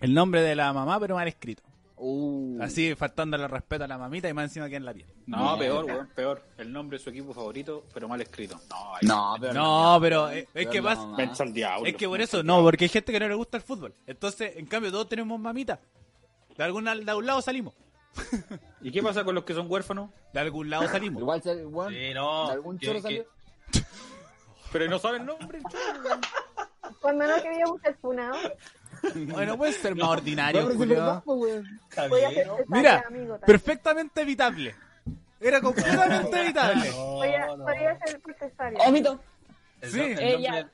[SPEAKER 1] El nombre de la mamá, pero mal escrito.
[SPEAKER 8] Uh,
[SPEAKER 1] Así, faltándole el respeto a la mamita y más encima que en la piel.
[SPEAKER 7] No, peor, weón, peor. El nombre de su equipo favorito, pero mal escrito. No, ahí-
[SPEAKER 8] No, pero
[SPEAKER 1] No, pero es, es que
[SPEAKER 8] Pero
[SPEAKER 1] vas,
[SPEAKER 8] no,
[SPEAKER 7] Venza al diablo.
[SPEAKER 1] es que por eso, no, porque hay gente que no le gusta el fútbol. Entonces, en cambio, todos tenemos mamita. De algún de algún lado salimos.
[SPEAKER 7] ¿Y qué pasa con los que son huérfanos?
[SPEAKER 1] De algún lado salimos.
[SPEAKER 8] Igual se- bueno,
[SPEAKER 4] Sí, no.
[SPEAKER 8] ¿de algún
[SPEAKER 4] que-
[SPEAKER 8] choro
[SPEAKER 4] que-
[SPEAKER 8] salió?
[SPEAKER 7] Pero no saben el nombre.
[SPEAKER 2] Cuando no queríamos ser funados,
[SPEAKER 1] Bueno, puede ser más ordinario,
[SPEAKER 8] No, pero si es
[SPEAKER 1] culiao.
[SPEAKER 8] verdad, po, weón.
[SPEAKER 4] Está
[SPEAKER 2] voy a
[SPEAKER 4] bien,
[SPEAKER 2] hacer
[SPEAKER 4] ¿no?
[SPEAKER 1] Mira,
[SPEAKER 2] amigo también.
[SPEAKER 1] perfectamente evitable. Era completamente evitable.
[SPEAKER 4] No,
[SPEAKER 2] Voy a,
[SPEAKER 4] no.
[SPEAKER 2] podría ser cesárea.
[SPEAKER 5] Omito.
[SPEAKER 4] El
[SPEAKER 1] Sí.
[SPEAKER 4] nom- el
[SPEAKER 5] Eh,
[SPEAKER 4] nombre-
[SPEAKER 5] ya.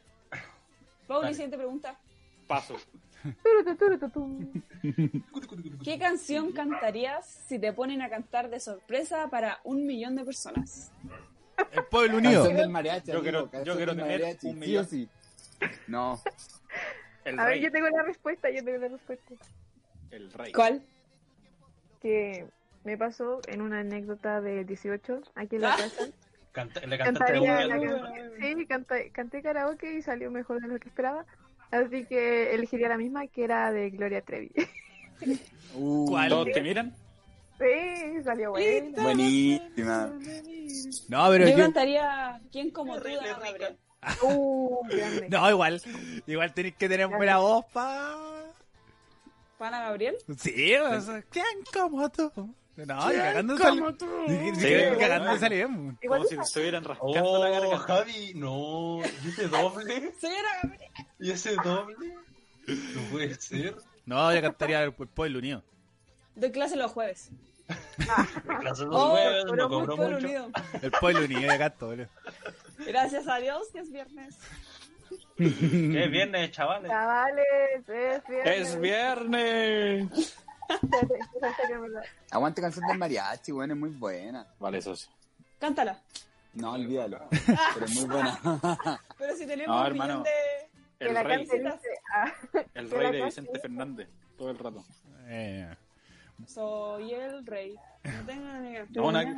[SPEAKER 5] Pauli,
[SPEAKER 4] Dale.
[SPEAKER 5] siguiente pregunta.
[SPEAKER 7] Paso.
[SPEAKER 2] Turu, tu, turu, tu, tu.
[SPEAKER 5] ¿Qué canción cantarías si te ponen a cantar de sorpresa para un millón de personas?
[SPEAKER 1] El pueblo unido.
[SPEAKER 8] Canción del mariachi.
[SPEAKER 7] Yo
[SPEAKER 8] amigo,
[SPEAKER 7] quiero- yo
[SPEAKER 8] canción
[SPEAKER 7] quiero
[SPEAKER 8] del
[SPEAKER 7] tener
[SPEAKER 8] mariachi,
[SPEAKER 7] un
[SPEAKER 8] sí o
[SPEAKER 7] millón.
[SPEAKER 8] sí. No,
[SPEAKER 7] El
[SPEAKER 2] A ver,
[SPEAKER 7] rey.
[SPEAKER 2] yo tengo la respuesta, yo tengo la respuesta.
[SPEAKER 7] El rey.
[SPEAKER 5] ¿Cuál?
[SPEAKER 2] Que me pasó en una anécdota de 18, aquí en la casa.
[SPEAKER 4] Canta- le Ah. cantaste
[SPEAKER 2] Cantaría
[SPEAKER 4] una.
[SPEAKER 2] la canción. Sí, canta- canté karaoke y salió mejor de lo que esperaba. Así que elegiría la misma que era de Gloria Trevi.
[SPEAKER 8] Uh,
[SPEAKER 1] ¿Cuál?
[SPEAKER 7] ¿Todos te miran?
[SPEAKER 2] Sí, salió bueno.
[SPEAKER 8] buenísima.
[SPEAKER 1] No, pero
[SPEAKER 5] Yo
[SPEAKER 1] yo-
[SPEAKER 5] cantaría ¿Quién como tú, Dana Gabriel?
[SPEAKER 2] Uh, grande.
[SPEAKER 1] No, igual. Igual tenéis que tener buena voz pa...
[SPEAKER 5] ¿Pana Gabriel?
[SPEAKER 1] Sí, o sea, ¿quién como tú? No, ni cagando sale. Ni, ni-
[SPEAKER 7] Sí,
[SPEAKER 1] ni
[SPEAKER 7] bueno.
[SPEAKER 1] cagando sale bien.
[SPEAKER 2] Igual
[SPEAKER 7] Como si
[SPEAKER 2] me
[SPEAKER 7] se estuvieran rascando la
[SPEAKER 4] Oh,
[SPEAKER 7] garganta.
[SPEAKER 4] Javi, no. ¿Y ese doble?
[SPEAKER 5] Señora Gabriel.
[SPEAKER 4] ¿Y ese doble? No puede ser.
[SPEAKER 1] No, yo cantaría el pueblo unido.
[SPEAKER 5] Doy clase los jueves.
[SPEAKER 4] La solo
[SPEAKER 5] Oh,
[SPEAKER 4] nueve, no
[SPEAKER 5] pero muy
[SPEAKER 4] cobró
[SPEAKER 5] pueblo
[SPEAKER 4] mucho.
[SPEAKER 5] unido.
[SPEAKER 1] El pueblo unido, yo canto, boludo.
[SPEAKER 5] Gracias a Dios que es viernes.
[SPEAKER 4] Qué viernes, chavales.
[SPEAKER 2] Chavales, es bien.
[SPEAKER 7] ¡Es viernes!
[SPEAKER 8] Aguante canción del mariachi, bueno, es muy buena.
[SPEAKER 7] Vale, eso sí.
[SPEAKER 5] Cántala.
[SPEAKER 8] No, olvídalo. Pero es muy buena.
[SPEAKER 5] Pero si tenemos
[SPEAKER 7] No,
[SPEAKER 5] un
[SPEAKER 7] hermano.
[SPEAKER 5] millón de...
[SPEAKER 2] Que la
[SPEAKER 3] rey.
[SPEAKER 2] cante dice. ah,
[SPEAKER 3] El
[SPEAKER 2] que
[SPEAKER 3] rey
[SPEAKER 2] la
[SPEAKER 3] de
[SPEAKER 2] cante
[SPEAKER 3] Vicente Fernández, todo el rato.
[SPEAKER 1] Eh,
[SPEAKER 5] Soy el rey. No tengo ni idea.
[SPEAKER 3] No, nada,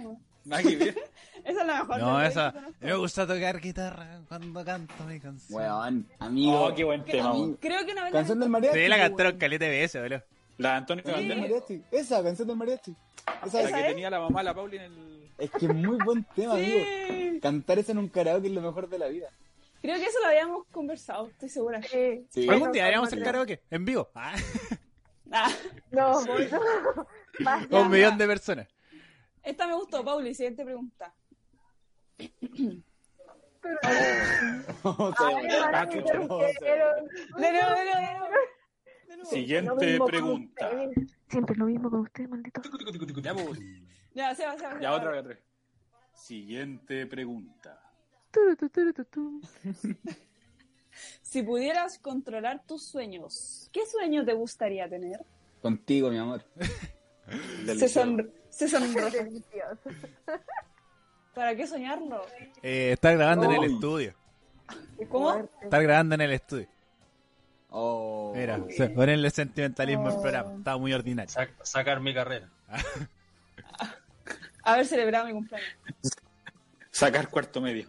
[SPEAKER 3] nada que ver.
[SPEAKER 5] Esa es la mejor.
[SPEAKER 1] no,
[SPEAKER 5] melodía
[SPEAKER 1] esa.
[SPEAKER 5] que conozco.
[SPEAKER 1] Me gusta tocar guitarra cuando canto mi canción.
[SPEAKER 8] Weón, amigo.
[SPEAKER 3] Oh, qué buen tema,
[SPEAKER 8] Amigo.
[SPEAKER 3] weón.
[SPEAKER 5] Creo que una vez la
[SPEAKER 8] Canción del
[SPEAKER 5] cantó-
[SPEAKER 8] mariachi.
[SPEAKER 1] Sí, la
[SPEAKER 8] weón.
[SPEAKER 1] cantaron caleta de veces, boludo.
[SPEAKER 3] La de Antonio
[SPEAKER 8] Canción del
[SPEAKER 3] Banderas,
[SPEAKER 8] mariachi. Esa, canción del mariachi. Esa
[SPEAKER 3] la
[SPEAKER 8] es.
[SPEAKER 5] ¿Esa
[SPEAKER 3] que
[SPEAKER 5] es?
[SPEAKER 3] tenía la mamá, la Pauli, en el...
[SPEAKER 8] Es que es muy buen tema, amigo.
[SPEAKER 5] Sí.
[SPEAKER 8] Cantar eso en un karaoke es lo mejor de la vida.
[SPEAKER 5] Creo que eso lo habíamos conversado, estoy segura.
[SPEAKER 2] sí.
[SPEAKER 8] Sí.
[SPEAKER 1] Algún día haríamos el karaoke, en vivo. Ah,
[SPEAKER 5] Ah,
[SPEAKER 2] No, no. Basta.
[SPEAKER 1] con un millón de personas.
[SPEAKER 5] esta me gustó, Pauli. Siguiente pregunta.
[SPEAKER 8] O sea,
[SPEAKER 2] Ay, hermana, me interrumpieron.
[SPEAKER 5] De nuevo, de nuevo, de nuevo. De nuevo.
[SPEAKER 2] Lo
[SPEAKER 3] Siguiente
[SPEAKER 2] mismo con
[SPEAKER 3] pregunta.
[SPEAKER 2] ustedes. Siempre lo mismo con ustedes, maldito.
[SPEAKER 3] Ya, pues,
[SPEAKER 5] Ya, se va, se va.
[SPEAKER 3] ya otra vez, otra vez. Siguiente pregunta.
[SPEAKER 2] Turu, tu, turu, tu, tu.
[SPEAKER 5] Si pudieras controlar tus sueños, ¿qué sueño te gustaría tener?
[SPEAKER 8] Contigo, mi amor.
[SPEAKER 5] Se, son... se sonroja.
[SPEAKER 2] Delicioso.
[SPEAKER 5] ¿Para qué soñarlo?
[SPEAKER 1] Eh, estar grabando en el
[SPEAKER 8] Uy.
[SPEAKER 1] estudio.
[SPEAKER 2] Qué
[SPEAKER 5] ¿Cómo?
[SPEAKER 2] fuerte.
[SPEAKER 1] Estar grabando en el estudio.
[SPEAKER 8] Oh.
[SPEAKER 1] Mira, se- ponerle sentimentalismo al programa. Estaba muy ordinario.
[SPEAKER 4] Sac- sacar mi carrera.
[SPEAKER 5] Haber celebrado mi cumpleaños.
[SPEAKER 3] Sacar cuarto medio.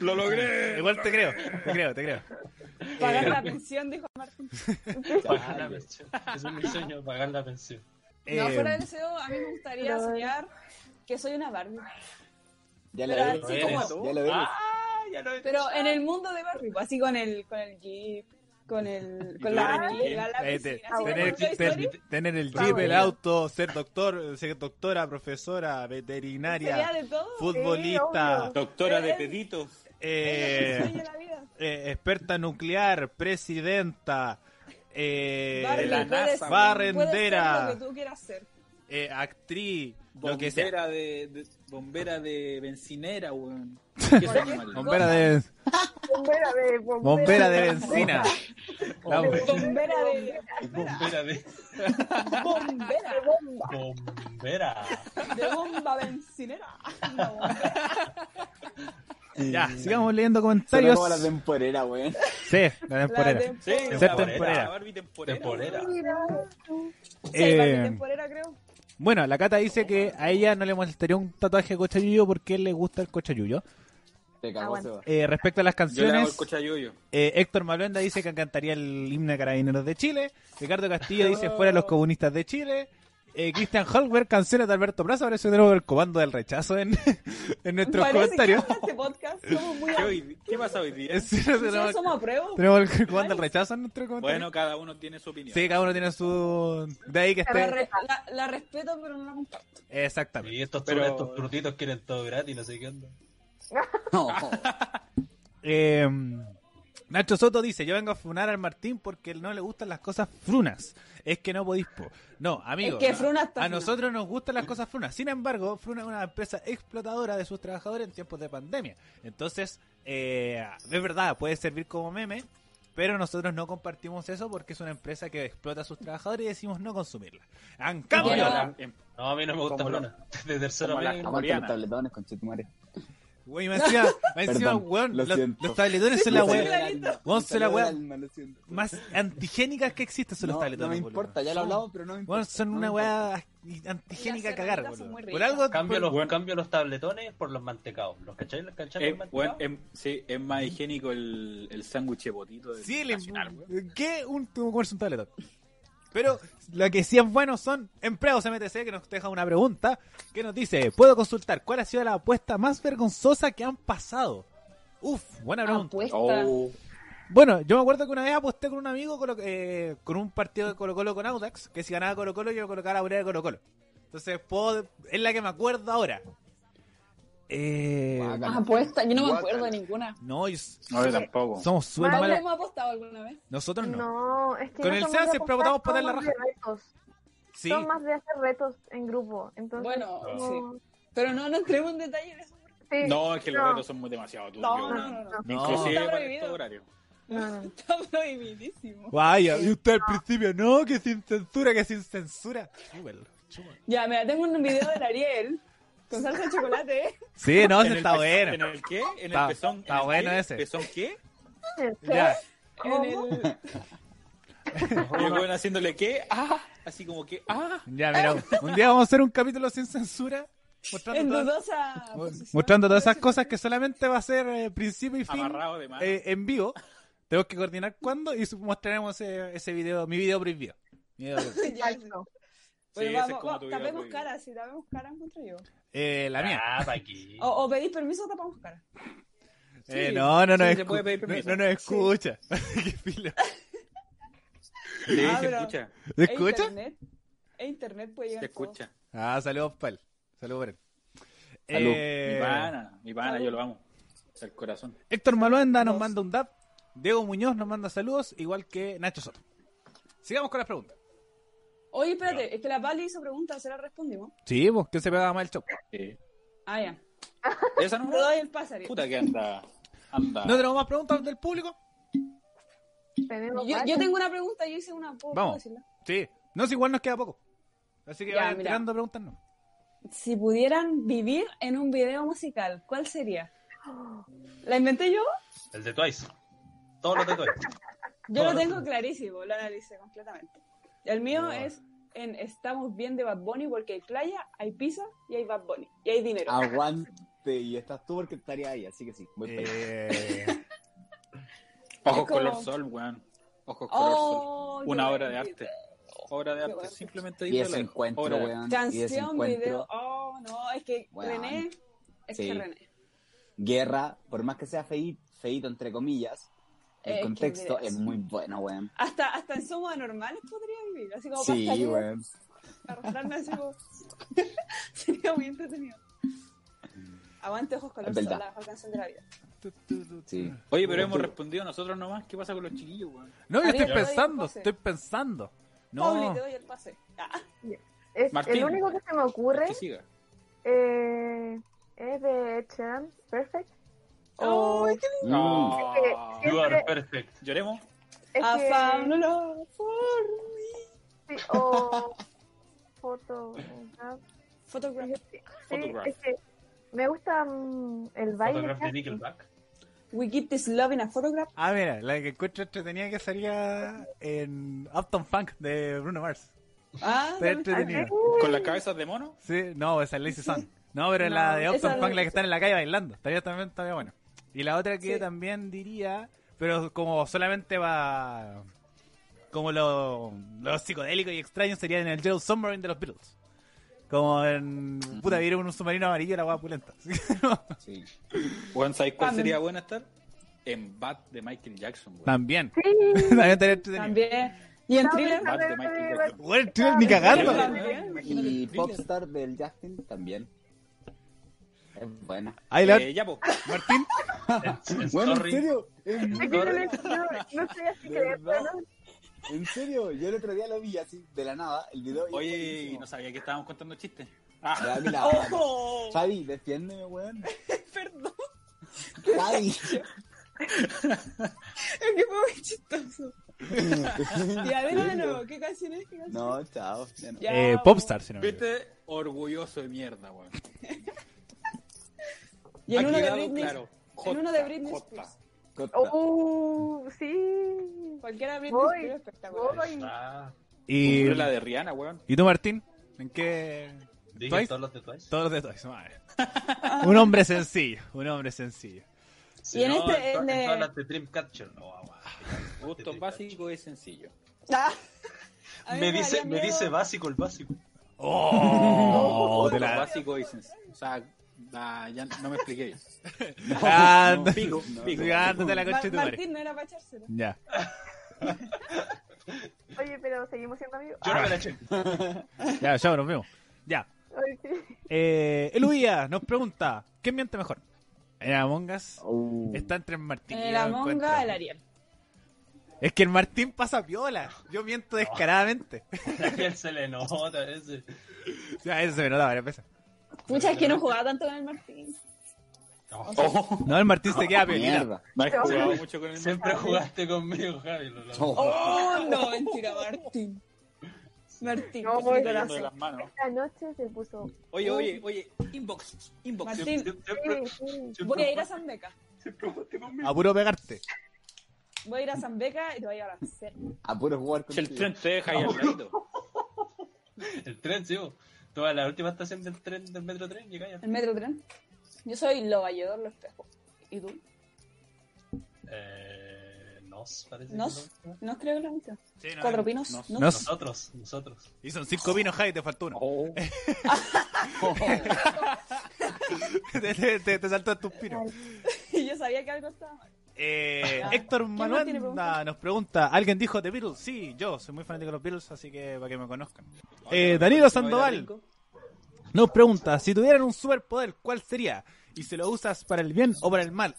[SPEAKER 3] Lo logré.
[SPEAKER 1] Igual te creo, te creo, te creo. Eh,
[SPEAKER 5] Pagar la pensión, dijo Martín.
[SPEAKER 4] Pagar la pensión. Es un sueño pagar la pensión.
[SPEAKER 5] No,
[SPEAKER 1] Eh,
[SPEAKER 5] fuera del deseo, a mí me gustaría soñar que soy una Barbie.
[SPEAKER 8] Ya la
[SPEAKER 5] Pero
[SPEAKER 8] veo.
[SPEAKER 5] así
[SPEAKER 8] como- Ya la veo.
[SPEAKER 3] Ah, ya lo he
[SPEAKER 5] Pero en el mundo de Barbie, pues, así con el, con el Jeep, con, el,
[SPEAKER 3] Y
[SPEAKER 5] con
[SPEAKER 3] tú
[SPEAKER 5] la
[SPEAKER 3] eres
[SPEAKER 5] amiga, la
[SPEAKER 1] eh, te-
[SPEAKER 5] piscina,
[SPEAKER 8] Ah,
[SPEAKER 5] así como
[SPEAKER 1] tener,
[SPEAKER 5] en Toy
[SPEAKER 1] ten-
[SPEAKER 5] Story,
[SPEAKER 1] tener el jeep, el auto, ser doctor, ser doctora, profesora,
[SPEAKER 5] sería
[SPEAKER 1] veterinaria,
[SPEAKER 5] de todo.
[SPEAKER 1] futbolista,
[SPEAKER 3] Doctora de
[SPEAKER 5] Eh,
[SPEAKER 3] peditos.
[SPEAKER 5] Es el
[SPEAKER 1] eh,
[SPEAKER 5] sueño de la vida.
[SPEAKER 1] eh, experta nuclear, presidenta, eh,
[SPEAKER 5] Barbie,
[SPEAKER 1] la
[SPEAKER 5] puedes-
[SPEAKER 1] NASA,
[SPEAKER 5] Puedes ser
[SPEAKER 1] barrendera,
[SPEAKER 5] lo que tú quieras ser.
[SPEAKER 1] eh, actriz, lo que sea.
[SPEAKER 3] Bombera de, de- bombera de bencinera, weón. ¿Qué es animal?
[SPEAKER 1] Bombera de,
[SPEAKER 2] Bombera de
[SPEAKER 1] bombera de benzina. La-
[SPEAKER 5] Bombera de.
[SPEAKER 4] Bombera de...
[SPEAKER 5] Bombera de bomba.
[SPEAKER 4] Bombera.
[SPEAKER 5] De bomba bencinera. Una bombera.
[SPEAKER 1] ya, sigamos leyendo
[SPEAKER 8] Suena
[SPEAKER 1] comentarios.
[SPEAKER 8] como la temporera, weón.
[SPEAKER 1] Sí, la
[SPEAKER 5] La
[SPEAKER 1] temporera.
[SPEAKER 3] Sí,
[SPEAKER 5] temporera.
[SPEAKER 1] Ser
[SPEAKER 3] la
[SPEAKER 1] temporera.
[SPEAKER 3] la Barbie temporera.
[SPEAKER 4] Temporera.
[SPEAKER 5] Sí, hay Barbie
[SPEAKER 1] Eh,
[SPEAKER 5] temporera, creo.
[SPEAKER 1] Bueno, la Cata dice que a ella no le molestaría un tatuaje de cochayuyo porque le gusta el cochayuyo.
[SPEAKER 8] Te cagó,
[SPEAKER 2] Aguanta.
[SPEAKER 8] Seba.
[SPEAKER 1] Eh, respecto a las
[SPEAKER 3] Yo le hago el
[SPEAKER 1] canciones,
[SPEAKER 3] cochayuyo.
[SPEAKER 1] eh, Héctor Maluenda dice que cantaría el himno de Carabineros de Chile. Ricardo Castillo dice fuera los comunistas de Chile. Eh, Christian Holberg, canciones de Alberto Plaza. Parece de nuevo el comando del rechazo en, en nuestros
[SPEAKER 5] Parece
[SPEAKER 1] comentarios.
[SPEAKER 5] que este podcast somos muy
[SPEAKER 3] ¿Qué, hoy- qué pasa hoy día?
[SPEAKER 1] Sí, tenemos,
[SPEAKER 5] somos a prueba.
[SPEAKER 1] tenemos el comando del rechazo en nuestros comentarios.
[SPEAKER 3] Bueno, cada uno tiene su opinión.
[SPEAKER 1] sí, cada uno tiene su... De ahí que
[SPEAKER 5] La,
[SPEAKER 1] esté...
[SPEAKER 5] re- la- la respeto, pero no la comparto.
[SPEAKER 1] Exactamente.
[SPEAKER 4] Y estos,
[SPEAKER 3] Pero-
[SPEAKER 4] estos frutitos quieren todo gratis, no sé qué onda.
[SPEAKER 8] No.
[SPEAKER 1] Eh, Nacho Soto dice, yo vengo a funar al Martín porque no le gustan las cosas frunas. Es que no podéis, po. No, amigo.
[SPEAKER 5] Es que
[SPEAKER 1] no.
[SPEAKER 5] fruna está
[SPEAKER 1] A
[SPEAKER 5] funa.
[SPEAKER 1] nosotros nos gustan las cosas frunas. Sin embargo, Fruna es una empresa explotadora de sus trabajadores en tiempos de pandemia. Entonces, eh, es verdad, puede servir como meme, pero nosotros no compartimos eso porque es una empresa que explota a sus trabajadores y decimos no consumirla. En cambio,
[SPEAKER 3] Como
[SPEAKER 5] Bueno.
[SPEAKER 3] la- em-
[SPEAKER 4] No, a mí no me gusta
[SPEAKER 3] Como la-
[SPEAKER 4] Bruna. Desde tercero
[SPEAKER 3] como la-
[SPEAKER 4] medio.
[SPEAKER 3] como-
[SPEAKER 8] Aguanta los tabletones con chetumare.
[SPEAKER 1] güey, me encima, me encima,
[SPEAKER 8] Perdón,
[SPEAKER 1] weón,
[SPEAKER 8] lo
[SPEAKER 1] los,
[SPEAKER 8] siento.
[SPEAKER 1] los tabletones son la
[SPEAKER 8] Me salió
[SPEAKER 1] wea
[SPEAKER 8] del alma,
[SPEAKER 1] Weón,
[SPEAKER 8] me
[SPEAKER 1] se la
[SPEAKER 8] salió
[SPEAKER 1] wea-
[SPEAKER 8] del alma, lo siento.
[SPEAKER 1] más antigénicas que existen son los
[SPEAKER 8] No, no
[SPEAKER 1] tabletones.
[SPEAKER 8] me
[SPEAKER 1] boludo.
[SPEAKER 8] importa, ya lo hablamos, pero no me importa.
[SPEAKER 1] Bueno, son
[SPEAKER 8] no
[SPEAKER 1] una
[SPEAKER 8] me
[SPEAKER 1] weá antigénica a
[SPEAKER 5] Las
[SPEAKER 1] cagar,
[SPEAKER 5] cervecitas
[SPEAKER 1] boludo.
[SPEAKER 5] son muy
[SPEAKER 1] Por
[SPEAKER 5] ricas.
[SPEAKER 1] algo.
[SPEAKER 4] Cambio
[SPEAKER 1] por-
[SPEAKER 4] los,
[SPEAKER 3] Bueno.
[SPEAKER 4] cambio los tabletones por los mantecados. ¿Los cacháis? ¿Los cacháis?
[SPEAKER 3] em-
[SPEAKER 4] los
[SPEAKER 3] bueno,
[SPEAKER 4] mantecados?
[SPEAKER 3] em- sí, es más higiénico el, el sándwich de botito. del
[SPEAKER 1] Sí, em- le- eh,
[SPEAKER 3] Nacional, weón.
[SPEAKER 1] ¿Qué? Un tuvo que comerse un tabletón. Pero lo que sí es bueno son empleados MTC que nos deja una pregunta que nos dice: ¿Puedo consultar cuál ha sido la apuesta más vergonzosa que han pasado? Uf, buena
[SPEAKER 5] Ah,
[SPEAKER 1] pregunta.
[SPEAKER 5] Apuesta.
[SPEAKER 3] Oh,
[SPEAKER 1] Bueno, yo me acuerdo que una vez aposté con un amigo colo- eh, con un partido de Colo Colo con Audax, que si ganaba Colo Colo yo colocaba la bolera de Colo Colo. Entonces, puedo- es la que me acuerdo ahora. Eh,
[SPEAKER 8] Guácala.
[SPEAKER 5] Ah, apuesta, yo no me
[SPEAKER 6] Guácala.
[SPEAKER 5] acuerdo de ninguna.
[SPEAKER 1] no, yo-
[SPEAKER 3] no, yo tampoco.
[SPEAKER 1] somos súper
[SPEAKER 5] ¿Cuál
[SPEAKER 1] malos.
[SPEAKER 5] hemos apostado alguna vez?
[SPEAKER 1] Nosotros no.
[SPEAKER 2] No, es que
[SPEAKER 1] Con
[SPEAKER 2] no
[SPEAKER 1] el
[SPEAKER 2] somos
[SPEAKER 1] Seba
[SPEAKER 2] de
[SPEAKER 1] siempre
[SPEAKER 2] apostar,
[SPEAKER 1] votamos por dar la
[SPEAKER 2] somos de retos.
[SPEAKER 1] Sí,
[SPEAKER 2] Son más de hacer retos en grupo. Entonces,
[SPEAKER 5] Bueno,
[SPEAKER 2] como-
[SPEAKER 5] Pero no, no entremos en detalle en eso.
[SPEAKER 2] sí,
[SPEAKER 3] No, es que los
[SPEAKER 2] no,
[SPEAKER 3] retos son muy demasiado turbios.
[SPEAKER 5] No,
[SPEAKER 3] weón.
[SPEAKER 5] no, no, no.
[SPEAKER 1] no.
[SPEAKER 3] Inclusive
[SPEAKER 5] Está
[SPEAKER 3] para
[SPEAKER 5] prohibido.
[SPEAKER 3] estos horarios.
[SPEAKER 2] no, no.
[SPEAKER 5] Está prohibidísimo.
[SPEAKER 1] Vaya, y usted al
[SPEAKER 7] Ah.
[SPEAKER 1] principio, no, que sin censura, que sin censura. Chúpelo, chúpelo.
[SPEAKER 5] Ya, mira, tengo un video del Ariel con salsa de chocolate.
[SPEAKER 1] Sí, no,
[SPEAKER 3] ¿En
[SPEAKER 1] ese
[SPEAKER 3] el
[SPEAKER 1] está
[SPEAKER 3] pezón- ¿En
[SPEAKER 1] bueno.
[SPEAKER 3] el qué? ¿En
[SPEAKER 1] Está-
[SPEAKER 3] el pezón?
[SPEAKER 1] está
[SPEAKER 3] en el
[SPEAKER 1] bueno
[SPEAKER 3] qué?
[SPEAKER 1] ese.
[SPEAKER 3] ¿Pezón qué?
[SPEAKER 7] Ya.
[SPEAKER 5] En el-
[SPEAKER 7] Y el weón haciéndole qué, ah, así como que, ah.
[SPEAKER 1] Ya, mira, un día vamos a hacer un capítulo sin censura,
[SPEAKER 5] en
[SPEAKER 1] mostrando, todas,
[SPEAKER 5] dudosa posición.
[SPEAKER 1] mostrando todas esas cosas que solamente va a ser eh, principio y fin
[SPEAKER 7] Amarrado de mano.
[SPEAKER 1] eh, en vivo. Tenemos que coordinar cuándo y su- mostraremos ese, ese video, mi video prohibido. Mi video prohibido.
[SPEAKER 5] Ya. Pero
[SPEAKER 7] ese
[SPEAKER 5] vamos,
[SPEAKER 7] es como
[SPEAKER 5] vamos,
[SPEAKER 7] tu video,
[SPEAKER 5] tapemos
[SPEAKER 7] güey.
[SPEAKER 5] caras, si tapemos caras encuentro yo.
[SPEAKER 1] Eh, la mía.
[SPEAKER 4] Ah, pa' aquí.
[SPEAKER 5] O, o pedís permiso o tapamos caras.
[SPEAKER 1] Eh, no, no, no,
[SPEAKER 7] sí,
[SPEAKER 1] escu-
[SPEAKER 7] se puede pedir permiso.
[SPEAKER 1] no, no nos escucha. Qué filo.
[SPEAKER 7] Sí,
[SPEAKER 5] Ah,
[SPEAKER 7] se
[SPEAKER 5] pero-
[SPEAKER 7] escucha,
[SPEAKER 1] ¿Se
[SPEAKER 5] E
[SPEAKER 1] escucha?
[SPEAKER 5] internet, e internet puede
[SPEAKER 7] se
[SPEAKER 5] llegar todo.
[SPEAKER 7] escucha.
[SPEAKER 1] Ah, saludos, Pal. Saludos, por él.
[SPEAKER 6] Salud.
[SPEAKER 7] Mi
[SPEAKER 1] Eh,
[SPEAKER 7] pana, mi pana, yo lo amo. Es el corazón.
[SPEAKER 1] Héctor Maluenda nos manda un dab. Diego Muñoz nos manda saludos, igual que Nacho Soto. Sigamos con las preguntas.
[SPEAKER 5] Oye, espérate, es que la Pali hizo preguntas, se la respondimos.
[SPEAKER 1] Sí, vos, ¿quién se pegaba más el show?
[SPEAKER 7] Eh,
[SPEAKER 5] Ah, ya.
[SPEAKER 7] ¿Esa no?
[SPEAKER 5] Te doy el pasarín.
[SPEAKER 7] Puta que anda. Anda.
[SPEAKER 1] Ah. ¿No tenemos más preguntas del público?
[SPEAKER 5] Yo,
[SPEAKER 2] Tenemos
[SPEAKER 5] yo tengo una pregunta, yo hice una. ¿Puedo,
[SPEAKER 1] Vamos.
[SPEAKER 5] puedo decirla?
[SPEAKER 1] Sí. No, si igual nos queda poco. Así que
[SPEAKER 5] Ya,
[SPEAKER 1] vayan
[SPEAKER 5] mira.
[SPEAKER 1] tirando preguntas, no.
[SPEAKER 5] Si pudieran vivir en un video musical, ¿cuál sería? ¿La inventé yo?
[SPEAKER 4] El de Twice. Todos los de Twice.
[SPEAKER 5] Yo lo tengo clarísimo, lo analicé completamente. El mío es en Estamos bien de Bad Bunny porque hay playa, hay pizza y hay Bad Bunny. Y hay dinero.
[SPEAKER 7] Ah,
[SPEAKER 8] Aguante. Y estás tú porque estaría ahí, así que sí. Voy para allá.
[SPEAKER 1] Eh,
[SPEAKER 7] Ojos
[SPEAKER 5] Es como-
[SPEAKER 7] color sol, weón. Ojos color
[SPEAKER 5] Oh,
[SPEAKER 7] sol.
[SPEAKER 5] qué
[SPEAKER 7] Una
[SPEAKER 5] bueno,
[SPEAKER 7] obra de
[SPEAKER 5] qué
[SPEAKER 7] arte. Obra de arte.
[SPEAKER 5] bueno.
[SPEAKER 7] Simplemente
[SPEAKER 8] Y
[SPEAKER 7] ahí te
[SPEAKER 8] ese
[SPEAKER 7] lo dejo.
[SPEAKER 8] encuentro,
[SPEAKER 7] Obra de arte.
[SPEAKER 8] weón. Ah, Y ese
[SPEAKER 5] Canción, video.
[SPEAKER 8] encuentro.
[SPEAKER 5] Oh, no, es que
[SPEAKER 8] Bueno.
[SPEAKER 5] René. Es
[SPEAKER 8] Sí.
[SPEAKER 5] que René.
[SPEAKER 8] Guerra, por más que sea feí- feíto, entre comillas,
[SPEAKER 5] Eh,
[SPEAKER 8] el
[SPEAKER 5] qué
[SPEAKER 8] contexto
[SPEAKER 5] videos.
[SPEAKER 8] es muy bueno, weón.
[SPEAKER 5] Hasta, hasta en Somos Anormales podría vivir. Así como
[SPEAKER 8] Sí,
[SPEAKER 5] pasaría
[SPEAKER 8] weón.
[SPEAKER 5] arrastrarme así como. Sería muy entretenido. Aguante ojos color
[SPEAKER 8] Es
[SPEAKER 5] sol,
[SPEAKER 8] verdad.
[SPEAKER 5] la mejor canción de la vida.
[SPEAKER 8] Sí.
[SPEAKER 7] Oye, pero hemos respondido nosotros nomás. ¿Qué pasa con los chiquillos, weón?
[SPEAKER 1] no, yo
[SPEAKER 5] Amigo,
[SPEAKER 1] estoy
[SPEAKER 5] yo lo digo,
[SPEAKER 1] pensando,
[SPEAKER 5] José.
[SPEAKER 1] estoy pensando.
[SPEAKER 5] Pauli,
[SPEAKER 1] No,
[SPEAKER 5] te doy el pase. Ah,
[SPEAKER 2] Es,
[SPEAKER 7] Martín.
[SPEAKER 2] el único que se me ocurre
[SPEAKER 7] Que siga.
[SPEAKER 2] eh, es de Chan Perfect.
[SPEAKER 5] oh,
[SPEAKER 2] es
[SPEAKER 7] No.
[SPEAKER 2] que
[SPEAKER 4] You are
[SPEAKER 2] siempre-
[SPEAKER 4] perfect.
[SPEAKER 7] ¿Lloremos?
[SPEAKER 2] es
[SPEAKER 5] I
[SPEAKER 2] que-
[SPEAKER 5] found love for me.
[SPEAKER 2] sí, o foto. ¿no?
[SPEAKER 5] Photograph.
[SPEAKER 2] Sí,
[SPEAKER 7] Photograph.
[SPEAKER 2] es que me gusta mm, el baile.
[SPEAKER 4] Photograph de Nickelback.
[SPEAKER 5] We keep this love in a photograph.
[SPEAKER 1] Ah, mira, la que encuentro entretenida que salía en Upton Funk de Bruno Mars.
[SPEAKER 5] Ah,
[SPEAKER 1] Está
[SPEAKER 5] también- uh,
[SPEAKER 1] entretenida.
[SPEAKER 7] ¿Con las cabezas de mono?
[SPEAKER 1] Sí, no, esa es Lazy Sun. No, pero la de
[SPEAKER 5] esa
[SPEAKER 1] Upton
[SPEAKER 5] no
[SPEAKER 1] Funk,
[SPEAKER 5] la
[SPEAKER 1] la que
[SPEAKER 5] hice.
[SPEAKER 1] está en la calle bailando. Estaría también, todavía bueno. Y la otra que
[SPEAKER 5] Sí.
[SPEAKER 1] también diría, pero como solamente va. Como lo, lo psicodélico y extraño sería en el Yellow Submarine de los Beatles. Como en. Puta, vieron un submarino amarillo y la hueá pulenta.
[SPEAKER 8] Sí.
[SPEAKER 7] Weón, ¿sabes cuál
[SPEAKER 5] También.
[SPEAKER 7] sería buena estar? En Bat de Michael Jackson, weón.
[SPEAKER 1] también. También estaría entretenido.
[SPEAKER 5] También. Y en thriller.
[SPEAKER 7] Bat de Michael Jackson.
[SPEAKER 1] Bueno, el thriller ni cagando.
[SPEAKER 5] También.
[SPEAKER 7] Imagínate
[SPEAKER 8] Y
[SPEAKER 7] el thriller.
[SPEAKER 8] Popstar del Justin también. Es buena.
[SPEAKER 1] Ahí la.
[SPEAKER 7] Eh, ya, po.
[SPEAKER 1] Martín.
[SPEAKER 8] Bueno, en
[SPEAKER 4] Sorry.
[SPEAKER 8] serio, en,
[SPEAKER 2] Es que yo no, yo no sé así
[SPEAKER 8] De
[SPEAKER 2] creer,
[SPEAKER 8] verdad.
[SPEAKER 2] pero
[SPEAKER 8] en serio, yo el otro día lo vi así de la nada, el video. y es
[SPEAKER 7] Oye,
[SPEAKER 8] buenísimo.
[SPEAKER 7] y no sabía que estábamos contando chistes. Ah,
[SPEAKER 8] Ya, mira,
[SPEAKER 5] Ojo.
[SPEAKER 8] Javi, defiéndeme, weón.
[SPEAKER 5] Oh, Perdón.
[SPEAKER 8] Javi,
[SPEAKER 5] Es que fue muy chistoso. Ya, dilo de nuevo. ¿Qué canción es? ¿Qué canción?
[SPEAKER 8] no, chao. ya no.
[SPEAKER 5] Ya,
[SPEAKER 1] Eh,
[SPEAKER 5] po.
[SPEAKER 1] Popstar, si no me equivoco.
[SPEAKER 7] viste, orgulloso de mierda, weón.
[SPEAKER 5] Y en
[SPEAKER 7] Ha
[SPEAKER 5] uno de
[SPEAKER 7] quedado
[SPEAKER 5] Britney.
[SPEAKER 7] claro.
[SPEAKER 5] en uno de Britney
[SPEAKER 7] Jota.
[SPEAKER 5] Spears.
[SPEAKER 8] Corta.
[SPEAKER 2] Oh, sí.
[SPEAKER 5] Cualquiera de Britney
[SPEAKER 2] Voy.
[SPEAKER 5] Spears es espectacular.
[SPEAKER 2] Voy.
[SPEAKER 4] Ah,
[SPEAKER 1] Y,
[SPEAKER 7] Cumplió la de Rihanna, weón.
[SPEAKER 1] ¿Y tú, Martín? ¿En qué?
[SPEAKER 4] dije
[SPEAKER 1] Twice?
[SPEAKER 4] todos los de Twice.
[SPEAKER 1] Todos los de Twice, madre. un hombre sencillo, un hombre sencillo.
[SPEAKER 4] Si
[SPEAKER 5] Y en
[SPEAKER 4] no,
[SPEAKER 5] este,
[SPEAKER 4] to-
[SPEAKER 5] en, eh,
[SPEAKER 4] todas las de Dreamcatcher. No, Este agua.
[SPEAKER 7] Gusto
[SPEAKER 4] Dreamcatcher.
[SPEAKER 7] básico y sencillo.
[SPEAKER 5] Ah. A mí
[SPEAKER 4] Me
[SPEAKER 5] daría
[SPEAKER 4] dice, me
[SPEAKER 5] miedo.
[SPEAKER 4] dice básico el básico.
[SPEAKER 1] ¡Oh! de
[SPEAKER 7] Gusto
[SPEAKER 1] la...
[SPEAKER 7] básico y sencillo. O sea, ah, ya no me expliqué.
[SPEAKER 1] Ah,
[SPEAKER 7] No, pico, pico.
[SPEAKER 1] Ándate la
[SPEAKER 5] Ma-
[SPEAKER 1] concha de tu madre.
[SPEAKER 5] Martín no era para echárselo.
[SPEAKER 1] Ya.
[SPEAKER 2] Oye, pero seguimos siendo amigos.
[SPEAKER 4] Yo no me la eché.
[SPEAKER 1] Ya, ya, nos vemos. Ya.
[SPEAKER 2] Ay, sí.
[SPEAKER 1] Eh, Eluía nos pregunta, ¿quién miente mejor? ¿En Among Us?
[SPEAKER 8] Oh.
[SPEAKER 1] Está entre el Martín y
[SPEAKER 5] El
[SPEAKER 1] yo encuentro.
[SPEAKER 5] Amonga, el Ariel.
[SPEAKER 1] Es que el Martín pasa piola. Yo miento descaradamente.
[SPEAKER 4] Él se le nota ese.
[SPEAKER 1] O sea, eso se me notaba varias veces.
[SPEAKER 5] Muchas es que no jugaba tanto con el Martín.
[SPEAKER 7] Oh,
[SPEAKER 1] No, el Martín se queda piolita.
[SPEAKER 8] Mierda.
[SPEAKER 7] no he jugado mucho con el
[SPEAKER 4] Siempre jugaste conmigo, Javi. lo lamento.
[SPEAKER 8] Oh,
[SPEAKER 5] Oh, no, mentira, Martín. Martín,
[SPEAKER 2] No,
[SPEAKER 5] no,
[SPEAKER 2] voy.
[SPEAKER 7] Tirando de las manos.
[SPEAKER 2] Esta noche se puso.
[SPEAKER 7] Oye, oye, oye, inbox, inbox.
[SPEAKER 5] Martín,
[SPEAKER 4] Siempre-
[SPEAKER 2] Sí, sí.
[SPEAKER 4] siempre
[SPEAKER 5] voy a ir a San Beca.
[SPEAKER 4] jugaste conmigo.
[SPEAKER 1] A puro pegarte.
[SPEAKER 5] Voy a ir a Zambeca y te voy a llevar a hacer.
[SPEAKER 8] A puro jugar con
[SPEAKER 7] el tren te deja ahí al lado.
[SPEAKER 4] El tren, sí, vos. Toda la última estación del tren, del metro tren, llegáis al
[SPEAKER 5] El metro tren. Yo soy lo valledor los espejos. ¿Y tú?
[SPEAKER 4] Eh, nos, parece. que
[SPEAKER 5] ¿Nos?
[SPEAKER 4] es la última.
[SPEAKER 5] ¿Nos creo que la última?
[SPEAKER 1] Sí, no,
[SPEAKER 5] ¿Cuatro pinos?
[SPEAKER 7] nos.
[SPEAKER 5] ¿No?
[SPEAKER 1] Nos.
[SPEAKER 4] Nosotros, nosotros.
[SPEAKER 1] Y son cinco vinos, Jai, te faltó uno.
[SPEAKER 7] Oh.
[SPEAKER 1] te, te, te- te saltó tus pinos.
[SPEAKER 5] Yo sabía que algo estaba mal.
[SPEAKER 1] Eh,
[SPEAKER 5] Ya.
[SPEAKER 1] Héctor
[SPEAKER 5] ¿Quién más tiene
[SPEAKER 1] Manuanda
[SPEAKER 5] preguntas?
[SPEAKER 1] nos pregunta, ¿alguien dijo The Beatles? Sí, yo, soy muy fanático de los Beatles, así que para que me conozcan. Eh, Danilo Sandoval nos pregunta, si tuvieran un superpoder, ¿cuál sería? ¿Y si lo usas para el bien o para el mal?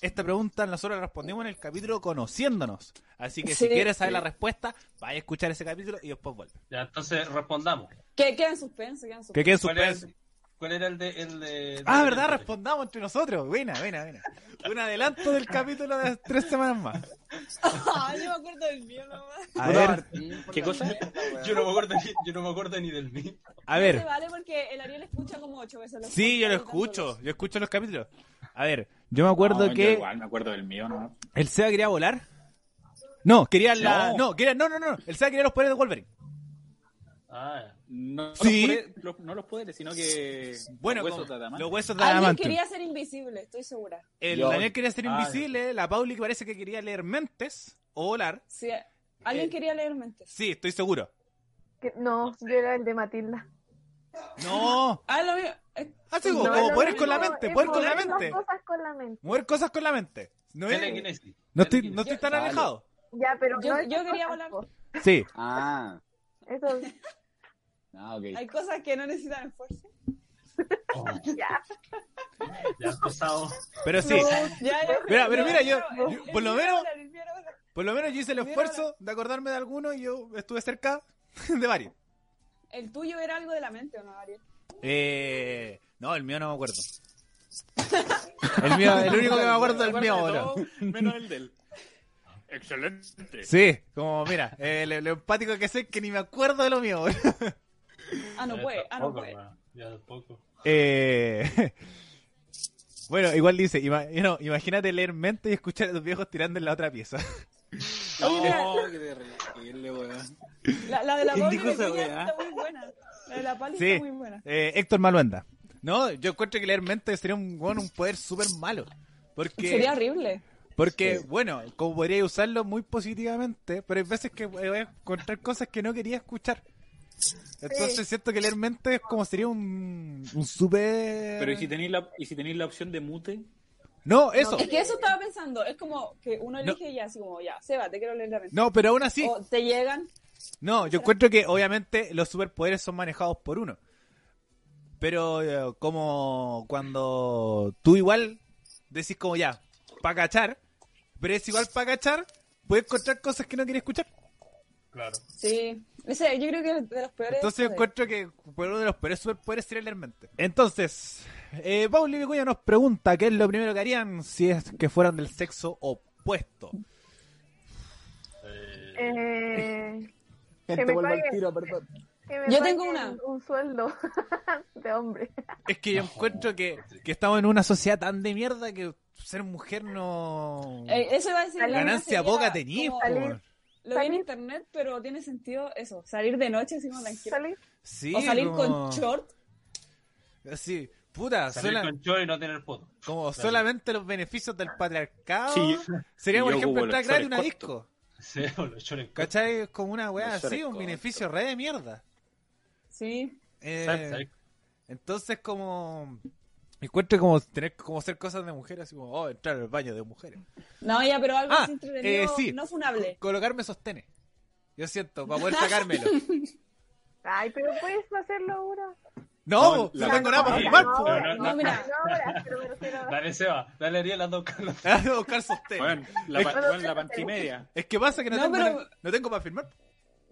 [SPEAKER 1] Esta pregunta nosotros la respondimos en el capítulo Conociéndonos. Así que si
[SPEAKER 5] Sí.
[SPEAKER 1] quieres saber la respuesta, vaya a escuchar ese capítulo y después vuelve.
[SPEAKER 4] Ya, entonces respondamos.
[SPEAKER 5] Que queda en suspenso, queda en suspenso.
[SPEAKER 1] Que quede en
[SPEAKER 4] ¿Cuál era, el-
[SPEAKER 1] suspenso.
[SPEAKER 4] cuál era el de, el de-
[SPEAKER 1] Ah,
[SPEAKER 4] de-
[SPEAKER 1] ¿verdad?
[SPEAKER 4] de-
[SPEAKER 1] Respondamos entre nosotros. Buena, buena, buena. Un adelanto del capítulo de tres semanas más.
[SPEAKER 5] Ah, yo me acuerdo del mío nomás.
[SPEAKER 1] A ver,
[SPEAKER 7] ¿Qué cosa?
[SPEAKER 4] Yo no me acuerdo ni, yo no me acuerdo ni del mío.
[SPEAKER 1] a
[SPEAKER 5] No
[SPEAKER 1] ver.
[SPEAKER 5] te vale porque el Ariel escucha como ocho veces los
[SPEAKER 1] Sí, yo lo
[SPEAKER 5] podcasts,
[SPEAKER 1] escucho. Yo escucho los capítulos. A ver, yo me acuerdo
[SPEAKER 7] No, yo
[SPEAKER 1] que
[SPEAKER 7] Igual me acuerdo del mío, ¿no?
[SPEAKER 1] el SEA quería volar. No, quería la...
[SPEAKER 7] No.
[SPEAKER 1] No, quería... no, no, no. El SEA quería los poderes de Wolverine.
[SPEAKER 4] Ah,
[SPEAKER 1] ¿Eh?
[SPEAKER 7] No
[SPEAKER 1] Sí.
[SPEAKER 7] Los poderes, los- no los poderes, sino que.
[SPEAKER 1] Bueno,
[SPEAKER 7] los huesos
[SPEAKER 1] como-
[SPEAKER 7] de
[SPEAKER 1] los huesos de
[SPEAKER 5] Alguien
[SPEAKER 1] Adamante.
[SPEAKER 5] quería ser invisible, estoy segura.
[SPEAKER 1] El
[SPEAKER 8] Yo-
[SPEAKER 1] Daniel quería ser
[SPEAKER 4] Ah,
[SPEAKER 1] invisible, la Pauli que parece que quería leer mentes o volar.
[SPEAKER 5] Sí, alguien
[SPEAKER 1] Eh,
[SPEAKER 5] quería leer mentes.
[SPEAKER 1] Sí, estoy seguro.
[SPEAKER 2] Que- no, yo era el de Matilda.
[SPEAKER 1] No.
[SPEAKER 5] Ah, lo mío. eh,
[SPEAKER 1] Así como,
[SPEAKER 2] No,
[SPEAKER 1] como
[SPEAKER 2] es lo
[SPEAKER 1] poderes con la
[SPEAKER 2] mismo,
[SPEAKER 1] mente,
[SPEAKER 2] es
[SPEAKER 1] poder con la
[SPEAKER 2] mover las
[SPEAKER 1] mente.
[SPEAKER 2] cosas con la mente.
[SPEAKER 1] Mover cosas con la mente. No, es-
[SPEAKER 4] telequinesis.
[SPEAKER 1] no estoy, no
[SPEAKER 4] Telequinesis.
[SPEAKER 1] estoy tan
[SPEAKER 8] Vale.
[SPEAKER 1] alejado.
[SPEAKER 2] Ya, pero
[SPEAKER 5] Yo-
[SPEAKER 2] no
[SPEAKER 5] yo
[SPEAKER 2] esas
[SPEAKER 5] quería volar.
[SPEAKER 2] cosas, po.
[SPEAKER 1] Sí.
[SPEAKER 8] Ah,
[SPEAKER 2] Eso,
[SPEAKER 8] ah, ok.
[SPEAKER 5] hay cosas que no necesitan esfuerzo.
[SPEAKER 2] ya.
[SPEAKER 4] Ya empezado.
[SPEAKER 1] Pero sí.
[SPEAKER 5] Ya, ya.
[SPEAKER 1] Mira, pero mira, yo-
[SPEAKER 5] pero
[SPEAKER 1] yo-
[SPEAKER 5] el-
[SPEAKER 1] por
[SPEAKER 5] el
[SPEAKER 1] lo
[SPEAKER 5] mío
[SPEAKER 1] menos-
[SPEAKER 5] era el mío era bueno.
[SPEAKER 1] Por lo menos yo hice el
[SPEAKER 5] Mira,
[SPEAKER 1] esfuerzo de acordarme de alguno y yo estuve cerca de varios.
[SPEAKER 5] El tuyo era algo de la mente, ¿o no, Ariel?
[SPEAKER 1] Eh, no, el mío no me acuerdo. El mío, el único que me acuerdo es el mío, boludo.
[SPEAKER 7] Menos el del. Excelente.
[SPEAKER 1] Sí, como mira, eh, lo, lo empático que sé que ni me acuerdo de lo mío, boludo.
[SPEAKER 5] Ah, no
[SPEAKER 4] Ya
[SPEAKER 5] puede, ah, no
[SPEAKER 4] Eh, tampoco,
[SPEAKER 5] puede.
[SPEAKER 4] hermano. Ya tampoco.
[SPEAKER 1] Eh, bueno, igual dice, ima- no, imagínate leer mente y escuchar a los viejos tirando en la otra pieza.
[SPEAKER 7] No, qué terrible, weón.
[SPEAKER 5] La, la de la
[SPEAKER 7] ¿Quién
[SPEAKER 5] Pauli
[SPEAKER 7] dijo esa
[SPEAKER 5] Mejía
[SPEAKER 7] weá?
[SPEAKER 5] está muy buena. La de la Pauli
[SPEAKER 1] Sí.
[SPEAKER 5] está muy buena.
[SPEAKER 1] Eh, Héctor Maluenda. No, yo encuentro que leer mente sería un, bueno, un poder súper malo. Porque,
[SPEAKER 5] Sería horrible.
[SPEAKER 1] porque bueno, como podría usarlo muy positivamente, pero hay veces que voy a encontrar cosas que no quería escuchar. Entonces siento que leer mente es como sería un, un súper...
[SPEAKER 7] Pero ¿y si tenéis la, y si tenéis la opción de mute?
[SPEAKER 1] No, eso.
[SPEAKER 5] Es que eso estaba pensando. Es como que uno
[SPEAKER 1] No.
[SPEAKER 5] elige ya, así como, ya, Seba, te quiero leer la mente.
[SPEAKER 1] No, pero aún así,
[SPEAKER 5] O te llegan.
[SPEAKER 1] No, yo encuentro que obviamente los superpoderes son manejados por uno. Pero eh, como cuando tú igual decís como ya, para cachar, pero es igual para cachar, puedes encontrar cosas que no quieres escuchar.
[SPEAKER 4] Claro.
[SPEAKER 5] Sí. No sé, yo creo que es de los peores.
[SPEAKER 1] Entonces yo
[SPEAKER 5] poderes.
[SPEAKER 1] encuentro que uno de los peores superpoderes sería leer mente. Entonces, eh, Pauli Vicuña nos pregunta qué es lo primero que harían si es que fueran del sexo opuesto.
[SPEAKER 4] Eh,
[SPEAKER 2] Eh,
[SPEAKER 8] Gente,
[SPEAKER 2] me
[SPEAKER 8] vuelvo al
[SPEAKER 2] paguen.
[SPEAKER 8] tiro, perdón.
[SPEAKER 2] que me
[SPEAKER 5] Yo tengo
[SPEAKER 2] paguen
[SPEAKER 5] una.
[SPEAKER 2] Un sueldo de hombre.
[SPEAKER 1] Es que yo encuentro que, que estamos en una sociedad tan de mierda que ser mujer no...
[SPEAKER 5] Eh, eso iba a decir. la
[SPEAKER 1] Ganancia
[SPEAKER 5] mina
[SPEAKER 1] poca
[SPEAKER 5] sería
[SPEAKER 1] tenís,
[SPEAKER 5] como-
[SPEAKER 2] salir-
[SPEAKER 1] po.
[SPEAKER 5] Lo vi en internet, pero tiene sentido eso. Salir de noche, así como tranquilo.
[SPEAKER 2] ¿Sale?
[SPEAKER 1] Sí,
[SPEAKER 5] o salir
[SPEAKER 1] como-
[SPEAKER 5] con short.
[SPEAKER 1] Sí, puta,
[SPEAKER 4] salir
[SPEAKER 1] Ah, sola-
[SPEAKER 4] con show y no tener foto.
[SPEAKER 1] como solamente los beneficios del patriarcado.
[SPEAKER 7] Sí, yo-
[SPEAKER 1] sería, por
[SPEAKER 7] yo
[SPEAKER 1] ejemplo,
[SPEAKER 7] como
[SPEAKER 1] entrar
[SPEAKER 7] los
[SPEAKER 1] gratis a
[SPEAKER 7] chores
[SPEAKER 1] una disco.
[SPEAKER 4] Sí, o los chores.
[SPEAKER 1] ¿Cachai? Es Como una weá
[SPEAKER 7] Los chores
[SPEAKER 1] así, un
[SPEAKER 7] cortos.
[SPEAKER 1] beneficio re de mierda.
[SPEAKER 5] Sí.
[SPEAKER 1] Eh,
[SPEAKER 4] ¿Sabes? ¿Sabes?
[SPEAKER 1] entonces, como. Encuentro como tener como hacer cosas de mujeres, así como, oh, entrar al baño de mujeres.
[SPEAKER 5] No, ya, pero algo
[SPEAKER 1] Ah,
[SPEAKER 5] así entretenido,
[SPEAKER 1] eh, sí.
[SPEAKER 5] no funable.
[SPEAKER 1] Colocarme sostenes. Yo siento, para poder sacármelo.
[SPEAKER 2] Ay, pero puedes hacerlo ahora.
[SPEAKER 1] No,
[SPEAKER 7] No,
[SPEAKER 1] si
[SPEAKER 7] la-
[SPEAKER 1] tengo nada pues, para
[SPEAKER 2] No,
[SPEAKER 1] firmar,
[SPEAKER 2] no,
[SPEAKER 1] po.
[SPEAKER 2] ahora,
[SPEAKER 5] No,
[SPEAKER 2] no,
[SPEAKER 5] mira.
[SPEAKER 2] no ahora, pero me refiero a-
[SPEAKER 4] Dale, Seba. Dale, Ariel, las dos Carlos.
[SPEAKER 1] Voy a buscar sostenes.
[SPEAKER 7] Weón, la, pa- weón, la pantimedia.
[SPEAKER 1] Es que pasa que no,
[SPEAKER 5] No,
[SPEAKER 1] tengo,
[SPEAKER 5] pero-
[SPEAKER 1] no tengo para firmar.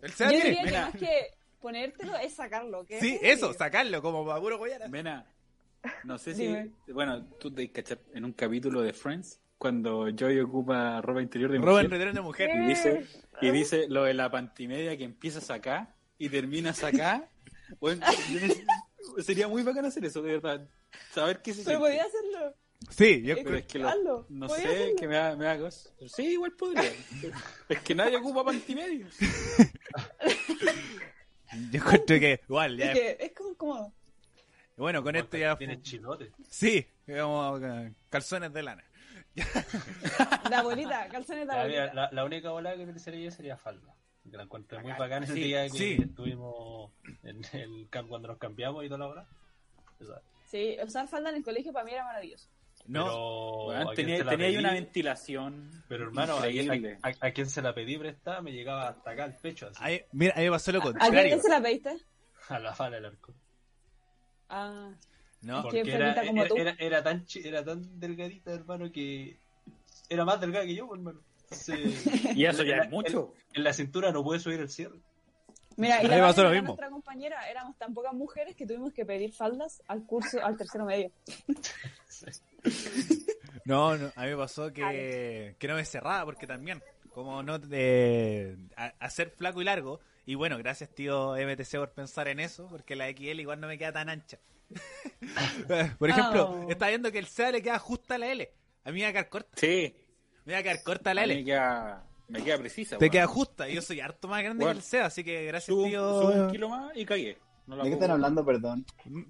[SPEAKER 1] El
[SPEAKER 5] Yo
[SPEAKER 1] SEA tiene.
[SPEAKER 5] diría que
[SPEAKER 7] mira.
[SPEAKER 5] más que ponértelo es sacarlo. ¿qué?
[SPEAKER 1] Sí, eso, sacarlo como para puro guayara.
[SPEAKER 7] Mena, no sé si.
[SPEAKER 5] Dime.
[SPEAKER 7] Bueno, tú te cachar en un capítulo de Friends cuando Joey ocupa ropa interior de
[SPEAKER 1] Roban
[SPEAKER 7] mujer
[SPEAKER 1] retenes de mujer.
[SPEAKER 7] y dice, y dice lo de la pantimedia que empiezas acá y terminas acá. Bueno, yo no- sería muy bacán hacer eso, de verdad. Saber qué se
[SPEAKER 5] Pero
[SPEAKER 7] siente.
[SPEAKER 5] podía hacerlo.
[SPEAKER 1] Sí, yo
[SPEAKER 3] Pero
[SPEAKER 1] creo
[SPEAKER 3] es que lo-
[SPEAKER 5] Hazlo,
[SPEAKER 3] no
[SPEAKER 5] voy a
[SPEAKER 3] sé,
[SPEAKER 5] hacerlo.
[SPEAKER 3] que me da, me da cosas. Pero Sí, igual podría. es que nadie ocupa pantimedios.
[SPEAKER 1] yo encuentro que igual, ya.
[SPEAKER 5] Es que es como, como-
[SPEAKER 1] Bueno, con esto ya.
[SPEAKER 4] Tienes chilote.
[SPEAKER 1] Sí, digamos, eh, calzones de lana.
[SPEAKER 5] de abuelita, calzones de
[SPEAKER 4] Ya, mira,
[SPEAKER 5] abuelita.
[SPEAKER 4] la, la única volada que me sería sería falda. Que la encontré muy bacana ese
[SPEAKER 1] Sí,
[SPEAKER 4] día que
[SPEAKER 1] sí.
[SPEAKER 4] estuvimos en el camp cuando nos cambiamos y toda la hora. Esa.
[SPEAKER 5] Sí, usar falda en el colegio para mí era maravilloso.
[SPEAKER 1] No,
[SPEAKER 4] Pero,
[SPEAKER 3] Weón,
[SPEAKER 4] ¿a quién
[SPEAKER 3] tenía
[SPEAKER 4] Oh, se la
[SPEAKER 3] tenía ahí
[SPEAKER 4] pedí?
[SPEAKER 3] una ventilación.
[SPEAKER 4] Pero hermano, ¿a,
[SPEAKER 3] increíble.
[SPEAKER 4] a- a- a quien se la pedí prestada me llegaba hasta acá al pecho, así,
[SPEAKER 1] ahí- mira, ahí me pasó lo
[SPEAKER 5] ¿A
[SPEAKER 1] contrario.
[SPEAKER 5] quién se la pediste?
[SPEAKER 4] a la fala del arco.
[SPEAKER 5] Ah,
[SPEAKER 1] No,
[SPEAKER 4] Porque
[SPEAKER 5] qué
[SPEAKER 4] era,
[SPEAKER 5] enfermita como
[SPEAKER 4] era-
[SPEAKER 5] tú.
[SPEAKER 4] era- era tan, chi- era tan delgadita, hermano, que era más delgada que yo, pues, hermano. Entonces,
[SPEAKER 3] Y eso ya
[SPEAKER 4] en la-
[SPEAKER 3] es mucho.
[SPEAKER 4] En, en la cintura no pude subir el cierre.
[SPEAKER 5] mira, y
[SPEAKER 1] Ahí
[SPEAKER 5] la
[SPEAKER 1] pasó lo
[SPEAKER 5] Vale era
[SPEAKER 1] mismo.
[SPEAKER 5] nuestra compañera, éramos tan pocas mujeres que tuvimos que pedir faldas al curso, al tercero medio.
[SPEAKER 1] no, no, a mí me pasó que, que no me cerraba porque también, como no eh, a- hacer flaco y largo, y bueno, gracias tío MTC por pensar en eso, porque la XL igual no me queda tan ancha. por ejemplo,
[SPEAKER 5] Oh.
[SPEAKER 1] está viendo que el SEA le queda justa a la L. A mí me va a quedar corta,
[SPEAKER 3] Sí.
[SPEAKER 1] me va a quedar corta la
[SPEAKER 3] A mí Me
[SPEAKER 1] L.
[SPEAKER 3] queda, me queda precisa.
[SPEAKER 1] Te
[SPEAKER 3] weón.
[SPEAKER 1] queda justa, y yo soy harto más grande
[SPEAKER 3] Bueno,
[SPEAKER 1] que el SEA, así que gracias
[SPEAKER 3] Subo, un-
[SPEAKER 1] tío.
[SPEAKER 3] subo un kilo más y cagué. No la
[SPEAKER 8] ¿De qué
[SPEAKER 3] puedo-
[SPEAKER 8] están hablando, perdón?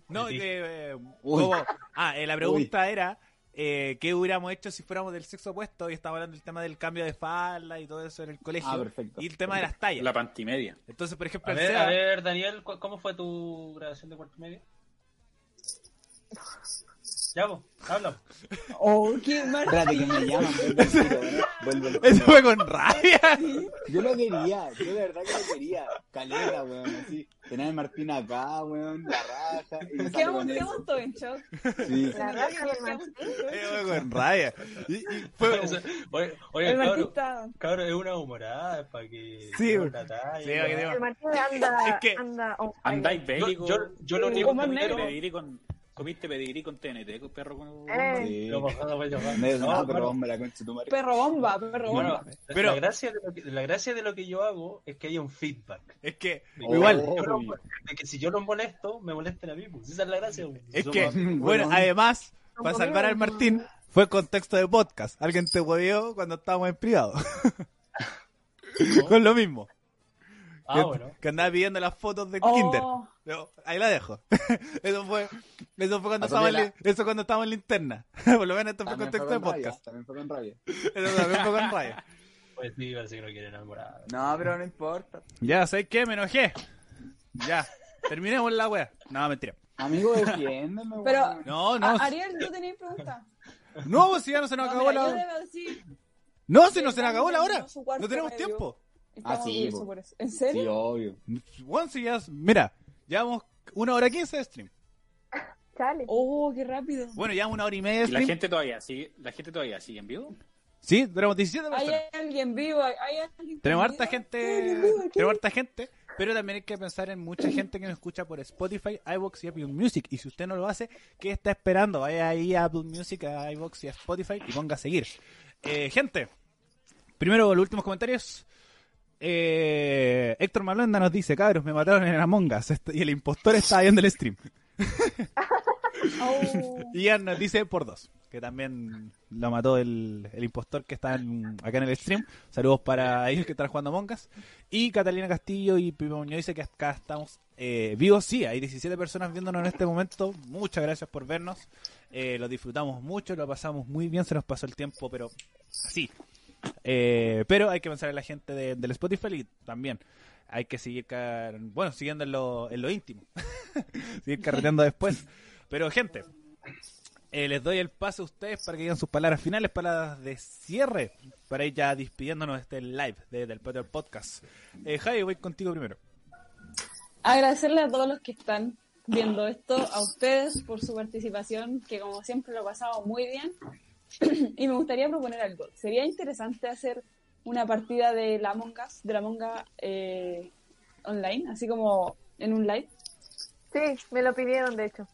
[SPEAKER 1] No,
[SPEAKER 4] Sí.
[SPEAKER 1] que, eh,
[SPEAKER 8] Uy.
[SPEAKER 1] como- ah, eh, la pregunta era eh, qué hubiéramos hecho si fuéramos del sexo opuesto y estaba hablando del tema del cambio de falda y todo eso en el colegio
[SPEAKER 8] Ah, perfecto.
[SPEAKER 1] y el tema de las tallas.
[SPEAKER 3] La pantimedia.
[SPEAKER 1] Entonces, por ejemplo,
[SPEAKER 4] A
[SPEAKER 1] el
[SPEAKER 4] ver,
[SPEAKER 1] Seba-
[SPEAKER 4] a ver, Daniel, ¿cu- ¿cómo fue tu grabación de cuarto medio? Ya, vos, habla.
[SPEAKER 5] Oh, qué mar...
[SPEAKER 8] Espérate, que me llaman. vuelvo al tiro, ¿eh? Vuelvo al
[SPEAKER 1] eso
[SPEAKER 8] tiro.
[SPEAKER 1] fue con rabia.
[SPEAKER 8] Yo lo quería, yo de verdad que lo quería. Calera, weón, así. Tener a Martín acá, weón, la raja. Y me sale
[SPEAKER 5] Quedamos,
[SPEAKER 8] con
[SPEAKER 5] quedamos
[SPEAKER 8] eso.
[SPEAKER 5] todos en shock.
[SPEAKER 8] Sí.
[SPEAKER 2] La raja del
[SPEAKER 5] Quedamos
[SPEAKER 2] Martín.
[SPEAKER 5] todos en shock.
[SPEAKER 1] Eso fue con rabia. Y, y fue-
[SPEAKER 4] Eso- Oye, oye
[SPEAKER 5] El
[SPEAKER 4] cabrón,
[SPEAKER 5] marquista
[SPEAKER 4] cabrón, es una humorada, es para que...
[SPEAKER 1] Sí,
[SPEAKER 4] una talla,
[SPEAKER 1] sí, para que te-
[SPEAKER 2] El Martín anda.
[SPEAKER 1] Es que-
[SPEAKER 2] anda on fire.
[SPEAKER 3] Andáis
[SPEAKER 4] Yo,
[SPEAKER 3] bélico.
[SPEAKER 4] yo, yo lo único
[SPEAKER 5] Humor
[SPEAKER 4] que
[SPEAKER 5] negro.
[SPEAKER 4] quiero-
[SPEAKER 3] Pedigrí con, comiste pedigrí con TNT, con perro con...
[SPEAKER 2] Eh,
[SPEAKER 8] Sí.
[SPEAKER 4] Lo mojado voy a llamar.
[SPEAKER 8] No es
[SPEAKER 4] pues, No,
[SPEAKER 8] nada,
[SPEAKER 4] hermano,
[SPEAKER 8] pero hombre, la concha de tu madre.
[SPEAKER 5] Perro bomba, perro
[SPEAKER 4] Bueno,
[SPEAKER 5] bomba.
[SPEAKER 4] la-
[SPEAKER 1] Pero-
[SPEAKER 4] la, gracia de lo que, la gracia de lo que yo hago es que haya un feedback.
[SPEAKER 1] es que,
[SPEAKER 8] Oh,
[SPEAKER 1] igual,
[SPEAKER 4] Yo no-
[SPEAKER 8] uy.
[SPEAKER 4] de que si yo los molesto, me molesten a mí. Pues. Esa es la gracia. pues.
[SPEAKER 1] es
[SPEAKER 4] Somos
[SPEAKER 1] que,
[SPEAKER 4] amigos.
[SPEAKER 1] bueno, además, para salvar al Martín, fue contexto de podcast. Alguien te hueveó cuando estábamos en privado. con lo mismo.
[SPEAKER 4] Ah,
[SPEAKER 1] que,
[SPEAKER 4] bueno.
[SPEAKER 1] que andaba pidiendo las fotos de
[SPEAKER 5] Oh.
[SPEAKER 1] Kinder. Yo, ahí la dejo. eso fue, eso fue cuando estábamos en, li- eso cuando estábamos en linterna. Por lo menos esto fue
[SPEAKER 8] También
[SPEAKER 1] contexto
[SPEAKER 8] fue
[SPEAKER 1] de
[SPEAKER 8] con rabia,
[SPEAKER 1] podcast.
[SPEAKER 8] También fue con rabia.
[SPEAKER 1] Eso también fue con raya.
[SPEAKER 4] Pues sí, parece que no quieren enamorar.
[SPEAKER 8] No, pero no importa.
[SPEAKER 1] Ya, ¿sabes qué? Me enojé. Ya, terminemos la wea. No, mentira.
[SPEAKER 8] Amigo, defiéndeme, weón.
[SPEAKER 5] Pero,
[SPEAKER 1] No, no.
[SPEAKER 5] A- Ariel, yo tenía pregunta.
[SPEAKER 1] No, pues si ya no se nos
[SPEAKER 5] Ah, No,
[SPEAKER 1] acabó
[SPEAKER 5] mira,
[SPEAKER 1] la
[SPEAKER 5] yo
[SPEAKER 1] hora.
[SPEAKER 5] debo decir,
[SPEAKER 1] No, se nos,
[SPEAKER 5] Dani
[SPEAKER 1] se nos acabó la hora.
[SPEAKER 5] terminó su cuarto
[SPEAKER 1] No tenemos
[SPEAKER 5] medio.
[SPEAKER 1] tiempo.
[SPEAKER 5] estamos
[SPEAKER 8] sí,
[SPEAKER 5] orgullosos
[SPEAKER 8] po.
[SPEAKER 5] por eso. ¿En
[SPEAKER 8] Sí,
[SPEAKER 5] serio?
[SPEAKER 8] obvio.
[SPEAKER 1] Bueno, si ya, mira, llevamos una hora quince de stream.
[SPEAKER 2] Chale.
[SPEAKER 5] Oh, qué rápido.
[SPEAKER 1] Bueno, llevamos una hora y media de
[SPEAKER 3] Y la
[SPEAKER 1] stream.
[SPEAKER 3] gente todavía sigue, la gente todavía sigue en vivo.
[SPEAKER 1] Sí, tenemos 17
[SPEAKER 5] Hay
[SPEAKER 1] personas.
[SPEAKER 5] alguien vivo, hay- hay alguien.
[SPEAKER 1] Tenemos
[SPEAKER 5] conmigo?
[SPEAKER 1] harta
[SPEAKER 5] Hay
[SPEAKER 1] gente,
[SPEAKER 5] alguien vivo aquí.
[SPEAKER 1] tenemos harta gente, pero también hay que pensar en mucha gente que nos escucha por Spotify, iVoox y Apple Music. Y si usted no lo hace, ¿qué está esperando? Vaya ahí a Apple Music, a iVoox y a Spotify y ponga a seguir. Eh, gente, primero los últimos comentarios. Eh, Héctor Malonda nos dice, cabros, me mataron en Among Us Est- y el impostor está viendo el stream.
[SPEAKER 5] Oh,
[SPEAKER 1] Ian nos dice por dos, que también lo mató el, el impostor que está en- acá en el stream. Saludos para ellos que están jugando a Mongas. Y Catalina Castillo y Pipo Muñoz dice que acá estamos eh, vivos. Sí, hay 17 personas viéndonos en este momento. Muchas gracias por vernos. Eh, lo disfrutamos mucho, lo pasamos muy bien, se nos pasó el tiempo, pero así. Eh, pero hay que pensar en la gente de- del Spotify y también hay que seguir, ca- bueno, siguiendo en lo, en lo íntimo. seguir carreteando después. Pero gente, eh, les doy el paso a ustedes para que digan sus palabras finales, palabras de cierre, para ir ya despidiéndonos de este live de- del Patio del Podcast. Eh, Javi, voy contigo primero.
[SPEAKER 5] Agradecerle a todos los que están viendo esto, a ustedes por su participación, que como siempre lo he pasado muy bien. y me gustaría proponer algo. Sería interesante hacer una partida de la Mongas, de la Monga eh, online, así como en un live.
[SPEAKER 2] Sí, me lo pidieron, de hecho.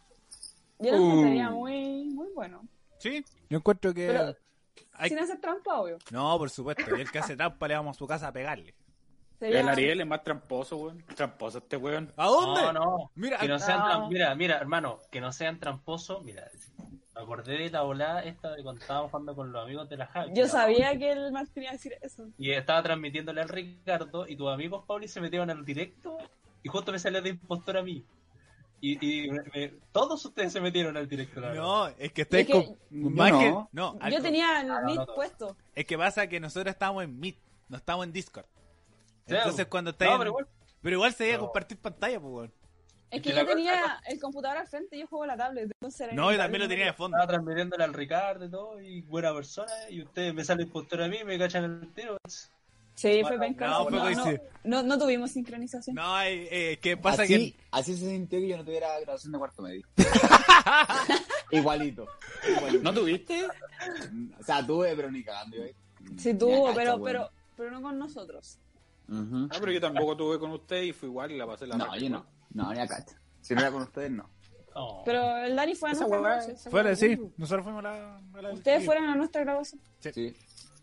[SPEAKER 5] Yo lo
[SPEAKER 1] Uh.
[SPEAKER 5] encontraría muy, muy bueno.
[SPEAKER 1] ¿Sí? Yo encuentro que...
[SPEAKER 5] Pero-
[SPEAKER 1] hay-
[SPEAKER 5] Sin hacer trampa, obvio.
[SPEAKER 1] No, por supuesto. y el que hace trampa le vamos a su casa a pegarle.
[SPEAKER 5] Sería...
[SPEAKER 3] El Ariel es más tramposo, weón. Tramposo este weón.
[SPEAKER 1] ¿A dónde?
[SPEAKER 4] No, no.
[SPEAKER 1] Mira,
[SPEAKER 4] Que no sean
[SPEAKER 5] no.
[SPEAKER 4] tram- Mira, mira, hermano, que no sean tramposos. Mira, Me acordé de la volada esta de cuando estábamos jugando con los amigos de la Javi.
[SPEAKER 5] Yo sabía que el Max quería decir eso.
[SPEAKER 4] Y estaba transmitiéndole al Ricardo y tus amigos, Pauli, se metieron al directo y justo me salió de impostor a mí. Y, y me- me- todos ustedes se metieron al directo, la verdad.
[SPEAKER 1] No, es que estáis
[SPEAKER 5] que-
[SPEAKER 1] con.
[SPEAKER 8] Yo
[SPEAKER 1] más que-
[SPEAKER 8] no.
[SPEAKER 1] no, al-
[SPEAKER 5] Yo tenía el
[SPEAKER 4] Ah, no,
[SPEAKER 5] mid
[SPEAKER 4] no, no.
[SPEAKER 5] puesto.
[SPEAKER 1] Es que pasa que nosotros estábamos en Meet, no estábamos en Discord.
[SPEAKER 4] Sí,
[SPEAKER 1] Entonces
[SPEAKER 4] bo.
[SPEAKER 1] cuando estáis.
[SPEAKER 4] No,
[SPEAKER 1] en-
[SPEAKER 4] pero igual.
[SPEAKER 1] pero igual se iba a
[SPEAKER 4] No.
[SPEAKER 1] compartir pantalla, pues, weón.
[SPEAKER 5] Es que
[SPEAKER 4] Es que
[SPEAKER 5] yo
[SPEAKER 4] la-
[SPEAKER 5] tenía el computador al frente y yo juego la tablet. entonces era
[SPEAKER 1] No, yo
[SPEAKER 5] inevitable.
[SPEAKER 1] también lo tenía de fondo.
[SPEAKER 4] Estaba transmitiéndole al Ricardo y todo, y buena persona, y ustedes me salen impostor a mí y me cachan el tiro.
[SPEAKER 5] Sí, fue
[SPEAKER 4] Bueno,
[SPEAKER 5] penca.
[SPEAKER 1] no,
[SPEAKER 5] No,
[SPEAKER 1] fue
[SPEAKER 5] no,
[SPEAKER 1] coincidencia.
[SPEAKER 5] no- no tuvimos sincronización.
[SPEAKER 1] No, eh, eh, que pasa
[SPEAKER 8] así,
[SPEAKER 1] que.
[SPEAKER 8] así se sintió que yo no tuviera graduación de cuarto medio. Igualito. igualito.
[SPEAKER 7] ¿No tuviste?
[SPEAKER 8] O sea, tuve, pero ni cagando. güey.
[SPEAKER 5] Sí
[SPEAKER 8] Ya
[SPEAKER 5] tuvo,
[SPEAKER 8] cacho,
[SPEAKER 5] pero,
[SPEAKER 8] weón.
[SPEAKER 5] pero, pero no con nosotros.
[SPEAKER 8] Ujú.
[SPEAKER 7] Ah, pero yo tampoco tuve con usted y fue igual y la pasé la
[SPEAKER 8] No,
[SPEAKER 7] raja,
[SPEAKER 8] yo no. No, ni a cacho. Si no era con ustedes, no.
[SPEAKER 4] Oh.
[SPEAKER 5] Pero el Dani fue a
[SPEAKER 7] Esa
[SPEAKER 5] nuestra
[SPEAKER 7] weá-
[SPEAKER 5] grabación.
[SPEAKER 1] Fuera, sí, nosotros fuimos a la. a la-
[SPEAKER 5] Ustedes
[SPEAKER 1] sí.
[SPEAKER 5] fueron a nuestra grabación.
[SPEAKER 8] Sí.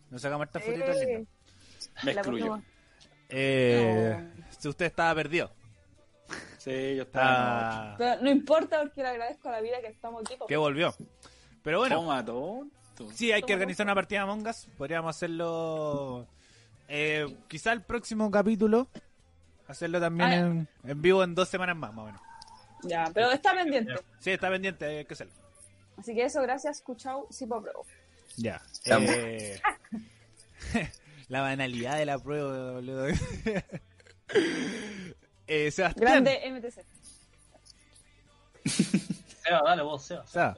[SPEAKER 1] Nos sacamos esta fotito linda.
[SPEAKER 2] Eh,
[SPEAKER 7] Me
[SPEAKER 5] La
[SPEAKER 7] excluyo.
[SPEAKER 5] próxima.
[SPEAKER 1] Eh, Si usted estaba perdido.
[SPEAKER 7] Sí, yo estaba.
[SPEAKER 1] Está...
[SPEAKER 5] Pero no importa porque le agradezco a la vida que estamos aquí. pues.
[SPEAKER 1] Que volvió. Pero bueno,
[SPEAKER 7] Toma, tonto.
[SPEAKER 1] sí, hay que organizar una partida de Among Us. Podríamos hacerlo. eh, quizá el próximo capítulo. Hacerlo también
[SPEAKER 5] Ah,
[SPEAKER 1] en, en vivo en dos semanas más, más o menos.
[SPEAKER 5] Ya, pero está pendiente.
[SPEAKER 1] Sí, está pendiente, hay que hacerlo.
[SPEAKER 5] Así que eso, gracias, escuchado, sí, pues, por prueba.
[SPEAKER 1] Ya. Eh, la banalidad de la prueba, boludo. Eh, Sebastián.
[SPEAKER 5] Grande MTC.
[SPEAKER 4] Seba, dale vos, Seba.
[SPEAKER 1] Seba.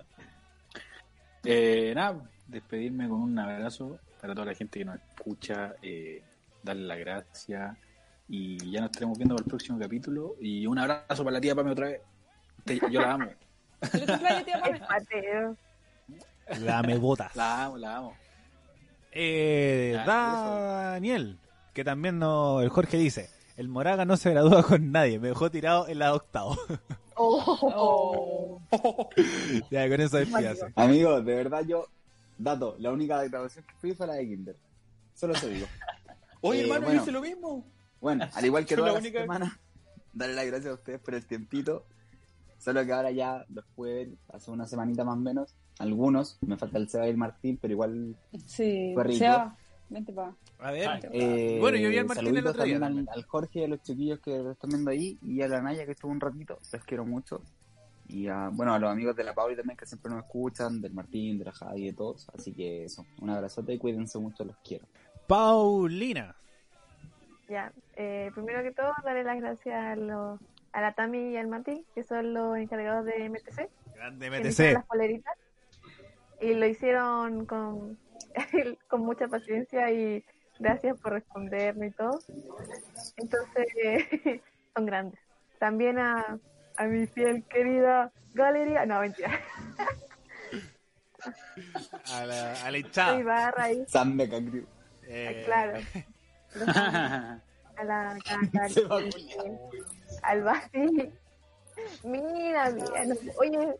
[SPEAKER 7] Eh, nada, despedirme con un abrazo para toda la gente que nos escucha, eh, darle las gracias y ya nos estaremos viendo para el próximo capítulo y un abrazo para la tía Pame otra vez. Te- yo la amo,
[SPEAKER 5] Feliz cumpleaños, tía Pame.
[SPEAKER 2] es Mateo.
[SPEAKER 1] Dame botas.
[SPEAKER 7] la amo, la amo.
[SPEAKER 1] Eh,
[SPEAKER 7] Ya,
[SPEAKER 1] Daniel, que también no, el Jorge dice, el Moraga no se gradúa con nadie, me dejó tirado en la octavo.
[SPEAKER 5] Oh.
[SPEAKER 1] ya, con eso despídase.
[SPEAKER 8] Amigos, de verdad yo, dato, la única graduación que fui fue la de Kinder. Solo se digo.
[SPEAKER 7] Oye,
[SPEAKER 8] Eh,
[SPEAKER 7] hermano, yo
[SPEAKER 8] bueno.
[SPEAKER 7] hice lo mismo.
[SPEAKER 8] Bueno, al igual que
[SPEAKER 7] Fue la
[SPEAKER 8] todas las
[SPEAKER 7] única-
[SPEAKER 8] semanas, darle las gracias a ustedes por el tiempito. Solo que ahora ya, después, hace una semanita más o menos, algunos, me falta el Seba y el Martín, pero igual...
[SPEAKER 5] Sí,
[SPEAKER 8] Fue rico.
[SPEAKER 5] Seba, vente pa.
[SPEAKER 1] A ver,
[SPEAKER 8] eh,
[SPEAKER 1] Bueno, yo vi al Martín el
[SPEAKER 8] saluditos
[SPEAKER 1] otro día
[SPEAKER 8] también
[SPEAKER 1] también.
[SPEAKER 8] Al, al Jorge y a los chiquillos que lo están viendo ahí, y a la Naya que estuvo un ratito, los quiero mucho. Y a, bueno, a los amigos de la Pauli también que siempre nos escuchan, del Martín, de la Javi, de todos. Así que eso, un abrazote y cuídense mucho, los quiero.
[SPEAKER 1] Paulina.
[SPEAKER 2] Ya, eh, primero que todo, darle las gracias a, los, a la Tami y al Mati, que son los encargados de MTC.
[SPEAKER 1] Grande
[SPEAKER 2] que
[SPEAKER 1] MTC.
[SPEAKER 2] hicieron las poleritas y lo hicieron con, con mucha paciencia y gracias por responderme y todo. Entonces, son grandes. También a, a mi fiel querida galería, no, mentira,
[SPEAKER 1] A la, a la
[SPEAKER 8] Ah.
[SPEAKER 2] soy
[SPEAKER 1] hinchada.
[SPEAKER 2] barra ahí,
[SPEAKER 8] Sam de Cangrew.
[SPEAKER 1] Eh,
[SPEAKER 2] claro. Los amo. A la caca,
[SPEAKER 8] Se va a
[SPEAKER 2] al Basti. Mira, mira, no, oye,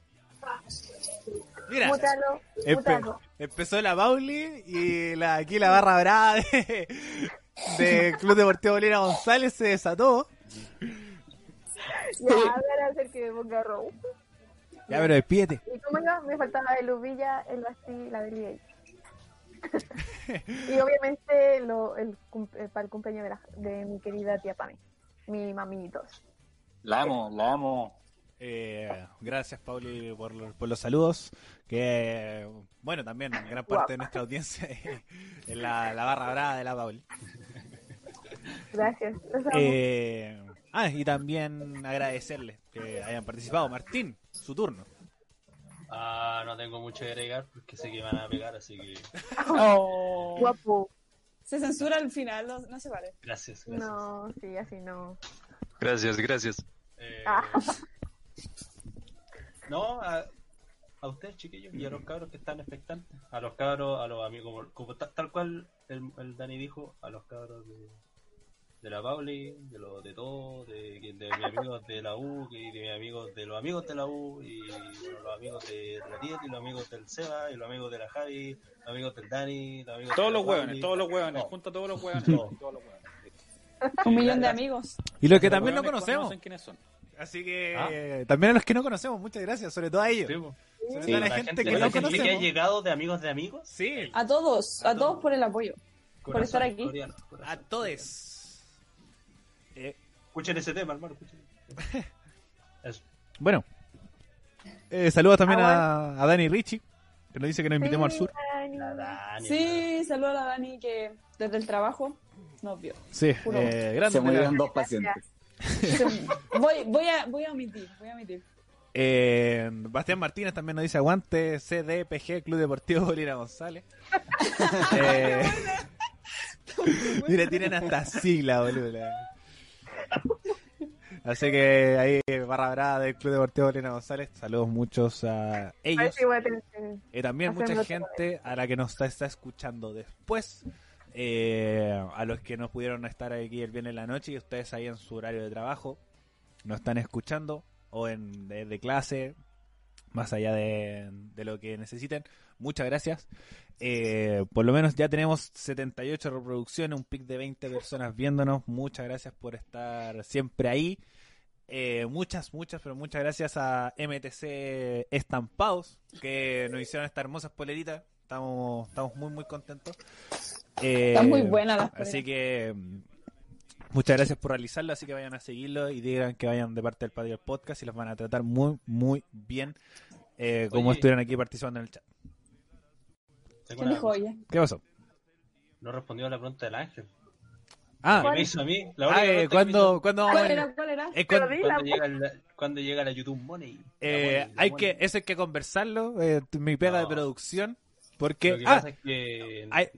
[SPEAKER 1] Mira,
[SPEAKER 2] mutalo,
[SPEAKER 1] empe-
[SPEAKER 8] Eh,
[SPEAKER 2] mutalo.
[SPEAKER 1] empezó la Pauli y la, aquí la barra brava de, de Club Deportivo Bolina González se desató.
[SPEAKER 2] Ya, van a hacer que me ponga rojo.
[SPEAKER 1] Ya, pero despídete.
[SPEAKER 2] Y como yo, me faltaba el Ubilla, el Basti, la Delia. y obviamente lo, el, cum- eh, para el cumpleaños de, la- de mi querida tía Pame, mi mamitos.
[SPEAKER 7] La amo, la amo.
[SPEAKER 1] Eh, gracias, Pauli, por, por los saludos. Que, bueno, también gran parte de nuestra audiencia es la, la barra brava de la Pauli.
[SPEAKER 2] Gracias. Los amo.
[SPEAKER 1] Eh, ah, y también agradecerles que hayan participado. Martín, su turno.
[SPEAKER 4] Ah, no tengo mucho que agregar porque sé que van a pegar, así que
[SPEAKER 2] Guapo.
[SPEAKER 5] Se censura al final, no, no se vale.
[SPEAKER 4] gracias, gracias.
[SPEAKER 2] No, sí, así no.
[SPEAKER 10] Gracias, gracias.
[SPEAKER 4] Eh,
[SPEAKER 2] Ah.
[SPEAKER 4] No, a, a ustedes, chiquillos, y a los cabros que están expectantes. A los cabros, a los amigos, como, como ta- tal cual el, el Dani dijo, a los cabros de, de la Pauli, de los de todo, de, de mis amigos de la U, y de mis amigos de los amigos de la U, y bueno, los amigos de la Tiet, y los amigos del Seba, y los amigos de la Javi, los amigos del Dani, los amigos
[SPEAKER 7] Todos
[SPEAKER 4] de la
[SPEAKER 7] los hueones,
[SPEAKER 4] Pauli. Oh.
[SPEAKER 7] todos los hueones,
[SPEAKER 4] No.
[SPEAKER 7] junta todos los hueones. Todos los hueones.
[SPEAKER 5] Un millón de amigos.
[SPEAKER 1] Y los que también no
[SPEAKER 7] Los hueones
[SPEAKER 1] conocemos.
[SPEAKER 7] conocen quiénes son.
[SPEAKER 1] Así que
[SPEAKER 4] Ah.
[SPEAKER 1] eh, también a los que no conocemos, muchas gracias, sobre todo a ellos.
[SPEAKER 4] Sí, po.
[SPEAKER 1] Sobre
[SPEAKER 8] Sí.
[SPEAKER 1] todo a la,
[SPEAKER 4] La
[SPEAKER 1] gente,
[SPEAKER 4] gente,
[SPEAKER 1] que
[SPEAKER 4] la
[SPEAKER 1] no
[SPEAKER 4] gente que ha
[SPEAKER 1] conocemos.
[SPEAKER 4] llegado de amigos de amigos.
[SPEAKER 1] Sí,
[SPEAKER 5] A todos, a,
[SPEAKER 4] A
[SPEAKER 5] todos
[SPEAKER 4] todos.
[SPEAKER 5] por el apoyo.
[SPEAKER 4] Corazón
[SPEAKER 5] estar aquí.
[SPEAKER 4] coreano, corazón
[SPEAKER 1] a todos.
[SPEAKER 4] coreano. Escuchen ese tema, hermano. Escuchen. Eso.
[SPEAKER 1] Bueno, eh, saludos también a, a Dani Richie, que nos dice que nos invitemos al sur.
[SPEAKER 4] La Dani, hermano.
[SPEAKER 5] Sí, saludo a la Dani que desde el trabajo nos vio.
[SPEAKER 1] Sí,
[SPEAKER 5] Puro.
[SPEAKER 1] eh, grande.
[SPEAKER 8] Se murieron
[SPEAKER 1] la-
[SPEAKER 8] dos pacientes.
[SPEAKER 5] Voy, voy, a, voy a omitir, voy a omitir.
[SPEAKER 1] Eh, Bastián Martínez también nos dice aguante CDPG Club Deportivo Bolívar González. Eh, mira, tienen hasta sigla, boludo. la- Así que ahí, eh, barra brava del Club Deportivo Bolívar González. Saludos muchos a ellos.
[SPEAKER 2] Parece igual tener-
[SPEAKER 1] Eh, también mucha
[SPEAKER 2] Hacerlo
[SPEAKER 1] gente a la que nos está, está escuchando después, eh, a los que no pudieron estar aquí el viernes en la noche y ustedes ahí en su horario de trabajo nos están escuchando o en de, de clase, más allá de, de lo que necesiten. Muchas gracias. Eh, por lo menos ya tenemos 78 reproducciones, un pic de 20 personas viéndonos. Muchas gracias por estar siempre ahí. Eh, muchas, muchas, pero muchas gracias a MTC Estampados que nos hicieron esta hermosa polerita. Estamos, estamos muy, muy contentos. Eh,
[SPEAKER 5] Están muy buenas las
[SPEAKER 1] Así que mm, muchas gracias por realizarlo. Así que vayan a seguirlo y digan que vayan de parte del Patio del Podcast y los van a tratar muy, muy bien. eh, como
[SPEAKER 4] Oye.
[SPEAKER 1] estuvieron aquí participando en el chat.
[SPEAKER 4] pues, Tengo
[SPEAKER 5] ¿Quién
[SPEAKER 4] una-
[SPEAKER 5] dijo oye?
[SPEAKER 1] ¿Qué pasó?
[SPEAKER 4] No respondió a la pregunta del ángel.
[SPEAKER 1] Ah,
[SPEAKER 4] Que me hizo a mí. La única
[SPEAKER 1] ah, eh,
[SPEAKER 4] pregunta que
[SPEAKER 1] ¿cuándo, ¿cuándo vamos
[SPEAKER 5] ¿Cuál
[SPEAKER 1] a-
[SPEAKER 5] era? ¿Cuál era?
[SPEAKER 1] eh, cuándo-
[SPEAKER 4] me hizo- ¿Cuándo llega, la, cuándo llega la YouTube Money? La
[SPEAKER 1] eh,
[SPEAKER 4] money, la
[SPEAKER 1] hay
[SPEAKER 4] money.
[SPEAKER 1] que, eso hay que conversarlo, eh, t- mi pega de
[SPEAKER 4] No.
[SPEAKER 1] producción, porque
[SPEAKER 4] Lo que
[SPEAKER 1] ah,
[SPEAKER 4] pasa es que.
[SPEAKER 1] hay-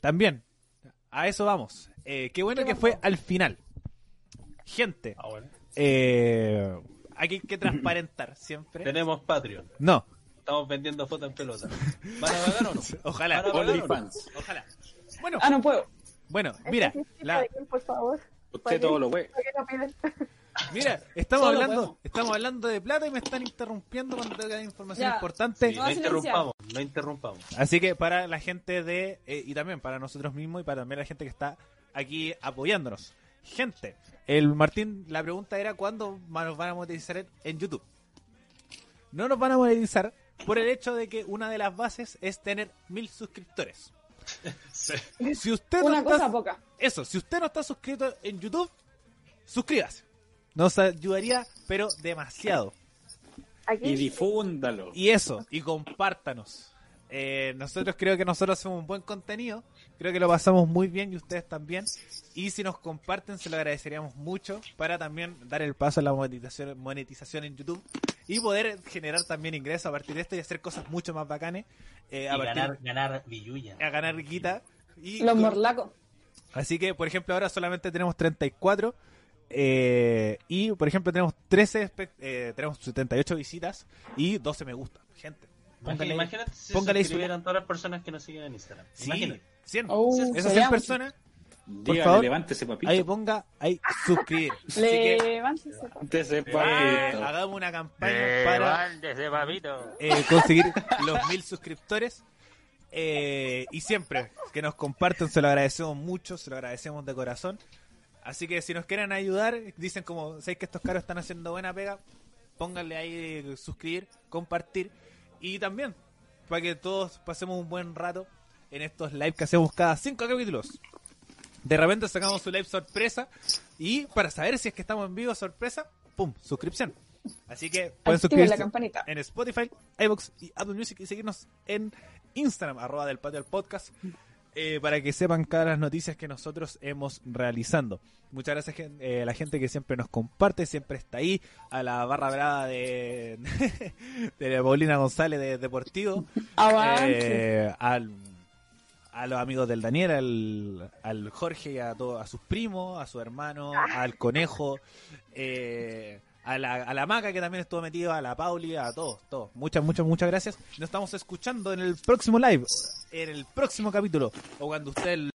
[SPEAKER 1] también, a eso vamos. Eh, qué bueno
[SPEAKER 5] ¿Qué
[SPEAKER 1] que
[SPEAKER 5] pasó?
[SPEAKER 1] fue al final. Gente,
[SPEAKER 4] Ah, bueno.
[SPEAKER 1] eh, aquí hay que transparentar siempre.
[SPEAKER 4] Tenemos Patreon.
[SPEAKER 1] No,
[SPEAKER 4] Estamos vendiendo fotos en pelota. ¿Van a pagar o no?
[SPEAKER 1] ojalá,
[SPEAKER 4] Ahora-
[SPEAKER 7] OnlyFans.
[SPEAKER 1] ojalá. Bueno,
[SPEAKER 5] Ah, no puedo.
[SPEAKER 1] bueno,
[SPEAKER 2] Este
[SPEAKER 1] mira,
[SPEAKER 2] sí, sí,
[SPEAKER 1] la,
[SPEAKER 2] alguien, por favor.
[SPEAKER 7] Usted todo lo ve.
[SPEAKER 2] ¿Por qué no piden?
[SPEAKER 1] mira, estamos
[SPEAKER 7] Solo
[SPEAKER 1] hablando,
[SPEAKER 7] podemos.
[SPEAKER 1] estamos hablando de plata y me están interrumpiendo cuando tengo que dar información
[SPEAKER 5] Ya.
[SPEAKER 1] importante.
[SPEAKER 4] Sí, no
[SPEAKER 5] silenciar.
[SPEAKER 4] interrumpamos, no interrumpamos.
[SPEAKER 1] Así que para la gente de, eh, y también para nosotros mismos y para también la gente que está aquí apoyándonos. Gente, el Martín, la pregunta era cuándo ma- nos van a monetizar en- en YouTube. No nos van a monetizar por el hecho de que una de las bases es tener mil suscriptores. Si usted no
[SPEAKER 5] Una
[SPEAKER 1] está-
[SPEAKER 5] cosa poca.
[SPEAKER 1] eso, si usted no está suscrito en YouTube, suscríbase. Nos ayudaría, pero demasiado.
[SPEAKER 7] Y
[SPEAKER 2] Aquí,
[SPEAKER 7] difúndalo.
[SPEAKER 1] Y eso, y compártanos. Eh, nosotros creo que nosotros hacemos un buen contenido, creo que lo pasamos muy bien y ustedes también. Y si nos comparten, se lo agradeceríamos mucho para también dar el paso a la monetización, monetización en YouTube y poder generar también ingresos a partir de esto y hacer cosas mucho más bacanes. eh, a,
[SPEAKER 4] y
[SPEAKER 1] partir-
[SPEAKER 4] ganar, ganar billulla.
[SPEAKER 1] a ganar guita. Y
[SPEAKER 5] Los
[SPEAKER 1] con-
[SPEAKER 5] morlacos.
[SPEAKER 1] Así que, por ejemplo, ahora solamente tenemos 34. eh, y, por ejemplo, tenemos 13, espe- eh, tenemos 78 visitas y 12 me gusta. Gente,
[SPEAKER 4] Imagínate,
[SPEAKER 1] póngale,
[SPEAKER 4] imagínate si
[SPEAKER 1] póngale
[SPEAKER 4] se
[SPEAKER 1] ahí su-
[SPEAKER 4] suscribieran todas las personas que nos siguen en Instagram.
[SPEAKER 1] Sí,
[SPEAKER 4] Imagínate.
[SPEAKER 1] 100.
[SPEAKER 5] Oh,
[SPEAKER 1] Esas
[SPEAKER 5] sería
[SPEAKER 1] 100 personas,
[SPEAKER 7] Dígale,
[SPEAKER 1] favor.
[SPEAKER 7] levántese, papito.
[SPEAKER 1] ahí ponga, ahí suscribir. Así que,
[SPEAKER 5] Levántese.
[SPEAKER 7] Levántese,
[SPEAKER 1] eh,
[SPEAKER 7] papito.
[SPEAKER 1] hagamos una campaña para
[SPEAKER 4] Eh, desde babito.
[SPEAKER 1] eh, conseguir los mil suscriptores. eh, y siempre que nos compartan, se lo agradecemos mucho, se lo agradecemos de corazón. Así que si nos quieren ayudar, dicen como, ¿sabéis que estos caros están haciendo buena pega? Pónganle ahí eh, suscribir, compartir. Y también, para que todos pasemos un buen rato en estos live que hacemos cada cinco capítulos. De repente sacamos su live sorpresa y para saber si es que estamos en vivo sorpresa, ¡pum! Suscripción. Así que pueden
[SPEAKER 5] Activen la
[SPEAKER 1] suscribirse
[SPEAKER 5] campanita.
[SPEAKER 1] en Spotify, iVoox y Apple Music y seguirnos en Instagram, arroba del patio al podcast, eh, para que sepan cada las noticias que nosotros hemos realizando. Muchas gracias gen- eh, a la gente que siempre nos comparte, siempre está ahí, a la barra brava de, de Paulina González de Deportivo,
[SPEAKER 5] Avance.
[SPEAKER 1] eh, al- a los amigos del Daniel, al, al Jorge y a, todos a sus primos, a su hermano, al conejo, eh, a, la, a la Maca que también estuvo metida, a la Pauli, a todos, todos. Muchas, muchas, muchas gracias. Nos estamos escuchando en el próximo live, en el próximo capítulo, o cuando usted